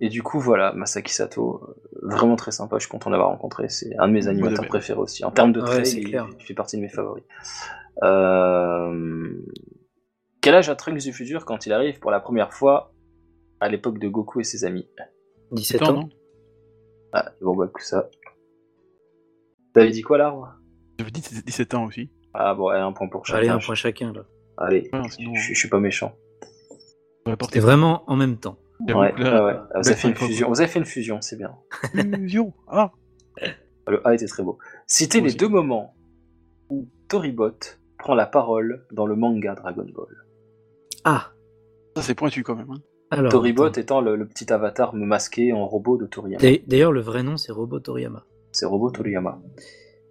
S3: Et du coup, voilà, Masaki Sato, euh, vraiment très sympa, je suis content d'avoir rencontré. C'est un de mes animateurs
S1: même.
S3: préférés aussi. En termes de
S2: Ouais,
S3: traits,
S2: c'est
S3: il,
S2: clair.
S3: il fait partie de mes favoris. Euh, Quel âge a Trunks du futur quand il arrive pour la première fois à l'époque de Goku et ses amis
S4: 17
S1: Attends,
S4: ans.
S1: non
S3: Ah, bon, bah, que ça. T'avais dit quoi, l'arbre
S1: J'avais dit que c'était 17 ans aussi.
S3: Ah, bon, allez, un point pour chacun.
S2: Allez, un point chacun là.
S3: Allez,
S1: Ouais, sinon,
S3: je, je suis pas méchant.
S1: on aurait
S2: C'était
S1: porté
S2: vraiment en même temps.
S1: J'avoue
S3: Ouais,
S1: que là,
S3: ouais, ouais. Ah, Vous
S1: belle
S3: avez fait une
S1: fin de
S3: fusion, vous avez fait une fusion, c'est bien.
S1: fusion. Ah,
S3: Le A était très beau. Citez
S1: Moi
S3: les
S1: aussi.
S3: deux moments où Toribot prend la parole dans le manga Dragon Ball.
S2: Ah
S1: ça c'est pointu quand même. hein.
S2: alors.
S3: Toribot
S2: attends.
S3: étant le, le petit avatar masqué en robot de Toriyama.
S2: D'a- D'ailleurs, le vrai nom c'est Robot Toriyama.
S3: C'est robot Toriyama.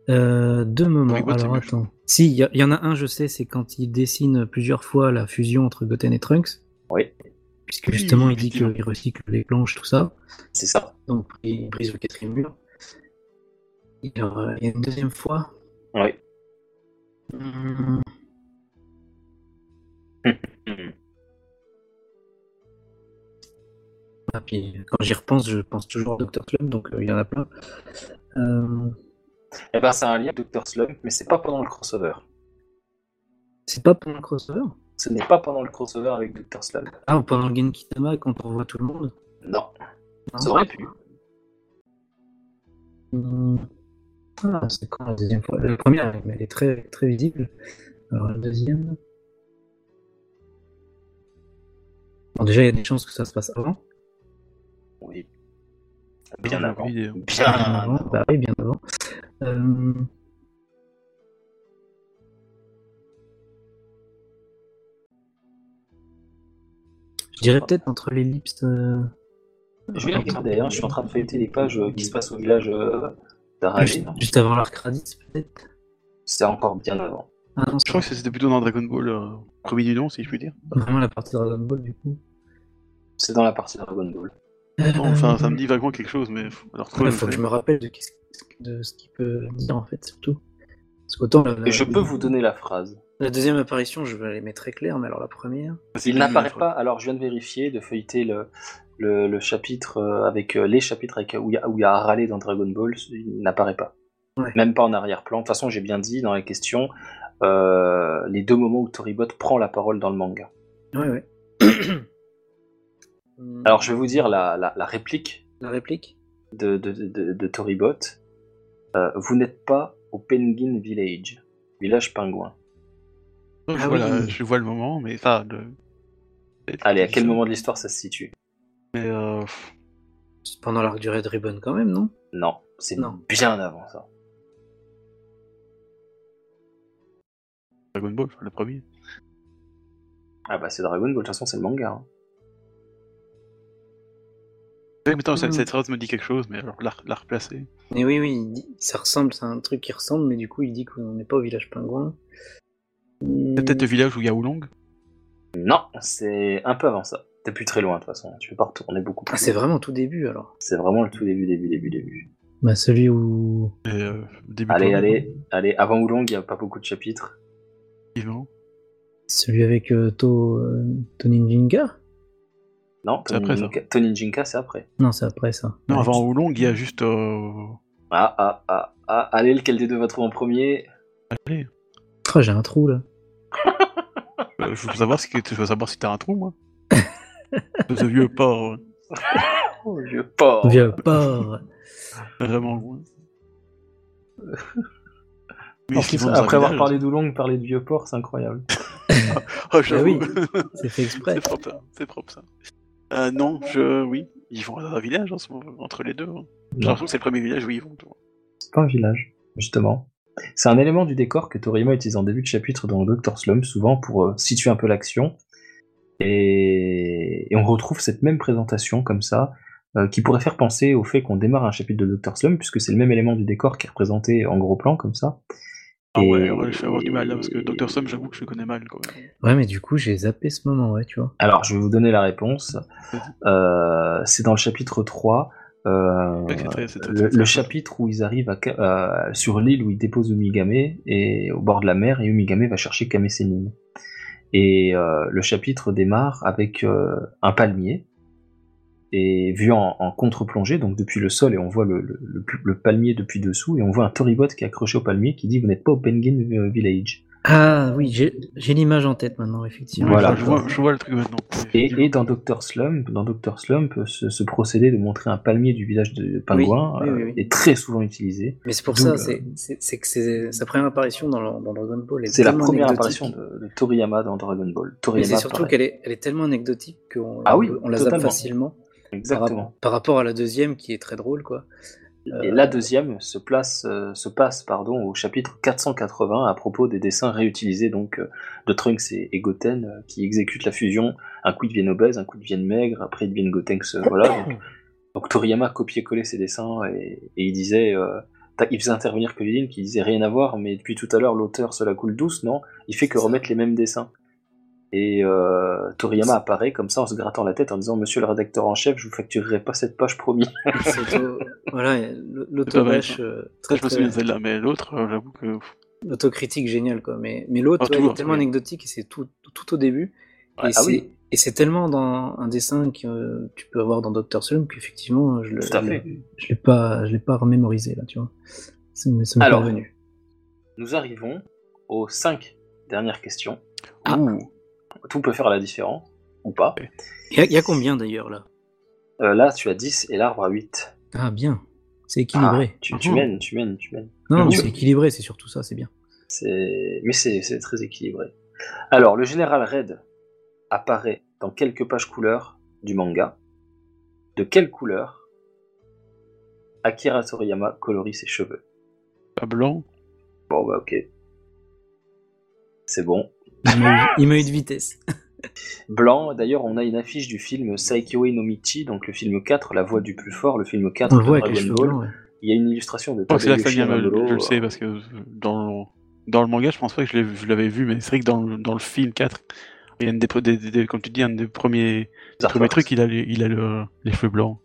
S2: Euh, deux moments.
S1: Avec Goten,
S2: Alors
S1: c'est
S2: attends. Si, il y, a- il y en a un, je sais, c'est quand il dessine plusieurs fois la fusion entre Goten et Trunks.
S3: Oui.
S2: Puisque
S1: Oui,
S2: justement, il dit
S1: effectivement.
S2: qu'il recycle les planches, tout ça.
S3: C'est ça.
S2: Donc, il brise le quatrième mur. Il y a il y a une deuxième fois.
S3: Oui.
S2: Hmm,
S3: Hmm.
S2: ah, puis, quand j'y repense, je pense toujours au Dr. Club, donc euh, il y en a plein. Euh,
S3: Et ben, c'est un lien avec Dr. Slump, mais c'est pas pendant le crossover.
S2: c'est pas pendant le crossover
S3: Ce n'est pas pendant le crossover avec Dr. Slump.
S2: Ah, ou pendant le Genkidama, quand on voit tout le monde
S3: Non,
S2: Non.
S3: ça aurait pu.
S2: Hmm. Ah, c'est quand la deuxième fois La première, elle elle est très, très visible. Alors la deuxième. Bon, déjà, il y a des chances que ça se passe avant.
S3: Oui. Bien
S1: J'avais
S3: avant.
S1: oublié.
S3: Bien
S2: Bien
S3: avant.
S2: avant, bah oui, bien avant. Euh, Je dirais peut-être entre l'ellipse. euh,
S3: Je vais les regarder, hein. je suis en train de feuilleter les pages euh, qui se passent au village euh, d'Aragé.
S2: juste, juste avant l'arc Raditz, peut-être.
S3: C'est encore bien avant.
S2: Ah non,
S1: Je crois que c'était plutôt dans Dragon Ball, euh, premier du nom si je puis dire.
S2: c'est vraiment la partie Dragon Ball du coup.
S3: C'est dans la partie Dragon Ball. Euh,
S1: Enfin, ça me dit vaguement quelque chose, mais faut- alors
S2: Il
S1: trouver.
S2: faut que je me rappelle de, qu'est-ce- de ce qu'il peut dire en fait, surtout. Parce qu'autant la, la-
S3: Et je peux vous donner la phrase.
S2: la deuxième apparition, je vais les mettre très claire, mais alors la première.
S3: Il n'apparaît pas, alors je viens de vérifier, de feuilleter le, le, le chapitre euh, avec euh, les chapitres avec, où il y a- où il y a à râler dans Dragon Ball, il n'apparaît pas.
S2: Ouais.
S3: Même pas en arrière-plan. De toute façon, j'ai bien dit dans la question euh, les deux moments où Toribot prend la parole dans le manga.
S2: Ouais, ouais.
S3: Alors je vais vous dire la, la, la réplique
S2: La réplique
S3: de, de, de, de Toribot. Euh, vous n'êtes pas au Penguin Village, village pingouin.
S1: Je,
S2: Ah
S1: vois la-
S2: oui.
S1: je vois le moment, mais enfin. le-
S3: Allez, à quel moment de l'histoire ça se situe
S1: Mais, euh, pff,
S2: C'est pendant l'arc du Red Ribbon quand même, non
S3: Non, c'est
S2: Non.
S3: bien avant ça.
S1: Dragon Ball, le premier.
S3: Ah bah c'est Dragon Ball, de toute façon c'est le manga. hein.
S1: Ouais, mais attends, cette,
S2: Mm.
S1: cette phrase me dit quelque chose, mais alors la, la replacer.
S2: Mais oui, oui, il dit- ça ressemble, c'est un truc qui ressemble, mais du coup, il dit qu'on n'est pas au village pingouin. Hmm.
S1: C'est peut-être le village où il y a Oolong.
S3: Non, c'est un peu avant ça. T'es plus très loin de toute façon, tu peux pas retourner beaucoup plus.
S2: Ah, c'est
S3: loin.
S2: vraiment tout début alors.
S3: C'est vraiment le tout début, début, début, début.
S2: Bah, celui où.
S1: Et, euh, début
S3: Allez,
S1: de-
S3: allez, allez, avant Oulong, il n'y a pas beaucoup de chapitres.
S1: effectivement.
S2: Celui avec euh, To. euh, Toninjinga
S3: Non,
S1: C'est après, ça.
S3: Toninjinka, Toninjinka, c'est après.
S2: Non, c'est après ça.
S1: Non,
S3: Bah,
S2: Ouais.
S1: avant Oolong, il y a juste. euh,
S3: Ah, ah, ah, ah, allez, lequel des deux va trouver en premier
S1: Allez,
S2: Ah, j'ai un trou là.
S1: euh, je veux savoir si, je veux savoir si t'as un trou, moi. De ce vieux porc, euh,
S3: Oh, vieux porc
S2: Vieux porc.
S1: vraiment loin. Mais
S3: En
S1: est-ce qu'ils
S3: plus,
S1: vont dans un
S3: Après avoir
S1: village
S3: parlé d'Oulong, parler de vieux porc, c'est incroyable.
S1: Oh, j'avoue.
S3: Eh
S2: Bah C'est fait exprès.
S1: c'est propre, ça. C'est propre, ça. Euh, non, je. Oui. Ils vont dans un village en ce moment, entre les deux. hein. J'ai l'impression que c'est le premier village où ils vont. tu
S3: Euh,
S1: vois.
S3: C'est pas un village, justement. C'est un élément du décor que Toriyama utilise en début de chapitre dans le Dr. Slum, souvent pour euh, situer un peu l'action. Et... et on retrouve cette même présentation comme ça, euh, qui pourrait faire penser au fait qu'on démarre un chapitre de Dr. Slum, puisque c'est le même élément du décor qui est représenté en gros plan comme ça.
S1: Ah
S3: Et-
S1: ouais, ouais, je vais avoir du mal là,
S3: euh,
S1: parce que Dr. Sum, j'avoue que je le connais mal quand même.
S2: Ouais, mais du coup, j'ai zappé ce moment, ouais, tu vois.
S3: Alors, je vais vous donner la réponse. Euh, c'est dans le chapitre 3. euh,
S1: C'est vrai que c'est très- c'est très-
S3: le,
S1: très-
S3: le
S1: très-
S3: chapitre où ils arrivent à Ka- euh, sur l'île où ils déposent Umigame et au bord de la mer et Umigame va chercher Kame Sennin. Et euh, le chapitre démarre avec euh, un palmier et vu en, en contre-plongée, donc depuis le sol et on voit le, le- le- le palmier depuis dessous et on voit un Toribot qui est accroché au palmier qui dit vous n'êtes pas au Penguin euh, Village.
S2: Ah oui, j'ai j'ai l'image en tête maintenant, effectivement.
S3: Voilà.
S1: je, vois, je vois le truc maintenant.
S3: Et, et dans Doctor Slump, dans Doctor Slump, ce, ce procédé de montrer un palmier du village de pingouins
S2: Oui, oui,
S3: euh,
S2: oui, oui.
S3: est très souvent utilisé.
S2: Mais c'est pour
S3: D'où
S2: ça,
S3: le-
S2: c'est- c'est c'est que c'est sa première apparition dans, le- dans Dragon Ball. est
S3: C'est la
S2: tellement
S3: première
S2: anecdotique.
S3: apparition de, de Toriyama dans Dragon Ball.
S2: Mais
S3: Toriyama,
S2: c'est surtout
S3: pareil.
S2: qu'elle est, elle est tellement anecdotique qu'on
S3: Ah oui,
S2: on la zappe
S3: totalement.
S2: facilement. Par, rap-
S3: Exactement.
S2: par rapport à la deuxième qui est très drôle, quoi.
S3: Et la deuxième se, place, euh, se passe pardon, au chapitre 480 à propos des dessins réutilisés donc, euh, de Trunks et, et Goten euh, qui exécutent la fusion. Un coup ils deviennent obèses, un coup ils deviennent maigres, après ils deviennent Gotenks. euh, voilà. Donc, donc Toriyama copiait-collait ses dessins et, et il disait. euh, ta- il faisait intervenir Kevin qui disait rien à voir, mais depuis tout à l'heure l'auteur se la coule douce, non Il fait que
S2: C'est ça.
S3: remettre les mêmes dessins. Et euh, Toriyama apparaît comme ça en se grattant la tête en disant Monsieur le rédacteur en chef, je vous facturerai pas cette page promis.
S2: C'est au- voilà,
S1: C'est
S2: l-
S1: pas mal,
S2: l'autobâche,
S1: ça.
S2: euh, très,
S1: Je me
S2: très-
S1: souviens de celle-là, mais l'autre, euh, j'avoue que.
S2: l'autocritique géniale, quoi. Mais, mais l'autre,
S1: Ah,
S2: ouais, elle
S1: toujours,
S2: est tellement
S1: oui.
S2: anecdotique et c'est tout, tout au début.
S3: Ouais,
S2: et
S3: ah
S2: c'est-
S3: oui.
S2: et c'est tellement dans un dessin que euh, tu peux avoir dans Doctor Slump qu'effectivement, je le-
S3: Tout à
S2: je
S3: fait.
S2: l'ai je l'ai pas, je l'ai pas remémorisé, là, tu vois. Ça me ça m'est
S3: Alors.
S2: parvenu.
S3: Nous arrivons aux cinq dernières questions.
S2: Ah.
S1: Ouh,
S3: Tout peut faire la différence, ou pas.
S2: Il y a- il y, a combien d'ailleurs, là
S3: Euh, là, tu as 10 et l'arbre à 8.
S2: Ah, bien. C'est équilibré.
S3: Ah, tu, tu
S1: Mhm.
S3: mènes, tu mènes, tu mènes.
S2: Non, non,
S1: Oui.
S2: c'est équilibré, c'est surtout ça, c'est bien.
S3: C'est... Mais c'est, c'est très équilibré. Alors, le général Red apparaît dans quelques pages couleurs du manga. De quelle couleur Akira Toriyama colorie ses cheveux
S1: pas blanc.
S3: Bon, bah ok. C'est bon.
S2: Il m'a eu- il m'a eu de vitesse.
S3: Blanc, d'ailleurs, on a une affiche du film Saikyo Inomichi, donc le film 4, La Voix du plus fort, le film 4
S2: On
S3: de
S2: le voit avec
S3: Dragon
S2: les cheveux
S3: Ball.
S2: blancs, ouais.
S3: Il y a une illustration de
S1: Je pense que Oh, c'est là que ça
S3: Tadayushi
S1: vient, je,
S3: Amamuro,
S1: je le
S3: euh,
S1: sais, parce que dans le, dans le manga, je pense pas que je l'ai- je l'avais vu, mais c'est vrai que dans, le- dans le film 4, il y a une des, pre- des- des- des- comme tu dis, un des premiers,
S3: Zarfax.
S1: premiers trucs, il a, les- il a le- les cheveux blancs.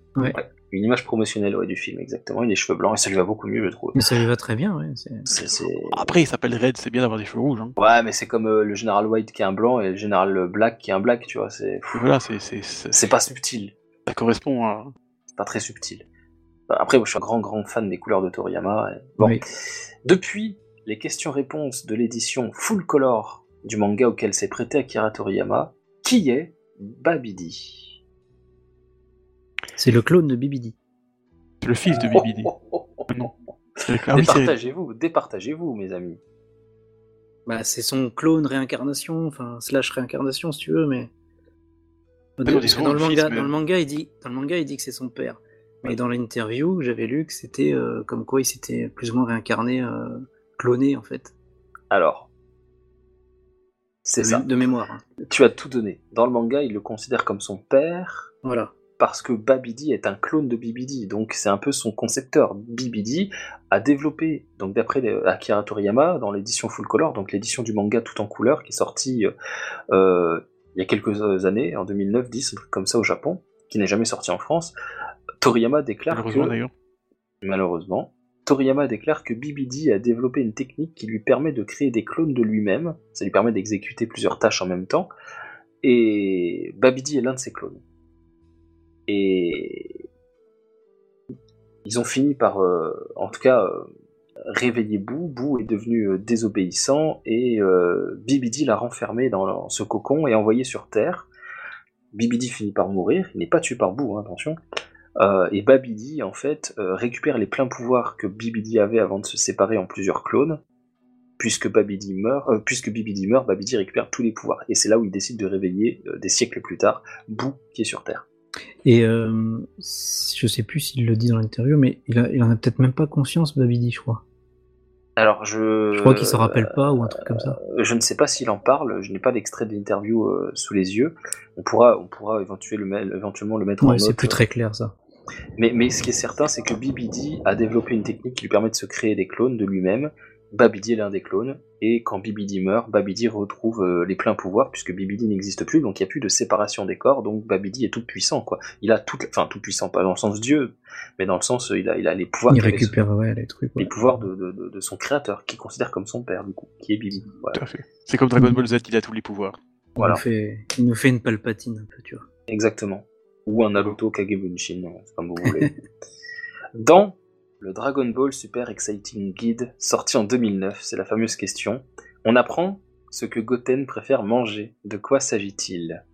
S3: Une image promotionnelle ouais, du film, exactement. Il a les cheveux blancs et ça lui va beaucoup mieux, je trouve.
S2: Mais ça lui va très bien, ouais. c'est-
S3: C'est- c'est-
S1: Après, il s'appelle Red, c'est bien d'avoir des cheveux rouges. Hein.
S3: Ouais, mais c'est comme euh, le général White qui est un blanc et le général Black qui est un black, tu vois. C'est pff,
S1: Voilà, c'est, c'est, c'est-
S3: c'est pas subtil.
S1: ça correspond à.
S3: C'est pas très subtil. Enfin, Après, moi, je suis un grand, grand fan des couleurs de Toriyama. et- Bon.
S2: Oui.
S3: Depuis les questions-réponses de l'édition full color du manga auquel s'est prêté Akira Toriyama, qui est Babidi
S2: C'est le clone de Bibidi.
S1: C'est le fils de Bibidi.
S3: Oh, oh, oh, oh.
S1: Non. C'est- Ah oui, c'est-
S3: Départagez-vous, départagez-vous, mes amis.
S2: Bah, c'est son clone réincarnation, enfin, slash réincarnation, si tu veux, mais. Au
S1: on
S2: début,
S1: dit
S2: parce que
S1: souvent
S2: Dans le,
S1: le fils,
S2: manga,
S1: mais-
S2: dans, le manga, il dit, dans le manga, il dit que c'est son père. Mais dans l'interview, j'avais lu que c'était euh, comme quoi il s'était plus ou moins réincarné, euh, cloné, en fait.
S3: Alors, c'est
S2: de,
S3: ça.
S2: de mémoire. hein.
S3: Tu as tout donné. Dans le manga, il le considère comme son père
S2: Voilà.
S3: parce que Babidi est un clone de Bibidi, donc c'est un peu son concepteur. Bibidi a développé, donc d'après euh, Akira Toriyama, dans l'édition Full Color, donc l'édition du manga tout en couleur qui est sortie euh, il y a quelques euh, années, en 2009-10, un truc comme ça au Japon, qui n'est jamais sorti en France, Toriyama déclare
S1: Malheureusement
S3: que
S1: d'ailleurs.
S3: Malheureusement, Toriyama déclare que BBD a développé une technique qui lui permet de créer des clones de lui-même, ça lui permet d'exécuter plusieurs tâches en même temps, et BBD est l'un de ses clones. Et ils ont fini par, euh, en tout cas, euh, réveiller Boo. Boo est devenu euh, désobéissant et euh, BBD l'a renfermé dans le- ce cocon et envoyé sur Terre. BBD finit par mourir, il n'est pas tué par Boo, hein, attention. Euh, et Babidi, en fait, euh, récupère les pleins pouvoirs que Bibidi avait avant de se séparer en plusieurs clones. Puisque Babidi meurt, euh, puisque Bibidi meurt, Babidi récupère tous les pouvoirs. Et c'est là où il décide de réveiller, euh, des siècles plus tard, Boo qui est sur Terre.
S2: Et euh, je sais plus s'il le dit dans l'interview, mais il, a- il en a peut-être même pas conscience, Babidi, je crois.
S3: Alors, je.
S2: Je crois qu'il s'en rappelle pas ou un truc comme ça.
S3: Euh, Je ne sais pas s'il en parle, je n'ai pas d'extrait de l'interview euh, sous les yeux. On pourra, on pourra éventuellement, éventuellement le mettre en
S2: Ouais,
S3: note.
S2: c'est plus très clair ça.
S3: Mais, mais ce qui est certain, c'est que Bibidi a développé une technique qui lui permet de se créer des clones de lui-même. Babidi est l'un des clones, et quand Bibidi meurt, Babidi retrouve euh, les pleins pouvoirs, puisque Bibidi n'existe plus, donc il n'y a plus de séparation des corps, donc Babidi est tout puissant, quoi. Il a tout, enfin tout puissant, pas dans le sens Dieu, mais dans le sens, euh, il a, il a les pouvoirs,
S2: Il
S3: qu'avait-
S2: récupère ouais, les trucs. ouais.
S3: les pouvoirs de, de- de- de son créateur, qu'il considère comme son père, du coup, qui est Bibidi. Voilà.
S1: Tout à fait. C'est comme Dragon Ball Z, il a tous les pouvoirs.
S2: Il,
S3: voilà.
S2: nous fait, il nous fait une palpatine un peu, tu vois.
S3: Exactement. Ou un Naruto Kagebunshin, c'est comme vous voulez. Dans le Dragon Ball Super Exciting Guide, sorti en 2009, c'est la fameuse question, On apprend ce que Goten préfère manger. De quoi s'agit-il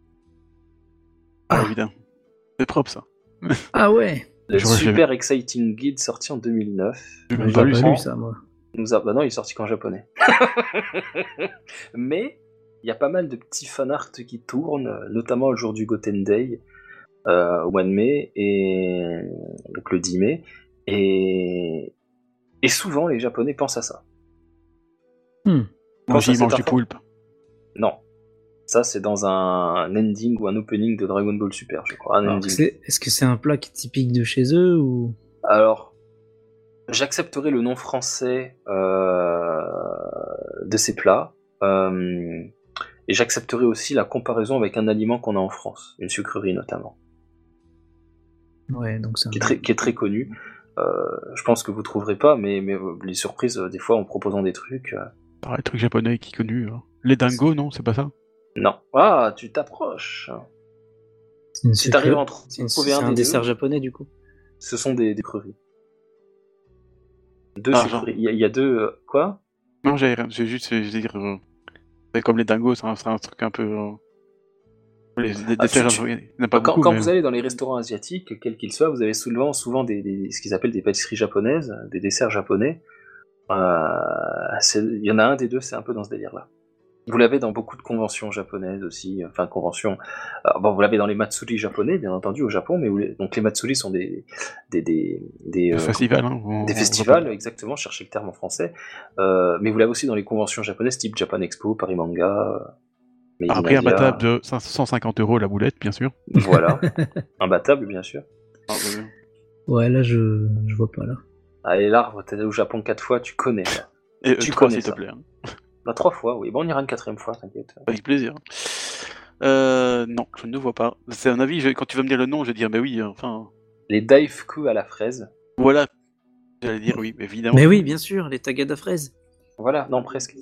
S1: Ah, évidemment. C'est propre ça.
S2: Ah ouais
S3: Le
S1: J'aurais jamais-
S3: Super Exciting Guide sorti en 2009.
S1: J'ai même
S2: J'ai
S1: pas
S2: pas
S1: lu ça.
S2: lu ça, moi.
S3: nous a... Bah non, il est sorti qu'en japonais. Mais il y a pas mal de petits fanarts qui tournent, notamment le jour du Goten Day, euh, au mois de mai, et donc le 10 mai. Et, et souvent, les Japonais pensent à ça.
S1: Moi,
S3: Quand ça,
S1: j'y
S3: c'est
S1: mange du
S3: parfait.
S1: poulpe.
S3: Non. Ça, c'est dans un ending ou un opening de Dragon Ball Super, je crois. Un
S2: Alors,
S3: ending.
S2: Ah, c'est- Est-ce que c'est un plat qui est typique de chez eux ou
S3: Alors, j'accepterai le nom français euh, de ces plats. euh, et j'accepterai aussi la comparaison avec un aliment qu'on a en France, une sucrerie notamment,
S2: Ouais, donc c'est un-
S3: qui est très, qui est très connue. Euh, je pense que vous trouverez pas, mais, mais euh, les surprises, euh, des fois, en proposant des trucs. euh,
S1: Pareil, truc japonais qui est connu. hein. Les dingos, non, c'est pas ça
S3: non. Ah, tu t'approches.
S2: c'est une
S3: Si t'arrives
S2: sucrerie.
S3: à en tr-
S4: C'est une-
S3: trouver
S4: c'est
S3: un,
S4: un
S3: des
S4: dessert
S3: deux,
S4: japonais du coup.
S3: ce sont des, des sucreries. Deux
S1: Ah,
S3: sucreries. Il y, a- il y a deux. euh, quoi
S1: Non, j'ai rien. C'est juste, je veux dire, euh, c'est comme les dingos, c'est un, c'est un truc un peu. euh, les, des,
S3: Ah,
S1: des terres-
S3: tu-
S1: il n'y en a pas
S3: quand
S1: beaucoup.
S3: quand
S1: mais-
S3: vous allez dans les restaurants asiatiques, quels qu'ils soient, vous avez souvent, souvent des, des- ce qu'ils appellent des pâtisseries japonaises, des desserts japonais. Euh, c'est- Il y en a un des deux, c'est un peu dans ce délire-là. Vous l'avez dans beaucoup de conventions japonaises aussi, enfin conventions. euh, bon, vous l'avez dans les matsuri japonais, bien entendu, au Japon, mais vous les- donc les matsuri sont des des des des,
S1: Des
S3: euh,
S1: festivals, hein, on-
S3: des
S1: on-
S3: festivals, exactement. Je cherchais le terme en français, Euh, mais vous l'avez aussi dans les conventions japonaises, type Japan Expo, Paris Manga. Made in
S1: Après, un
S3: India.
S1: battable de 5- 150 euros la boulette, bien sûr.
S3: Voilà, imbattable, bien sûr. bah,
S2: Ouais, là je... je vois pas là.
S3: Ah Allez, l'arbre, t'es allé au Japon quatre fois, tu connais ça.
S1: Et, euh,
S3: Tu
S1: trois, s'il
S3: connais
S1: te
S3: ça.
S1: plaît. hein.
S3: Bah, trois fois, oui. Bon, on ira une quatrième fois, t'inquiète.
S1: Avec plaisir. Euh, non, je ne vois pas. C'est un avis. je- quand tu vas me dire le nom, je vais dire, mais oui, euh, enfin.
S3: Les Daifku à la fraise.
S1: Voilà. J'allais dire oui, évidemment.
S4: Mais oui, bien sûr, les tagadas fraises.
S3: Voilà, non, presque.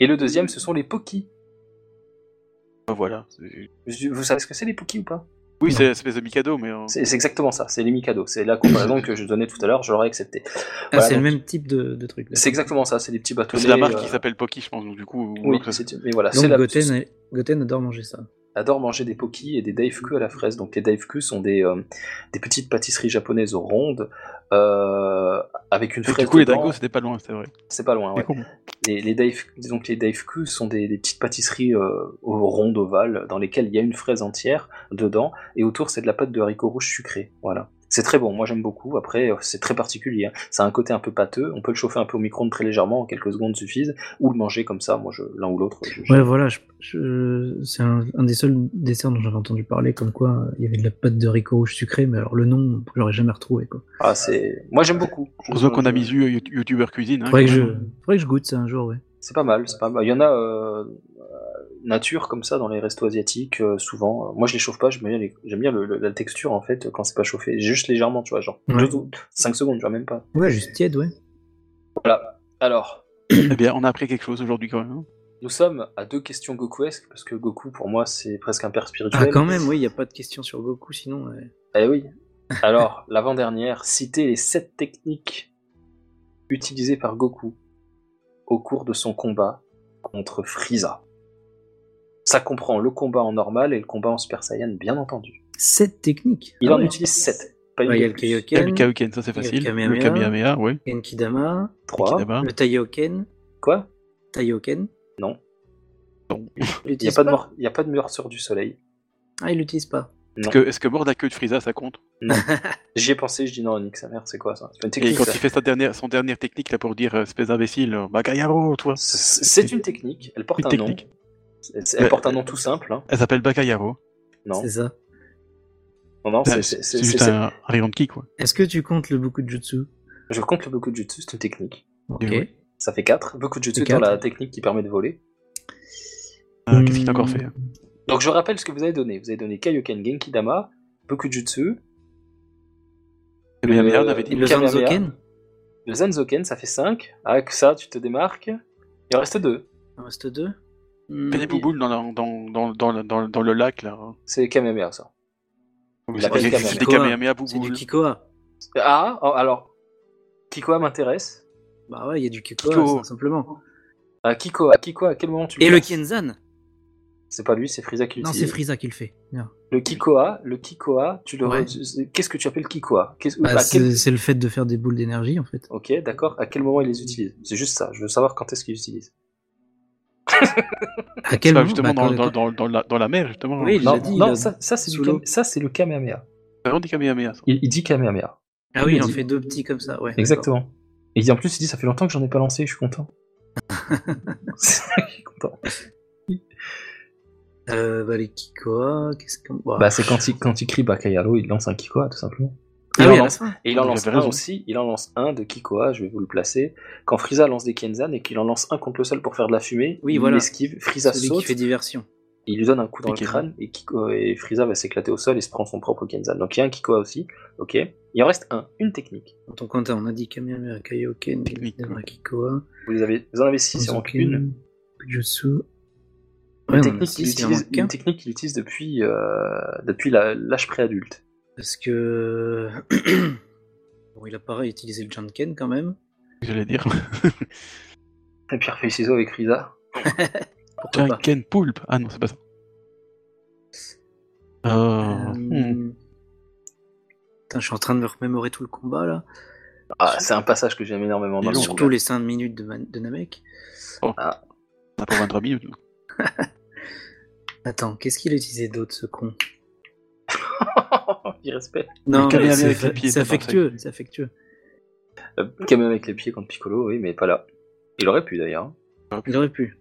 S3: Et le deuxième, ce sont les Poki.
S1: Bah, voilà. C'est-
S3: Vous vous savez ce que c'est les Poki ou pas
S1: Oui, c'est l'espèce de Mikado, mais. euh,
S3: C'est c'est exactement ça, c'est les Mikado. C'est la comparaison que je donnais tout à l'heure, je l'aurais accepté.
S4: Ah,
S3: Voilà,
S4: c'est le
S3: donc,
S4: même type de, de truc. là.
S3: C'est exactement ça, c'est des petits bateaux.
S1: C'est la marque qui s'appelle Poki, je pense, donc du coup.
S3: euh, Oui,
S1: alors que ça-
S3: c'est- mais voilà,
S2: Donc
S3: c'est la
S2: Goten, Goten adore manger ça.
S3: adore manger des poki et des daifku à la fraise. Donc les daifku sont des, euh, des petites pâtisseries japonaises rondes euh, avec une
S1: Donc,
S3: fraise.
S1: du coup, les
S3: dedans.
S1: dingos, c'était pas loin, c'est vrai.
S3: c'est pas loin. Ouais.
S1: C'est con.
S3: Les, les daif- donc les daifku sont des, des petites pâtisseries euh, au- rondes ovales dans lesquelles il y a une fraise entière dedans et autour c'est de la pâte de haricots rouges sucrés. Voilà. C'est très bon, moi j'aime beaucoup. Après, euh, c'est très particulier. hein. Ça a un côté un peu pâteux. On peut le chauffer un peu au micro-ondes très légèrement, en quelques secondes suffisent, ou le manger comme ça. Moi, je l'un ou l'autre. je- je-
S2: Ouais, voilà, je- je- c'est un, un des seuls desserts dont j'avais entendu parler, comme quoi euh, il y avait de la pâte de haricot rouge sucrée, mais alors le nom, j'aurais jamais retrouvé. Quoi.
S3: Ah, c'est. Moi, j'aime beaucoup.
S1: Heureusement qu'on a
S3: Je-
S1: mis You- You- YouTuber Cuisine. hein,
S2: Faudrait que,
S1: quand
S2: je,
S1: même.
S2: faudrait que je goûte ça un jour, ouais.
S3: C'est pas mal, c'est pas mal. Il y en a euh, euh, nature comme ça dans les restos asiatiques euh, souvent. Euh, Moi je les chauffe pas, j'aime bien, les- j'aime bien le- le- la texture en fait quand c'est pas chauffé. Juste légèrement, tu vois, genre
S2: Ouais.
S3: 5 secondes, tu vois même pas.
S2: Ouais, juste tiède, ouais.
S3: Alors,
S1: Eh bien, on a appris quelque chose aujourd'hui quand même. hein.
S3: nous sommes à deux questions Gokuesques parce que Goku pour moi c'est presque un père spirituel.
S4: Ah, quand même, oui, il n'y a pas de question sur Goku sinon. ouais.
S3: Eh oui. Alors, l'avant-dernière, citer les sept techniques utilisées par Goku au cours de son combat contre Frieza. Ça comprend le combat en normal et le combat en Super Saiyan, bien entendu.
S4: Sept techniques.
S3: Il
S4: Ah
S3: en
S4: ouais.
S3: utilise 7. Pas une
S4: Bah, Il y a
S3: de
S4: le
S3: plus.
S1: Il y a le
S4: Kaioken, le
S1: Kaoken, ça c'est
S4: il y a le
S1: facile. Le
S4: Kamehameha.
S1: Kamehameha, oui.
S4: Genkidama,
S3: 3.
S1: Kidaba.
S4: le Taioken,
S3: Quoi
S4: Taioken.
S3: Non.
S1: Non.
S4: Il
S3: Il n'y a,
S4: l'utilise
S3: pas de
S4: pas
S3: mor- il y a pas de morsure du soleil.
S4: Ah, il l'utilise pas.
S1: Est-ce que, est-ce que mordre la queue de Frieza, ça compte
S3: J'y ai pensé, je dis non, Nick, sa mère, c'est quoi ça C'est pas
S1: Et
S3: une technique.
S1: quand
S3: ça.
S1: il fait sa dernière, son dernière technique là pour dire euh, espèce d'imbécile, euh, bah Bakayaro, toi
S3: C'est c'est une technique, elle porte
S1: Une
S3: un nom.
S1: technique. Euh,
S3: Elle- Elle
S1: Mais-
S3: porte un nom tout simple. hein.
S1: Elle s'appelle Bakayaro.
S3: Non,
S4: C'est ça.
S3: non, non,
S1: C'est
S3: c'est- c'est-
S1: c'est
S3: c'est-
S1: juste
S3: c'est-
S1: un Arion Ki, quoi.
S4: Est-ce que tu comptes le Boku Jutsu
S3: Je compte le Bokujutsu, c'est une technique.
S4: Ok.
S1: oui.
S3: Ça fait 4. Bokujutsu
S4: C'est
S3: étant
S4: quatre.
S3: la technique qui permet de voler.
S1: Euh, Qu'est-ce qu'il a encore fait
S3: Hmm.
S1: hein
S3: Donc je rappelle ce que vous avez donné. Vous avez donné Kaioken, Genkidama, Bokujutsu,
S1: Kamehameha, on avait
S4: Et
S1: dit.
S4: le
S3: Kamehameha.
S4: Zanzoken
S3: le Zanzoken, ça fait 5. Avec ça, tu te démarques. Il en reste 2.
S4: Il en reste deux.
S1: Il
S4: Hmm,
S1: fait des bouboules dans, la- dans, dans, dans, le- dans, le- dans le lac, là.
S3: C'est Kamehameha, ça.
S1: Il
S3: l'appelle
S1: des,
S3: Kamehameha.
S1: des Kamehameha
S4: C'est du
S1: bouboules.
S4: Kikoa.
S3: Ah, oh, alors, Kikoa m'intéresse.
S4: Bah ouais, il y a du Kikoa,
S1: Kiko.
S4: ça, simplement.
S3: Ah, Kiko, à Kiko, à quel moment tu
S6: Et le
S3: lances
S6: Kienzan
S3: C'est pas lui, c'est Frieza qui
S6: Non,
S3: l'utilise.
S6: c'est Frieza qui le fait. Non.
S3: Le Kikoa, le Kikoa, tu le.
S6: Ouais.
S3: re- Qu'est-ce que tu appelles Kikoa Qu'est-ce-
S6: Bah,
S3: à
S6: c'est
S3: quel-
S6: c'est le fait de faire des boules d'énergie en fait.
S3: Ok, d'accord. À quel moment il les utilise C'est juste ça. Je veux savoir quand est-ce qu'il utilise.
S6: À quel
S1: Bah,
S6: moment
S1: justement,
S6: bah, quand-
S1: dans, dans- dans- dans la, dans la mer, justement.
S6: Oui, Il
S3: Non,
S6: l'a dit, il
S3: non
S6: a-
S3: ça, ça, c'est du
S6: sous l'eau.
S3: Kame- ça c'est le Kamehameha.
S1: On dit Kamehameha, ça.
S3: Il, il dit Kamehameha.
S6: Ah oui,
S3: il
S6: il en
S3: dit.
S6: fait deux petits comme ça, ouais.
S3: Exactement. Et il dit- en plus, il dit ça fait longtemps que j'en ai pas lancé, je suis content. je suis content.
S2: Euh, bah, les Kikoa, qu'est-ce qu'on. Bah,
S3: Bah, c'est quand il, quand il crie Bakayalo, il lance un Kikoa, tout simplement.
S6: Ah
S3: Il
S6: oui,
S3: en
S6: à la
S3: lance-
S6: fin.
S3: Et il en
S1: Vous
S3: lance
S1: avez
S3: un
S1: raison.
S3: aussi, il en lance un de Kikoa, je vais vous le placer. Quand Frieza lance des Kenzan et qu'il en lance un contre le sol pour faire de la fumée,
S6: Oui,
S3: il
S6: voilà.
S3: l'esquive, Frieza
S6: Celui
S3: saute,
S6: qui fait diversion.
S3: il lui donne un coup dans
S1: Ok.
S3: le crâne et, Kiko, et Frieza va s'éclater au sol et se prend son propre Kenzan. Donc il y a un Kikoa aussi, ok. Il en reste un, une technique.
S2: Dans ton compteur, on a dit Kamehameha, Kaioken,
S1: Technique.
S2: Kamehameha, Kikoa,
S3: Vous, les avez, vous en avez six, il en manque une.
S2: Sanzoken, Jutsu.
S3: Une
S2: Ouais, on en a
S3: technique qu'il
S2: six, il en
S3: utilise-
S2: manque
S3: une
S2: qu'un.
S3: technique qu'il utilise depuis, euh, depuis la- l'âge préadulte.
S2: Parce que. bon, il a pareil utilisé le Janken quand même.
S1: J'allais dire.
S3: Et puis il refait ciseaux avec Frieza.
S2: Pourquoi pas
S1: Janken Poulpe. Ah non, c'est pas ça.
S3: Ah.
S1: Euh, hmm.
S2: Euh, Putain, je suis en train de me remémorer tout le combat là.
S3: Ah, c'est un passage que j'aime énormément dans
S1: Et
S3: le
S2: Surtout
S3: manga.
S2: les 5 minutes de, Man- de Namek.
S1: On a pas 23 minutes. nous.
S2: Attends, qu'est-ce qu'il a utilisé d'autre ce con
S3: Il respecte.
S2: Non,
S1: Kamehameha
S2: mais c'est
S1: avec les
S2: fa-
S1: pieds,
S2: c'est
S1: ça, par
S2: affectueux, c'est affectueux.
S3: Euh, Quand même avec les pieds contre Piccolo, oui, mais pas là. Il aurait pu d'ailleurs.
S2: Il aurait pu.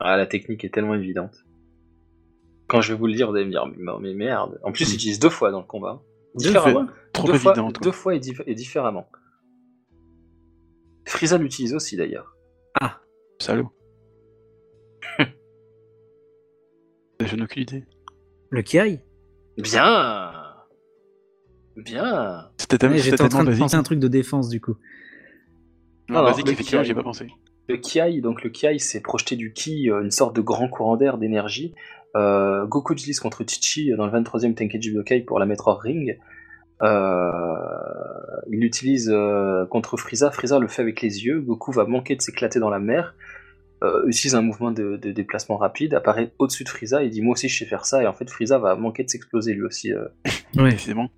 S3: Ah, la technique est tellement évidente. Quand je vais vous le dire, vous allez me dire, mais, mais merde. En plus, il utilise deux fois dans le combat.
S1: Hmm. Deux
S3: Différemment.
S1: Trop
S3: deux fois,
S1: évidente. quoi.
S3: deux fois et, diff- et différemment. Frieza l'utilise aussi d'ailleurs.
S6: Ah,
S1: Salaud. Je n'ai aucune idée.
S6: le Kiai
S3: Bien Bien
S1: C'était tellement,
S6: Ouais,
S1: c'était
S6: J'étais en train
S1: tellement
S6: de
S1: basique.
S6: penser un truc de défense du coup.
S1: Non,
S3: Alors,
S1: basique,
S3: le
S1: effectivement,
S3: kiai.
S1: j'y ai pas pensé.
S3: Le Kiai, donc le Kiai, c'est projeter du Ki, euh, une sorte de grand courant d'air, d'énergie. Euh, Goku utilise contre Chichi euh, dans le 23e Tenkaichi Budokai pour la mettre hors ring. Euh, il l'utilise euh, contre Frieza. Frieza le fait avec les yeux. Goku va manquer de s'éclater dans la mer. Euh, utilise un mouvement de, de déplacement rapide, apparaît au-dessus de Frieza et dit moi aussi je sais faire ça. Et en fait Frieza va manquer de s'exploser lui aussi. euh,
S6: Ouais.
S1: Décidément.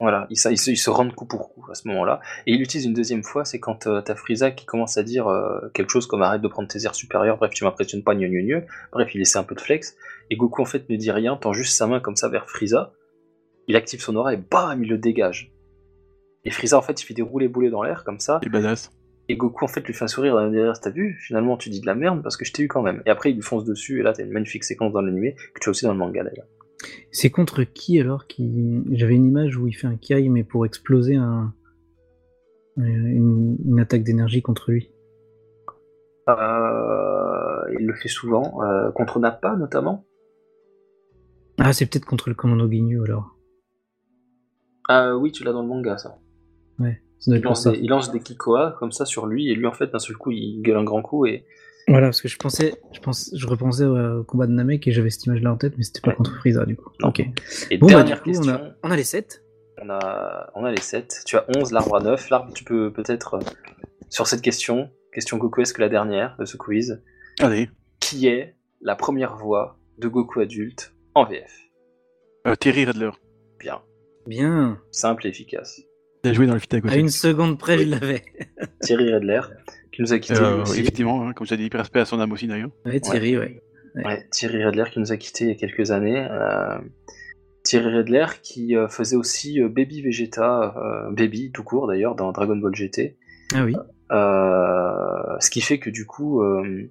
S3: voilà, ils, se- ils se, ils se rendent coup pour coup à ce moment-là. Et il l'utilise une deuxième fois, c'est quand euh, t'as Frieza qui commence à dire euh, quelque chose comme arrête de prendre tes airs supérieurs, bref, tu m'impressionnes pas, gneu, gneu, gneu. Bref, il essaie un peu de flex. Et Goku, en fait, ne dit rien, tend juste sa main comme ça vers Frieza. Il active son aura et bam, il le dégage. Et Frieza, en fait, il fait des roulés boulets dans l'air comme ça.
S1: Et badass.
S3: Et Goku, en fait, lui fait un sourire dans derrière, t'as vu Finalement, tu dis de la merde parce que je t'ai eu quand même. Et après, il lui fonce dessus. Et là, t'as une magnifique séquence dans l'animé que tu as aussi dans le manga d'ailleurs.
S6: C'est contre qui alors qui J'avais une image où il fait un Kiai mais pour exploser un... euh, une... une attaque d'énergie contre lui.
S3: Euh, il le fait souvent euh, contre Nappa notamment.
S6: Ah, c'est peut-être contre le commando Ginyu alors.
S3: Ah oui, tu l'as dans le manga, ça.
S6: Ça doit
S3: Il
S6: être pour
S3: lance,
S6: ça.
S3: des, il lance des kikoas comme ça sur lui, et lui, en fait, d'un seul coup, il gueule un grand coup, et
S6: Voilà, parce que je pensais, je pense, je repensais au combat de Namek et j'avais cette image-là en tête, mais c'était pas
S3: Ouais.
S6: contre Frieza du coup.
S3: Non.
S6: Ok.
S3: et
S6: Bon, bah, du
S3: dernière
S6: coup, on
S3: question,
S6: a, on a les 7.
S3: on a... on a les 7, tu as 11, l'arbre à 9, l'arbre, tu peux peut-être, euh, sur cette question, question Goku, est-ce que la dernière de ce quiz,
S1: Allez.
S3: qui est la première voix de Goku adulte en VF
S1: Euh, Terry Redler.
S3: Bien,
S6: Bien.
S3: simple et efficace.
S1: Il a joué dans le fit à
S6: À
S2: Ah,
S1: côté.
S6: une seconde près,
S3: Oui.
S6: je l'avais.
S3: Thierry Redler, qui nous a quittés lui
S1: Euh,
S3: aussi.
S1: effectivement, hein, comme j'ai dit, hyper respect à son âme aussi d'ailleurs.
S6: Ouais, Thierry, ouais.
S3: Ouais, Thierry Redler qui nous a quittés il y a quelques années. Euh, Thierry Redler qui euh, faisait aussi euh, Baby Vegeta, euh, Baby tout court d'ailleurs, dans Dragon Ball GT.
S6: Ah oui.
S3: Euh, ce qui fait que du coup, euh,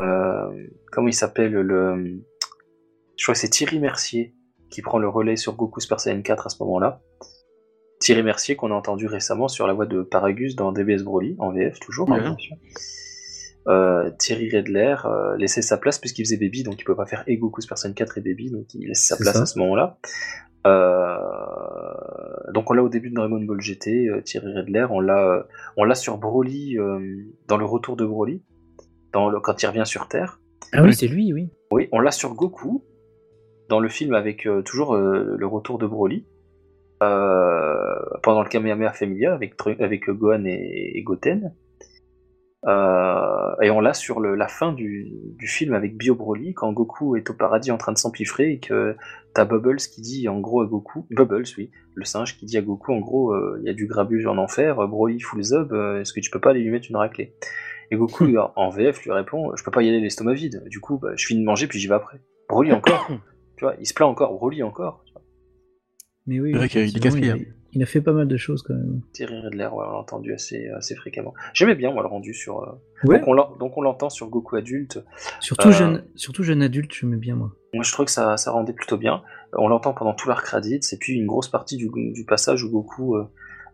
S3: euh, comment il s'appelle le... Je crois que c'est Thierry Mercier qui prend le relais sur Goku Super Saiyan 4 à ce moment-là. Thierry Mercier qu'on a entendu récemment sur la voix de Paragus dans DBS Broly, en VF toujours. hein,
S1: Ouais.
S3: bien sûr. Euh, Thierry Redler euh, laissait sa place puisqu'il faisait Baby, donc il peut pas faire et Goku Super Saiyan 4 et Baby, donc il laisse sa
S6: C'est
S3: place
S6: ça.
S3: à ce moment-là. Euh, donc on l'a au début de Dragon Ball GT, euh, Thierry Redler, on l'a euh, on l'a sur Broly, euh, dans le retour de Broly, dans le, quand il revient sur Terre.
S6: Ah
S1: Oui.
S6: oui, c'est lui, oui.
S3: Oui, on l'a sur Goku, dans le film avec euh, toujours euh, le retour de Broly. euh, pendant le Kamehameha Familia avec, Tru- avec euh, Gohan et, et Goten. Euh, et on l'a sur le- la fin du, du film avec Bio Broly, quand Goku est au paradis en train de s'empiffrer et que t'as Bubbles qui dit en gros à Goku, Bubbles oui, le singe qui dit à Goku en gros euh, il y a du grabuge en enfer, euh, Broly full up, euh, est-ce que tu peux pas aller lui mettre une raclée Et Goku
S1: Hmm.
S3: en- en VF lui répond je peux pas y aller l'estomac vide, du coup bah, je finis de manger puis j'y vais après. Broly encore, tu vois, il se plaint encore, Broly encore, tu vois.
S6: Mais oui,
S1: C'est vrai qu'il y a eu des
S6: effectivement, il, a,
S1: casse-pieds,
S3: hein.
S6: il a fait pas mal de choses quand même.
S3: Thierry Redler, ouais, on l'a entendu assez, assez fréquemment. J'aimais bien moi le rendu sur... euh,
S6: Ouais.
S3: donc, on l'en- donc on l'entend sur Goku adulte,
S6: Surtout,
S3: Euh,
S6: jeune, surtout jeune adulte, je mets bien moi.
S3: Moi, je trouve que ça, ça rendait plutôt bien. Euh, On l'entend pendant tout l'arc Raditz, et puis une grosse partie du, du passage où Goku. Euh,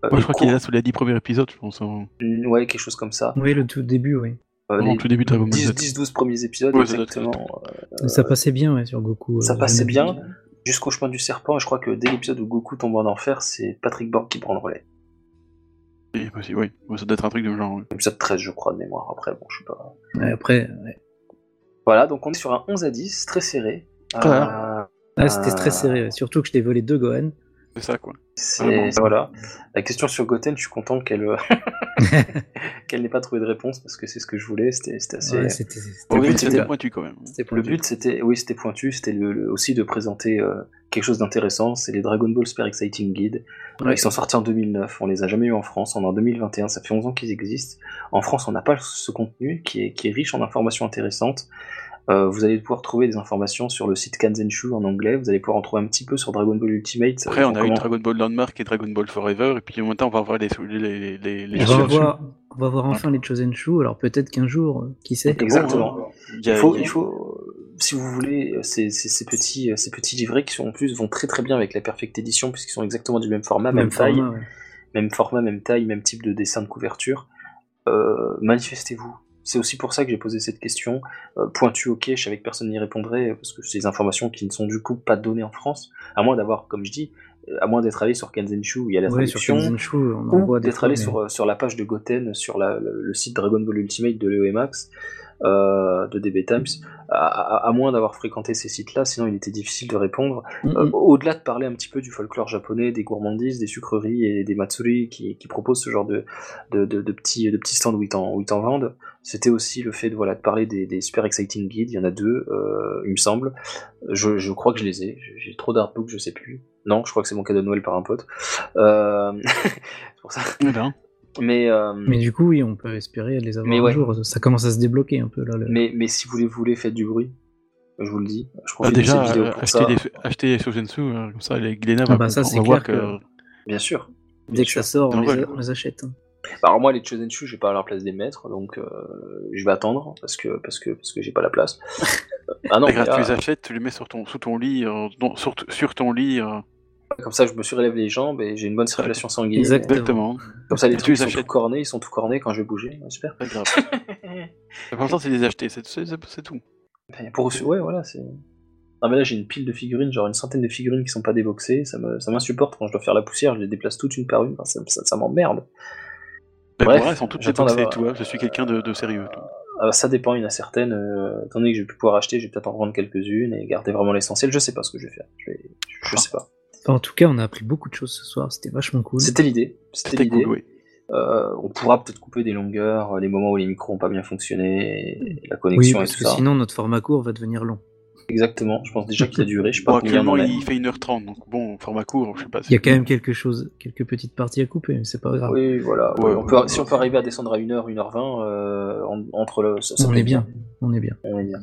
S3: euh,
S1: Moi, je crois
S3: il
S1: qu'il est là sous les 10 premiers épisodes, je pense. hein. En,
S3: court- Ouais, quelque chose comme ça.
S6: Oui, le tout début, oui.
S3: Euh,
S1: en
S3: les
S1: tout début de Dragon Ball
S3: 10,
S1: Z.
S3: 10-12 premiers épisodes,
S1: Ouais, ça doit être-
S3: exactement. euh,
S6: ça passait bien ouais, sur Goku.
S3: ça
S6: euh,
S3: passait
S6: jeune adulte.
S3: Jusqu'au chemin du serpent, et je crois que dès l'épisode où Goku tombe en enfer, c'est Patrick Borg qui prend le relais.
S1: Oui, aussi, oui. Ouais, Ça doit être un truc de genre. oui.
S3: Épisode 13, je crois, de mémoire. Après, bon, je sais pas.
S6: Ouais, après, ouais.
S3: Voilà, donc on est sur un 11 à 10, très serré.
S1: Ah.
S3: Euh,
S6: Ah, c'était très serré, ouais. surtout que je t'ai volé deux Gohan.
S1: C'est ça, quoi.
S3: C'est-
S6: Ah
S1: Vraiment.
S3: voilà. La question sur Goten, je suis content qu'elle euh, qu'elle n'ait pas trouvé de réponse parce que c'est ce que je voulais. C'était c'était assez.
S6: Ouais, c'était- c'était-
S1: Au
S3: but,
S1: but,
S3: c'était-
S1: c'était pointu quand même.
S6: c'était
S3: le
S6: pointu.
S3: but, c'était oui, c'était pointu, c'était le- le- aussi de présenter euh, quelque chose d'intéressant. C'est les Dragon Ball Super Exciting Guide. Euh, Ils sont sortis en 2009. On les a jamais eu en France. On est en 2021. Ça fait 11 ans qu'ils existent. En France, on n'a pas ce contenu qui est, qui est riche en informations intéressantes. Euh, vous allez pouvoir trouver des informations sur le site Kanzenshu en anglais. Vous allez pouvoir en trouver un petit peu sur Dragon Ball Ultimate.
S1: Après, on a eu
S3: Comment-
S1: Dragon Ball Landmark et Dragon Ball Forever, et puis en même temps, on va revoir les. les, les, les
S6: On
S1: les-
S6: va, avoir, on va voir enfin les Chosen Shu, alors peut-être qu'un jour, euh, qui sait
S3: Exactement.
S1: Il y a-
S3: Il faut,
S1: il y a-
S3: il faut, euh, si vous voulez, euh, ces, ces- ces petits, euh, ces petits livrets qui sont en plus vont très très bien avec la Perfect Edition puisqu'ils sont exactement du même format, même, taille,
S6: format, ouais.
S3: même format, même taille, même type de dessin de couverture. Euh, manifestez-vous. C'est aussi pour ça que j'ai posé cette question. Euh, pointue ok, je savais que personne n'y répondrait parce que c'est des informations qui ne sont du coup pas données en France, à moins d'avoir, comme je dis, euh, à moins d'être allé sur Kanzenshu où il y a la
S6: Ouais, sur
S3: traduction
S6: Chosen Shu, on en
S3: ou
S6: voit des
S3: d'être
S6: fois,
S3: allé
S6: mais-
S3: sur, euh, sur la page de Goten, sur la- le, le site Dragon Ball Ultimate de Léo et Max, euh, de DB Times, à, à- à moins d'avoir fréquenté ces sites-là, sinon il était difficile de répondre.
S6: Mm,
S3: Euh,
S6: mm.
S3: Au-delà de parler un petit peu du folklore japonais, des gourmandises, des sucreries et des matsuri qui, qui proposent ce genre de, de, de- de petits, de petits stands où ils t'en où ils t'en vendent, c'était aussi le fait de, voilà, de parler des, des super exciting guides, il y en a deux, euh, il me semble. Je, je crois que je les ai, J'ai- j'ai trop d'artbooks, je sais plus. Non, je crois que c'est mon cadeau de Noël par un pote. Euh, c'est pour ça.
S1: Eh ben,
S3: Mais, euh,
S6: Mais du coup, oui, on peut espérer les avoir
S3: Mais
S6: un
S3: ouais.
S6: jour. Ça commence à se débloquer un peu là. le-
S3: mais, mais si vous les voulez, faites du bruit. Je vous le dis. Je
S1: bah,
S3: profite de
S1: déjà,
S3: cette vidéo
S1: euh,
S3: pour
S1: acheter,
S3: ça.
S1: des, acheter les Shosensu, euh, comme ça, les Glénat
S6: Ah
S1: va,
S6: bah ça,
S1: comprendre,
S6: c'est
S1: va voir
S6: clair
S1: que.
S3: Bien sûr.
S6: Dès que ça sort, on
S1: Dans
S6: les,
S1: le-
S6: a- on les achète. hein.
S3: Bah, alors moi, les Chosenshu, je vais pas à leur place des maîtres, donc euh, je vais attendre parce que parce que parce que j'ai pas la place. ah non,
S1: Bah, grâce,
S3: mais,
S1: tu
S3: ah,
S1: les achètes, tu les mets sur ton, sous ton lit, euh, dans- sur, sur ton lit. euh,
S3: comme ça, je me surélève les jambes et j'ai une bonne circulation sanguine.
S6: Exact.
S1: exactement.
S3: Comme ça, les
S1: Tu
S3: trucs
S1: les
S3: sont tout
S1: achètes.
S3: cornés, ils sont tout cornés quand je vais bouger. Ouais, Super.
S1: Pas grave. Pour l'instant, c'est les acheter, c'est c'est- c'est- c'est tout.
S3: Et Pour ouais, voilà, c'est. Ah mais là j'ai une pile de figurines, genre une centaine de figurines qui sont pas déboxées, ça me ça m'insupporte quand je dois faire la poussière, je les déplace toutes une par une, Enfin, ça- ça- ça m'emmerde.
S1: Mais
S3: Bref,
S1: Bah, pour elles sont toutes
S3: j'attends
S1: déboxées,
S3: d'avoir-
S1: tu vois, je suis quelqu'un de, de sérieux. toi.
S3: Euh, ça dépend, il y en a certaines. euh, étant donné que je vais plus pouvoir acheter, je vais peut-être en prendre quelques-unes et garder vraiment l'essentiel. Je sais pas ce que je vais faire. Je, vais- je- je sais pas.
S1: Ah.
S6: Enfin, en tout cas, on a appris beaucoup de choses ce soir. C'était vachement cool.
S3: C'était l'idée. C'était
S1: C'était
S3: l'idée.
S1: cool, oui.
S3: Euh, on pourra peut-être couper des longueurs, euh, les moments où les micros ont pas bien fonctionné, et- et la
S6: Oui,
S3: connexion et
S6: parce
S3: tout
S6: que
S3: ça.
S6: sinon, notre format court va devenir long.
S3: Exactement. Je pense déjà qu'il a duré. Je sais pas
S1: Bon,
S3: combien on
S1: actuellement,
S3: en est.
S1: il fait 1h30, donc bon, format court, je sais pas.
S6: Il y a quand même quelque chose, quelques petites parties à couper, mais c'est pas grave.
S3: Oui, voilà.
S1: Ouais,
S3: on peut, si on peut arriver à descendre à 1h, 1h20, euh, en- entre le. ça- ça
S6: on
S3: peut
S6: est
S3: être
S6: bien, on est bien.
S3: On est bien.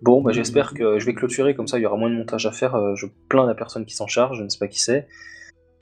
S3: Bon, bah, j'espère que je vais clôturer, comme ça il y aura moins de montage à faire. Euh, Je plains la personne qui s'en charge, je ne sais pas qui c'est.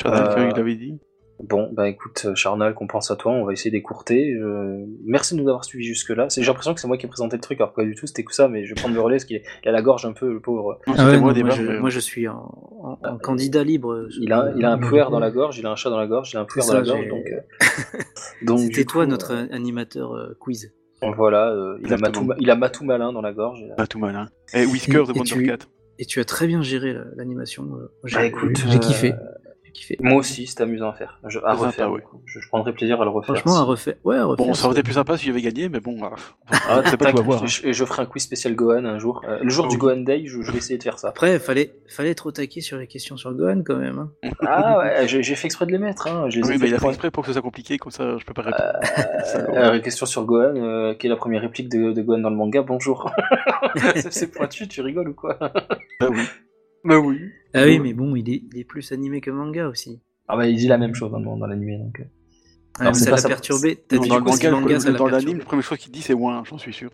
S1: Chardin,
S3: Euh,
S1: que il avait dit.
S6: Ah
S3: Bon, bah écoute, euh, Charnal, qu'on pense à toi, on va essayer d'écourter. Euh, merci de nous avoir suivis jusque-là. C'est- J'ai l'impression que c'est moi qui ai présenté le truc, alors pas du tout, c'était que ça, mais je vais prendre le relais parce qu'il est- il a la gorge un peu, le pauvre.
S1: Non,
S6: Ah
S1: c'était
S6: ouais,
S1: moi,
S6: non,
S1: des
S6: moi,
S1: barres,
S6: je,
S1: euh,
S6: moi, je suis en, en- en candidat libre.
S3: Il a, il a un
S6: Euh,
S3: puer dans la gorge, il a un chat dans la gorge, il a un puer
S6: C'est
S3: dans la
S6: ça,
S3: gorge,
S6: j'ai-
S3: donc. euh, donc,
S6: C'était
S3: du
S6: toi
S3: coup,
S6: notre animateur euh, quiz.
S3: euh, voilà, euh, il, a
S1: Exactement.
S3: matou, ma- il a matou malin dans la gorge. il a-
S1: Pas tout mal, hein. Et Whisker de
S6: Et
S1: Wonder
S6: tu-
S1: Cat.
S6: Et tu as très bien géré la- l'animation. euh, J'ai
S3: Bah, écoute,
S6: j'ai
S3: euh,
S6: kiffé.
S2: kiffé.
S3: Moi aussi, c'est amusant à faire. Je, à
S1: C'est sympa,
S3: refaire.
S1: ouais.
S3: Je, je prendrais plaisir à le refaire.
S2: Franchement, à
S3: si-
S2: refaire. Ouais, à refaire.
S1: Bon, ça aurait été
S2: c'est-
S1: plus sympa si j'avais gagné, mais bon, euh,
S3: Ah,
S1: c'est pas
S3: tac,
S1: tout à voir. hein.
S3: Je, et je ferai un quiz spécial Gohan un jour. Euh, le jour
S1: Oh.
S3: du Gohan Day, je, je vais essayer de faire ça.
S2: Après, fallait, fallait trop taquer sur les questions sur Gohan quand même. hein.
S3: Ah ouais, j'ai j'ai fait exprès de les mettre. Hein. Je les ai
S1: Oui,
S3: fait
S1: mais il a fait
S3: pour-
S1: exprès pour que ce soit compliqué, comme ça je peux pas répondre. Salaud.
S3: Euh, question sur Gohan, euh, qui est la première réplique de, de Gohan dans le manga Bonjour. C'est- c'est pointu, tu rigoles ou quoi
S1: Bah oui.
S3: Bah oui.
S2: Ah oui,
S3: Cool.
S2: mais bon, il est, il est plus animé que manga aussi.
S3: Ah bah il dit la même chose dans, le- dans l'animé donc. euh.
S2: Ah,
S3: c'est
S2: ça
S3: pas
S2: l'a
S3: ça.
S2: perturbé. T'as
S1: Dans,
S2: dit
S1: dans
S2: du
S1: le
S2: coup, c'est
S1: manga,
S2: manga,
S1: le-
S2: ça l'a
S1: dans l'anime,
S2: perturbé.
S1: la première chose qu'il dit c'est ouin, j'en suis sûr.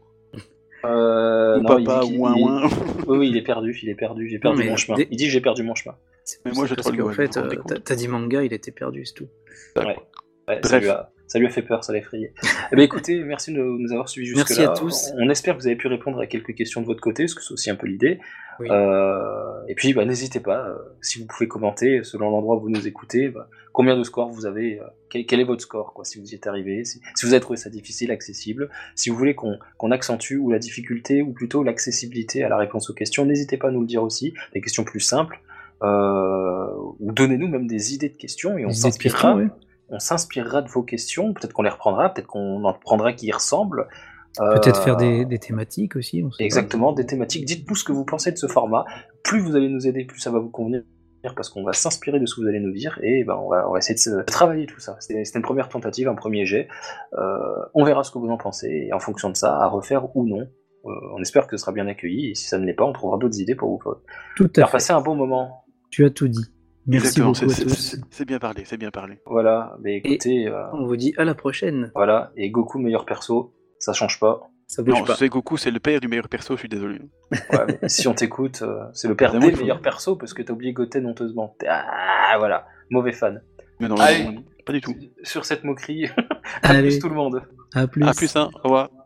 S3: Euh,
S1: Ou
S3: non, il dit
S1: papa,
S3: qu'il-
S1: ouin,
S3: il-
S1: ouin.
S3: Oui, oui, il est perdu, il est perdu, j'ai perdu
S2: mais
S3: mon chemin.
S2: dès-
S3: Il dit j'ai perdu mon chemin.
S2: C'est
S1: Mais
S2: pour
S1: moi,
S2: ça,
S1: je
S2: parce
S1: troll
S2: qu'en
S1: Gohan,
S2: fait,
S1: vous vous rendez
S2: euh,
S1: compte
S2: t'as- t'as dit manga, il était perdu, c'est tout.
S3: Ouais, ça,
S1: Bref.
S3: lui a, ça lui a fait peur, ça l'a effrayé. eh ben écoutez, merci de nous avoir suivis jusque-là.
S2: Merci à tous.
S3: On espère que vous avez pu répondre à quelques questions de votre côté, parce que c'est aussi un peu l'idée.
S4: Oui.
S3: Euh, et puis, bah, n'hésitez pas, euh, si vous pouvez commenter, selon l'endroit où vous nous écoutez, bah, combien de scores vous avez, euh, quel, quel est votre score, quoi, si vous y êtes arrivé, si, si vous avez trouvé ça difficile, accessible. Si vous voulez qu'on qu'on accentue ou la difficulté, ou plutôt l'accessibilité à la réponse aux questions, n'hésitez pas à nous le dire aussi, des questions plus simples. Euh, ou donnez-nous même des idées de questions et on Euh,
S6: Des idées de
S3: s'inspirera
S6: questions, ouais.
S3: on s'inspirera de vos questions, peut-être qu'on les reprendra, peut-être qu'on en prendra qui y ressemblent. Euh,
S6: Peut-être faire des, des thématiques aussi. On sait pas.
S3: Exactement, des thématiques. Dites-nous ce que vous pensez de ce format. Plus vous allez nous aider, plus ça va vous convenir, parce qu'on va s'inspirer de ce que vous allez nous dire, et ben, on, va, on va essayer de se- de travailler tout ça. C'était c'était une première tentative, un premier jet. Euh, on verra ce que vous en pensez, et en fonction de ça, à refaire ou non. Euh, on espère que ce sera bien accueilli, et si ça ne l'est pas, on trouvera d'autres idées pour vous faire
S6: Tout à fait.
S3: passer un bon moment.
S6: Tu as tout dit. Merci
S1: Exactement,
S6: beaucoup à
S1: c'est-
S6: tous.
S1: c'est- C'est bien parlé, c'est bien parlé.
S3: Voilà, mais écoutez, euh,
S2: On vous dit à la prochaine.
S3: voilà, et Goku meilleur perso, ça change pas.
S2: Ça bouge
S1: Non,
S2: pas.
S1: c'est Goku, c'est le père du meilleur perso, je suis désolé.
S3: Ouais, mais si on t'écoute, euh, c'est le père
S1: Ah,
S3: des
S1: oui.
S3: meilleurs persos parce que t'as oublié Goten honteusement. T'es- Ah voilà, mauvais fan.
S1: Mais non,
S3: Allez.
S1: non, pas du tout.
S3: Sur cette moquerie,
S6: Allez,
S3: plus tout le monde.
S6: à plus.
S1: A plus, hein, au revoir.